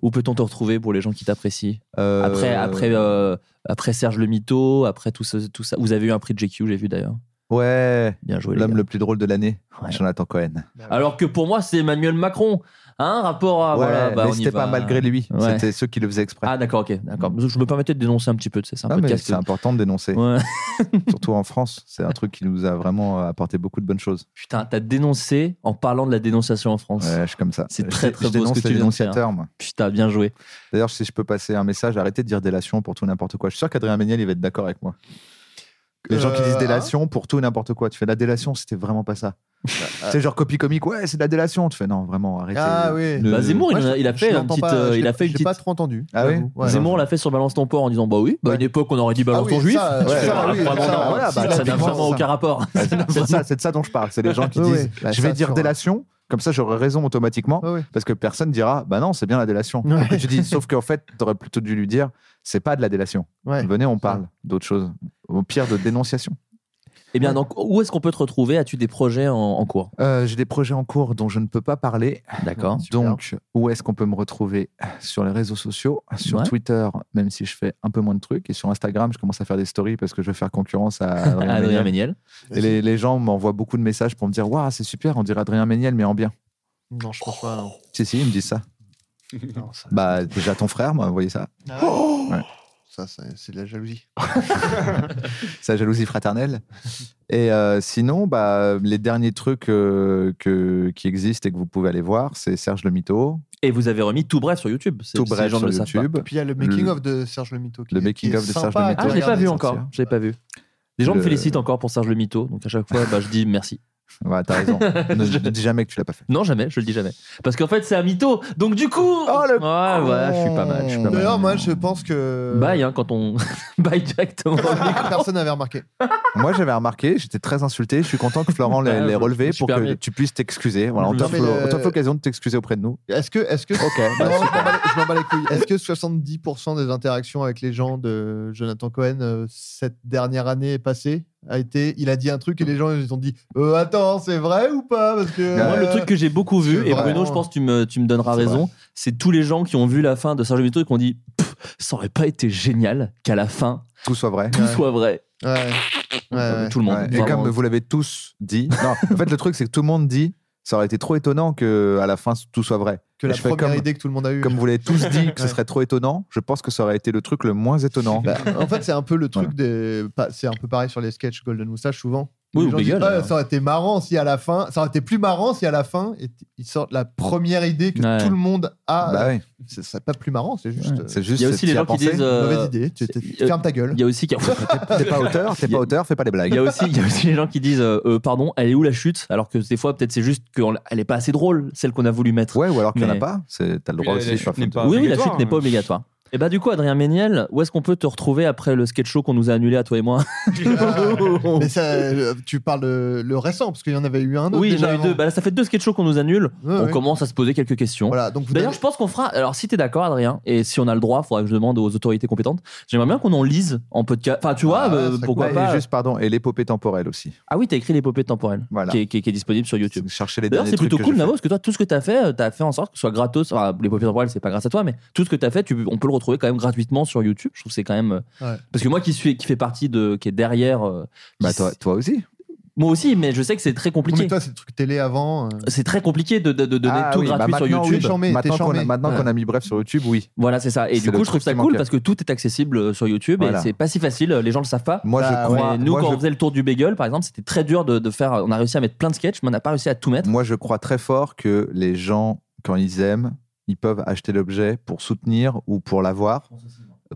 Où peut-on te retrouver pour les gens qui t'apprécient
Euh,
Après, après, euh, après Serge le Mito, après tout, ce- tout ça. Vous avez eu un prix de GQ, j'ai vu d'ailleurs.
Ouais.
Bien joué.
L'homme le plus drôle de l'année, Jonathan Cohen.
Alors que pour moi, c'est Emmanuel Macron. Hein, rapport à.
Ouais,
voilà, bah,
mais
on y
c'était
va.
pas malgré lui,
Ouais.
c'était ceux qui le faisaient exprès.
Ah, d'accord, ok. D'accord. Je me permettais de dénoncer un petit peu, tu sais, c'est un
Non, mais
podcast.
c'est important de dénoncer.
Ouais.
Surtout en France, c'est un truc qui nous a vraiment apporté beaucoup de bonnes choses.
Putain, t'as dénoncé en parlant de la dénonciation en France.
Ouais, je suis comme ça.
C'est
Je-
très très
je
beau ce
dénonce
que
les
tu viens de faire.
dénonciateurs, moi.
Putain, bien joué.
D'ailleurs, si je peux passer un message, arrêtez de dire délation pour tout n'importe quoi. Je suis sûr qu'Adrien Méniel, il va être d'accord avec moi. Les gens qui
Euh,
disent
ah.
hein
délation pour tout et n'importe quoi. Tu fais la délation, c'était vraiment pas ça.
Bah, ah.
c'est genre copie comique, ouais, c'est de la délation. Tu fais non, vraiment, arrêtez.
Ah oui.
Ne-
Bah, Zemmour, il,
Moi,
en a-
je-
il a
je
fait une
l'entends
petite.
pas,
euh,
je
il
l'ai-
a fait une
je l'ai
petite.
pas trop entendu.
Ah oui
j'avoue. Ouais.
Zemmour l'a fait sur Balance ton port en disant Bah oui, bah à une époque on aurait dit Balance
Ah oui,
ton juif.
ça,
Ouais,
ça,
bah,
oui,
vraiment,
ça,
non,
voilà,
ça
bah,
n'a
typiquement,
vraiment
ça.
aucun rapport.
C'est de ça, c'est de ça dont je parle. C'est les gens qui
Oui,
disent
oui. Bah,
je vais
ça,
dire
sur-
délation, comme ça j'aurai raison automatiquement,
Ah oui.
parce que personne dira bah non, c'est bien la délation.
Ouais.
Et tu dis, sauf qu'en fait, t'aurais plutôt dû lui dire c'est pas de la délation.
Ouais.
Venez, on parle d'autre chose. Au pire, de dénonciation.
Eh bien, donc, où est-ce qu'on peut te retrouver As-tu des projets en, en cours
Euh, J'ai des projets en cours dont je ne peux pas parler.
D'accord.
Super.
Donc, où est-ce qu'on peut me retrouver Sur les réseaux sociaux, sur
Ouais.
Twitter, même si je fais un peu moins de trucs, et sur Instagram, je commence à faire des stories parce que je veux faire concurrence à Adrien
Adrien
Méniel.
Méniel.
Et les, les gens m'envoient beaucoup de messages pour me dire Waouh, c'est super, on dirait Adrien Méniel, mais en bien. Oh.
Non, je pense pas. Non.
Si, si, ils me disent ça.
Non, ça, Ah
Bah, déjà ton frère m'a envoyé ça. Oh.
ça, c'est- c'est de la jalousie.
sa jalousie fraternelle. Et euh, sinon, bah, les derniers trucs euh, que, qui existent et que vous pouvez aller voir, c'est Serge Le Mito,
Et vous avez remis tout bref sur YouTube. C'est-
Tout
si les
Bref
gens ne
sur
le savent
YouTube.
Et puis il y a le making
Le-
of de Serge Le Mito. Qui
le
est- qui
making
est
of de Serge
sympa
Le
à
Mito.
pas. Ah, je l'ai pas
regarder,
vu
ça,
encore.
sortir.
Je l'ai pas vu. Les gens me
Le-
félicitent encore pour Serge le Mito, donc à chaque fois, bah, je dis merci.
Ouais, t'as raison. ne, ne dis jamais que tu l'as pas fait.
Non, jamais, je le dis jamais. Parce qu'en fait, c'est un mytho. Donc, du coup.
Oh, le
Ouais, ouais, je suis pas mal. Je suis pas
con.
mal.
D'ailleurs, moi, je pense que.
Bye, hein, quand on. Bye directement.
Personne n'avait remarqué.
Moi, j'avais remarqué, j'étais très insulté. Je suis content que Florent l'ait
Bah,
l'ait
je-
relevé
je suis
pour que
permis.
tu puisses t'excuser. Voilà, on
Non,
t'offre
mais
l'o-
le-
on t'offre l'occasion de t'excuser auprès de nous.
Est-ce que. Est que...
Ok, bah,
Non,
super.
je m'en bats les- je m'en bats les couilles. Est-ce que 70% des interactions avec les gens de Jonathan Cohen euh, cette dernière année passée a été. Il a dit un truc et les gens ils ont dit Euh, Attends, c'est vrai ou pas Parce que.
Moi, le
euh,
truc que j'ai beaucoup vu,
c'est
et
vrai.
Bruno, je pense que tu me, tu me donneras
C'est
raison, c'est tous les gens qui ont vu la fin de Serge Mito et qui ont dit Pff, ça aurait pas été génial qu'à la fin
Tout soit vrai.
tout
Ouais.
soit vrai.
Ouais. Ouais, ouais.
Tout le monde.
Ouais, et
Vraiment.
comme vous l'avez tous dit, non, en fait, le truc, c'est que tout le monde dit ça aurait été trop étonnant que à la fin tout soit vrai.
Que
Et
la
je fais
première
comme,
idée que tout le monde a eue.
comme vous l'avez tous dit que ce
Ouais.
serait trop étonnant, je pense que ça aurait été le truc le moins étonnant.
Bah, en fait, c'est un peu le truc des. pas- C'est un peu pareil sur les sketchs Golden Moustache souvent.
Oui, hein.
Les
ou
gens disent,
Beagle,
Ah,
alors.
ça aurait été marrant si à la fin, ça aurait été plus marrant si à la fin et- ils sortent la première idée que
Ouais.
tout le monde a.
Bah oui,
C'est ça serait pas plus marrant, c'est juste. ah, euh,
c'est juste.
Il y a
c'est
aussi les
t'y as
gens qui
pensé.
disent. euh,
Mauvaise idée. Tu- tu-
euh,
ferme ta gueule.
Il y a aussi qui-
T'es pas auteur, t'es
Il y a-
pas auteur, fais pas des
Il y
blagues.
a aussi, il y a aussi les gens qui disent euh, Euh, pardon, elle est où la chute Alors que des fois, peut-être c'est juste qu'elle est pas assez drôle, celle qu'on a voulu mettre.
Ouais, ou alors qu'il n'y en a
Mais-
pas, c'est- t'as le droit
Mais la-
aussi.
la
je sais pas,
chute n'est
faut-
pas-
oui, oui, la
obligatoire,
chute n'est pas
hein.
obligatoire. Et bah du coup, Adrien Méniel, où est-ce qu'on peut te retrouver après le sketch show qu'on nous a annulé à toi et moi
Mais ça, euh, tu parles euh, le récent, parce qu'il y en avait eu un autre.
Oui, il y en
Ah déjà
a eu
avant.
deux. Bah là, ça fait deux sketch shows qu'on nous annule.
Ouais,
on
ouais.
commence à se poser quelques questions. D'ailleurs, je pense qu'on fera. Alors, si t'es d'accord, Adrien, et si on a le droit, faudra que je demande aux autorités compétentes. J'aimerais bien qu'on en lise en podcast. Enfin, tu vois, euh, pourquoi
Ah, Et
pas.
juste, pardon, et l'épopée temporelle aussi.
Ah oui, t'as écrit l'épopée temporelle, qui, est, qui est- qui est disponible sur YouTube.
Cherchez les
D'ailleurs,
derniers
c'est plutôt
trucs que
cool,
je
Navo, parce que toi, tout ce que t'as fait, euh, t'as fait en sorte que ce soit gratos. Enfin, l'épopée temporelle, c'est pas grâce à toi, mais tout ce que t'as fait, tu, on peut le retrouver quand même gratuitement sur YouTube. Je trouve que c'est quand même. euh,
Ouais.
parce que moi qui suis, qui fait partie de, qui est derrière. euh,
bah toi, toi aussi.
Moi aussi, mais je sais que c'est très compliqué.
Mais toi, c'est le truc télé avant. euh.
C'est très compliqué de, de- de donner
Ah
tout
oui, bah
gratuit sur
maintenant,
YouTube.
oui, Maintenant t'es qu'on a- chambé. maintenant qu'on a mis bref sur YouTube, oui.
Voilà, c'est ça. Et
C'est
du
le
coup, je trouve
truc
ça
qui
cool
manquait.
parce que tout est accessible euh, sur YouTube
Voilà.
et c'est pas si facile. euh, Les gens le savent pas.
Moi, je Bah, crois-
Mais nous,
moi,
quand
je-
on faisait le tour du bagel, par exemple, c'était très dur de, de faire. On a réussi à mettre plein de sketchs, mais on n'a pas réussi à tout mettre.
Moi, je crois très fort que les gens, quand ils aiment, ils peuvent acheter l'objet pour soutenir ou pour l'avoir.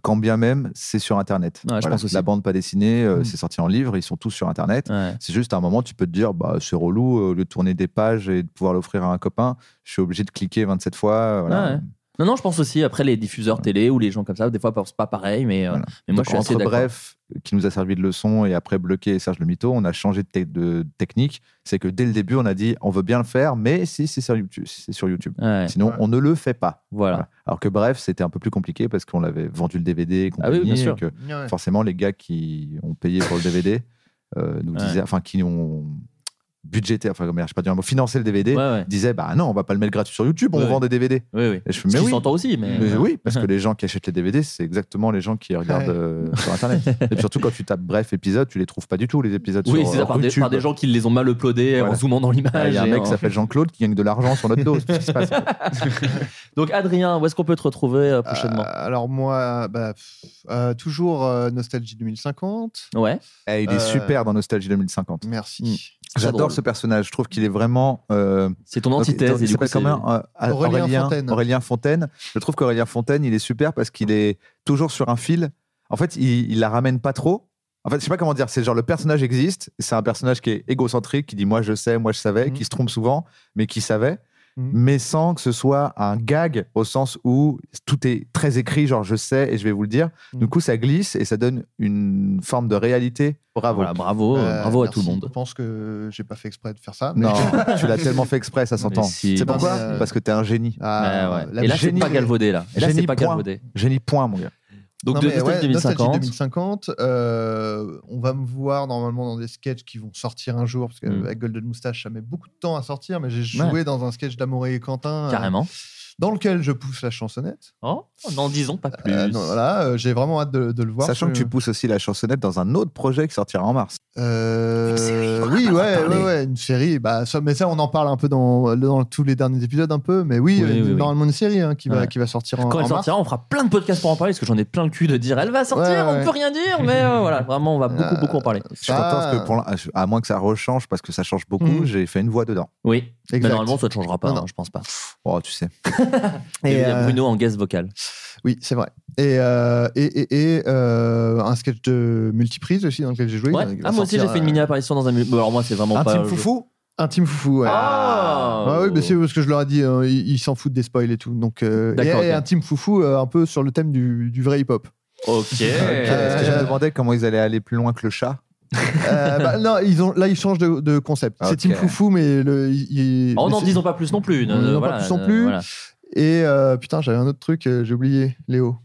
Quand bien même, c'est sur Internet.
Ouais, je pense aussi.
La bande pas dessinée, euh,
Mm.
c'est sorti en livre, ils sont tous sur Internet.
Ouais.
C'est juste à un moment, tu peux te dire, bah, c'est relou, euh, au lieu de tourner des pages et de pouvoir l'offrir à un copain, je suis obligé de cliquer 27 fois. euh, voilà.
Ah Ouais. Non, non, je pense aussi. Après, les diffuseurs télé ou les gens comme ça, des fois, pensent pas pareil, mais, euh, mais moi,
Donc,
je suis assez
entre
d'accord.
bref, qui nous a servi de leçon, et après bloqué et Serge le Mito, on a changé de, te- de technique. C'est que dès le début, on a dit on veut bien le faire, mais si c'est sur YouTube. si c'est sur YouTube.
Ouais.
Sinon, on ne le fait pas.
Voilà.
Alors que bref, c'était un peu plus compliqué parce qu'on l'avait vendu le DVD et compagnie,
Ah oui, bien
et
sûr.
que
Ouais.
forcément, les gars qui ont payé pour le DVD euh, nous disaient, enfin, qui ont budgété, enfin, merde, je sais pas dire un mot, financé le DVD, disaient, bah non, on va pas le mettre gratuit sur YouTube, on
Ouais,
vend
ouais.
des DVD.
Oui, oui.
Et je fais,
Ce
mais
qui
oui.
s'entend aussi, mais- euh,
oui, parce que les gens qui achètent les DVD, c'est exactement les gens qui regardent
Ouais.
euh, sur Internet. Et puis surtout quand tu tapes bref épisode, tu les trouves pas du tout les épisodes
Oui,
sur
c'est ça,
euh,
par, des-
YouTube.
par des gens qui les ont mal uploadés en
Voilà.
zoomant dans
Ah,
l'image.
Il y a un
et
mec
en-
qui s'appelle Jean-Claude qui gagne de l'argent sur notre dos. c'est ce qui se passe.
Donc, Adrien, où est-ce qu'on peut te retrouver euh, prochainement
Alors moi, bah, pff, euh, toujours euh, Nostalgie 2050.
Ouais.
Eh, il est
Euh,
super dans Nostalgie 2050.
Merci.
Mm. J'adore ce personnage. Je trouve qu'il est vraiment. euh,
c'est ton
antithèse, et
Il
du coup,
s'appelle comment
c'est-
euh, A-
Aurélien
Aurélien,
Fontaine.
Aurélien Fontaine. Je trouve qu'Aurélien Fontaine, il est super parce qu'il est toujours sur un fil. En fait, il, il la ramène pas trop. En fait, je sais pas comment dire. C'est genre le personnage existe. C'est un personnage qui est égocentrique, qui dit moi je sais, moi je savais, qui se trompe souvent, mais qui savait. Mais sans que ce soit un gag au sens où tout est très écrit, genre je sais et je vais vous le dire. Du coup, ça glisse et ça donne une forme de réalité. Bravo.
bravo,
Euh,
bravo à
merci.
tout le monde.
Je pense que j'ai pas fait exprès de faire ça. mais-
Non, tu l'as tellement fait exprès, ça s'entend.
Mais si.
C'est pourquoi
Non, mais, euh,
Parce que t'es un génie.
Ah, ouais.
Et là, c'est
Génie.
pas galvaudé, là. Et là, c'est
Génie
pas
point.
galvaudé.
Génie point, mon gars.
Donc,
Non,
de
mais
Nostalgie
ouais,
2050.
2050, euh, on va me voir normalement dans des sketchs qui vont sortir un jour, parce que
Mm.
avec Golden Moustache, ça met beaucoup de temps à sortir, mais j'ai
Ouais.
joué dans un sketch d'Amoré et Quentin. euh,
Carrément.
dans lequel je pousse la chansonnette.
Oh, n'en disons pas plus.
Euh, non, voilà, euh, j'ai vraiment hâte de, de le voir.
Sachant que tu pousses aussi la chansonnette dans un autre projet qui sortira en mars.
Euh, oui, ouais, ouais, ouais, une série. Bah, ça, mais ça, on en parle un peu dans, dans tous les derniers épisodes, un peu. Mais oui,
Oui,
euh,
oui, oui.
normalement une série hein, qui, va,
Ouais.
qui va sortir en,
Quand elle
en mars.
sortira, on fera plein de podcasts pour en parler, parce que j'en ai plein le cul de dire elle va sortir,
Ouais,
on
ouais.
peut rien dire, mais euh, voilà, vraiment, on va beaucoup, beaucoup en parler.
Je suis content parce
Bah,
que pour l'in- à moins que ça rechange, parce que ça change beaucoup,
Mhm.
j'ai fait une voix dedans.
Oui,
Exact.
mais normalement, ça ne changera pas,
Non, non.
hein, je pense pas.
Oh, tu sais.
Et il y a
euh,
Bruno en guest vocal.
Oui, c'est vrai. Et, euh, et, et, et, euh, un sketch de multiprise aussi dans lequel j'ai joué.
Ouais.
Il va
Ah, moi aussi,
sortir,
j'ai fait une
euh,
mini-apparition dans un. mu- Bon, Alors, moi, c'est vraiment pas. je-
Un team foufou, ouais.
Ah.
Ouais, oui, mais c'est parce que je leur ai dit, hein, ils ils s'en foutent des spoils et tout. Donc, euh, et,
D'accord,
et
ok.
un team foufou euh, un peu sur le thème du, du vrai hip-hop.
Ok.
Euh, Est-ce que je me demandais comment ils allaient aller plus loin que le chat
Euh, bah, non, ils ont, là, ils changent de, de concept. C'est
Ok.
Team Foufou, mais le, il- il-
Oh,
mais
n'en
c'est-
disons pas plus non plus.
On n'en
voilà,
parle plus non
euh,
plus.
voilà.
Et euh, putain, j'avais un autre truc, euh, j'ai oublié, Léo.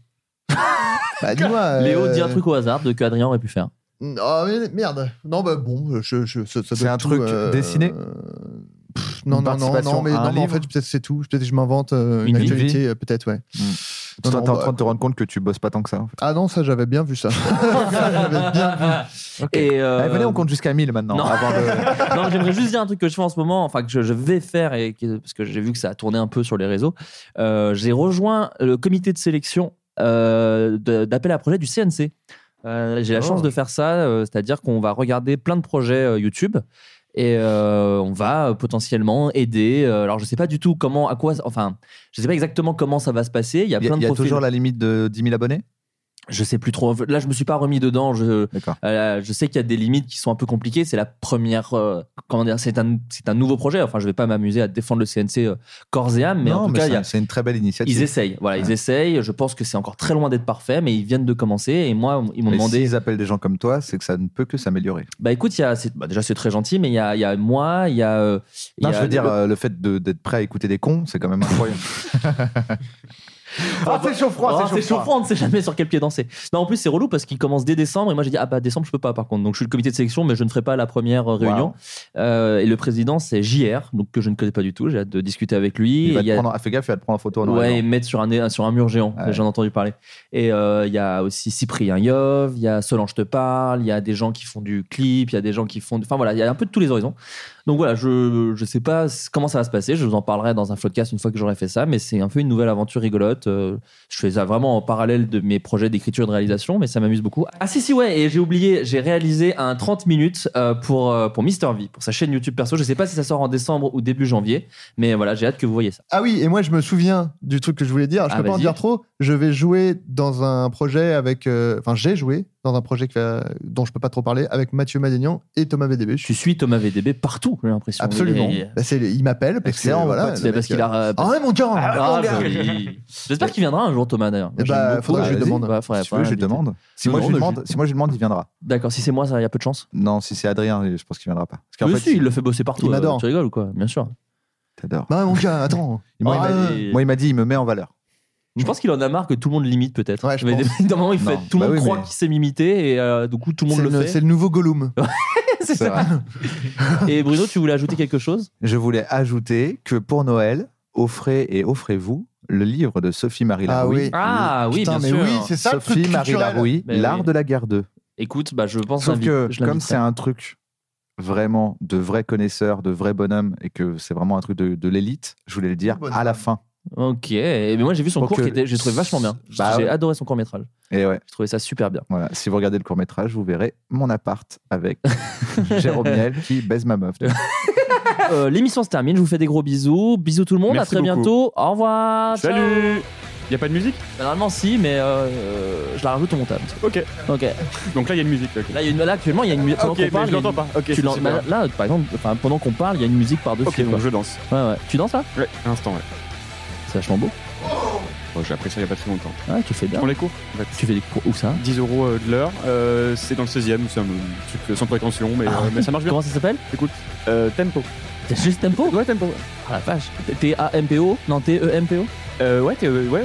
bah, dis-moi. euh,
Léo dit un truc au hasard de que Adrien aurait pu faire.
Oh, mais merde. Non, bah bon, je, je- ça- ça doit
C'est un
être tout,
truc
euh,
dessiné
pff, Non, non, non,
Une participation
non, mais,
à
non,
un
mais en
livre
fait, peut-être c'est tout. Peut-être que je m'invente euh, une,
Une vie.
actualité, euh, peut-être, ouais.
Tu
Non,
t'es
non,
en
bah,
train de te rendre compte que tu bosses pas tant que ça. en fait.
Ah non, ça, j'avais bien vu ça. Eh,
Et euh,
Allez, Eh, venez, on compte jusqu'à 1000 maintenant.
Non.
avant de-
non, j'aimerais juste dire un truc que je fais en ce moment, enfin que je, je vais faire, et que- parce que j'ai vu que ça a tourné un peu sur les réseaux. Euh, j'ai rejoint le comité de sélection euh, de- d'appel à projet du CNC. Euh, j'ai la
Oh.
chance de faire ça, euh, c'est-à-dire qu'on va regarder plein de projets euh, YouTube. Et euh, on va euh, potentiellement aider. euh, alors, je sais pas du tout comment, à quoi, enfin, je sais pas exactement comment ça va se passer. Il y a
Il y a,
plein de
il y a
profils.
toujours la limite de 10 000 abonnés
je sais plus trop. Là, je me suis pas remis dedans. Je, euh, je sais qu'il y a des limites qui sont un peu compliquées. C'est la première. euh, comment dire C'est un, c'est un nouveau projet. Enfin, je vais pas m'amuser à défendre le CNC euh, corps et âme, mais
Non,
en tout
mais
cas, il y
c'est-
a-
c'est une très belle initiative.
Ils essayent. Voilà, ils
Ouais.
essayent. Je pense que c'est encore très loin d'être parfait, mais ils viennent de commencer. Et moi, ils m'ont
Mais
demandé.
S'ils appellent des gens comme toi, c'est que ça ne peut que s'améliorer.
Bah écoute, il y a, c'est- bah, déjà c'est très gentil, mais il y a, il y a moi, il y a. euh, il
Non,
y a
je veux dire,
le-
euh, le fait de- d'être prêt à écouter des cons, c'est quand même incroyable.
Ah,
c'est chaud froid, oh, c'est
ah,
chaud
c'est chaud
froid.
froid, on ne sait jamais sur quel pied danser. Non, en plus, c'est relou parce qu'il commence dès décembre et moi j'ai dit, ah bah décembre, je peux pas par contre. Donc je suis le comité de sélection, mais je ne ferai pas la première euh, réunion. Euh, et le président, c'est JR, donc que je ne connais pas du tout. J'ai hâte de discuter avec lui.
Il va
Et
te
il y a-
prendre, ah, fais gaffe, il va te prendre en photo. en noir et
Ouais, et
blanc.
mettre sur un, sur un mur géant, j'en ai entendu parler. Et euh, il y a aussi Cyprien Yov, il y a Solange Te Parle, il y a des gens qui font du clip, il y a des gens qui font. Enfin voilà, il y a un peu de tous les horizons. Donc voilà, je ne sais pas c- comment ça va se passer, je vous en parlerai dans un podcast une fois que j'aurai fait ça, mais c'est un peu une nouvelle aventure rigolote. Euh, je fais ça vraiment en parallèle de mes projets d'écriture et de réalisation, mais ça m'amuse beaucoup. Ah si, si, ouais, et j'ai oublié, j'ai réalisé un 30 minutes euh, pour, euh, pour Mister V, pour sa chaîne YouTube perso. Je sais pas si ça sort en décembre ou début janvier, mais voilà, j'ai hâte que vous voyez ça.
Ah oui, et moi je me souviens du truc que je voulais dire. Je
Ah,
peux pas en
vas-y.
dire trop. Je vais jouer dans un projet avec. euh, Enfin, j'ai joué dans un projet que, euh, dont je peux pas trop parler avec Mathieu Madénian et Thomas VDB.
Tu suis Thomas VDB partout, j'ai l'impression.
Absolument.
Il est-
Bah, c'est- il m'appelle parce que
Excellent,
voilà.
pote.
le
C'est
mec,
parce qu'il
euh,
a-
Ah ouais, mon gars.
Ah,
mon gars.
joli. J'espère qu'il viendra un jour, Thomas, d'ailleurs.
Eh
J'aime
bah,
beaucoup.
faudrait que je lui
Vas-y.
demande.
Ouais, faudrait-
Si tu veux,
faudrait
je lui
l'inviter.
demande. Si moi, je lui
Non,
demande, si moi je lui demande, il viendra.
D'accord, si c'est moi, ça, il y a peu de chance.
Non, si c'est Adrien, je pense qu'il viendra pas. Parce qu'en
Oui,
fait,
si, il le fait bosser partout.
il
euh,
m'adore.
Tu rigoles ou quoi Bien sûr.
T'adores.
Bah, mon gars, attends.
Moi, il
Ah,
m'a
ouais.
dit- moi, il m'a dit, il me met en valeur.
Je pense qu'il en a marre que tout le monde l'imite, peut-être. Mais d'un moment, il fait,
Non.
tout le
Bah
monde
oui,
croit
mais-
qu'il sait m'imiter et euh, du coup, tout le monde
C'est
le,
le, c'est
fait.
le nouveau Gollum.
C'est ça. Et Bruno, tu voulais ajouter quelque chose
Je voulais ajouter que pour Noël, offrez et offrez-vous le livre de Sophie-Marie
Ah
Larouille.
oui. Ah oui, bien
Putain, mais
sûr.
oui, c'est ça le truc Sophie-Marie culturel. Larouille,
Mais
l'art
oui.
de la guerre 2.
Écoute, bah, je pense
Sauf
l'invite-
que,
je
comme
l'inviterai.
c'est un truc vraiment de vrais connaisseurs, de vrais bonhommes, et que c'est vraiment un truc de, de l'élite, je voulais le dire à la fin.
Ok, mais moi j'ai vu son
Pour
cours
que-
qui était, j'ai trouvé vachement bien.
Bah
j'ai
ouais.
adoré son court métrage.
Et ouais.
J'ai trouvé ça super bien.
Voilà, si vous regardez le court-métrage, vous verrez mon appart avec Jérôme Niel qui baise ma meuf.
Euh, L'émission se termine, je vous fais des gros bisous. Bisous tout le monde,
Merci
à très
beaucoup.
bientôt. Au revoir.
Salut. Il y a pas de musique
Normalement si, mais euh, euh, je la rajoute au montage.
Ok.
Ok.
Donc là, il y a une musique. ok.
Là, il y a une- là, actuellement, il y a une musique.
Ah,
pendant
ok,
qu'on
mais
parle,
je
il y a une-
l'entends pas. Ok,
tu l'en-
c'est bien.
bah, là, par exemple, enfin, pendant qu'on parle, il y a une musique par-dessus.
Ok, donc
quoi.
je danse.
Ouais, ouais. Tu danses là
Ouais, un instant, ouais.
C'est vachement beau.
Bon, J'ai appris ça il y a pas très longtemps.
Ouais, tu fais
Je
bien.
prends les cours. en fait.
Tu fais des cours où ça
10 euros euh, de l'heure. Euh, c'est dans le 16 e c'est un truc sans prétention, mais,
Ah.
euh, mais ça marche bien.
Comment ça s'appelle
Écoute, euh, tempo.
T'as juste tempo
Ouais, tempo.
Ah la vache. T-A-M-P-O Non, T-E-M-P-O
Euh, ouais, t'es- euh, ouais,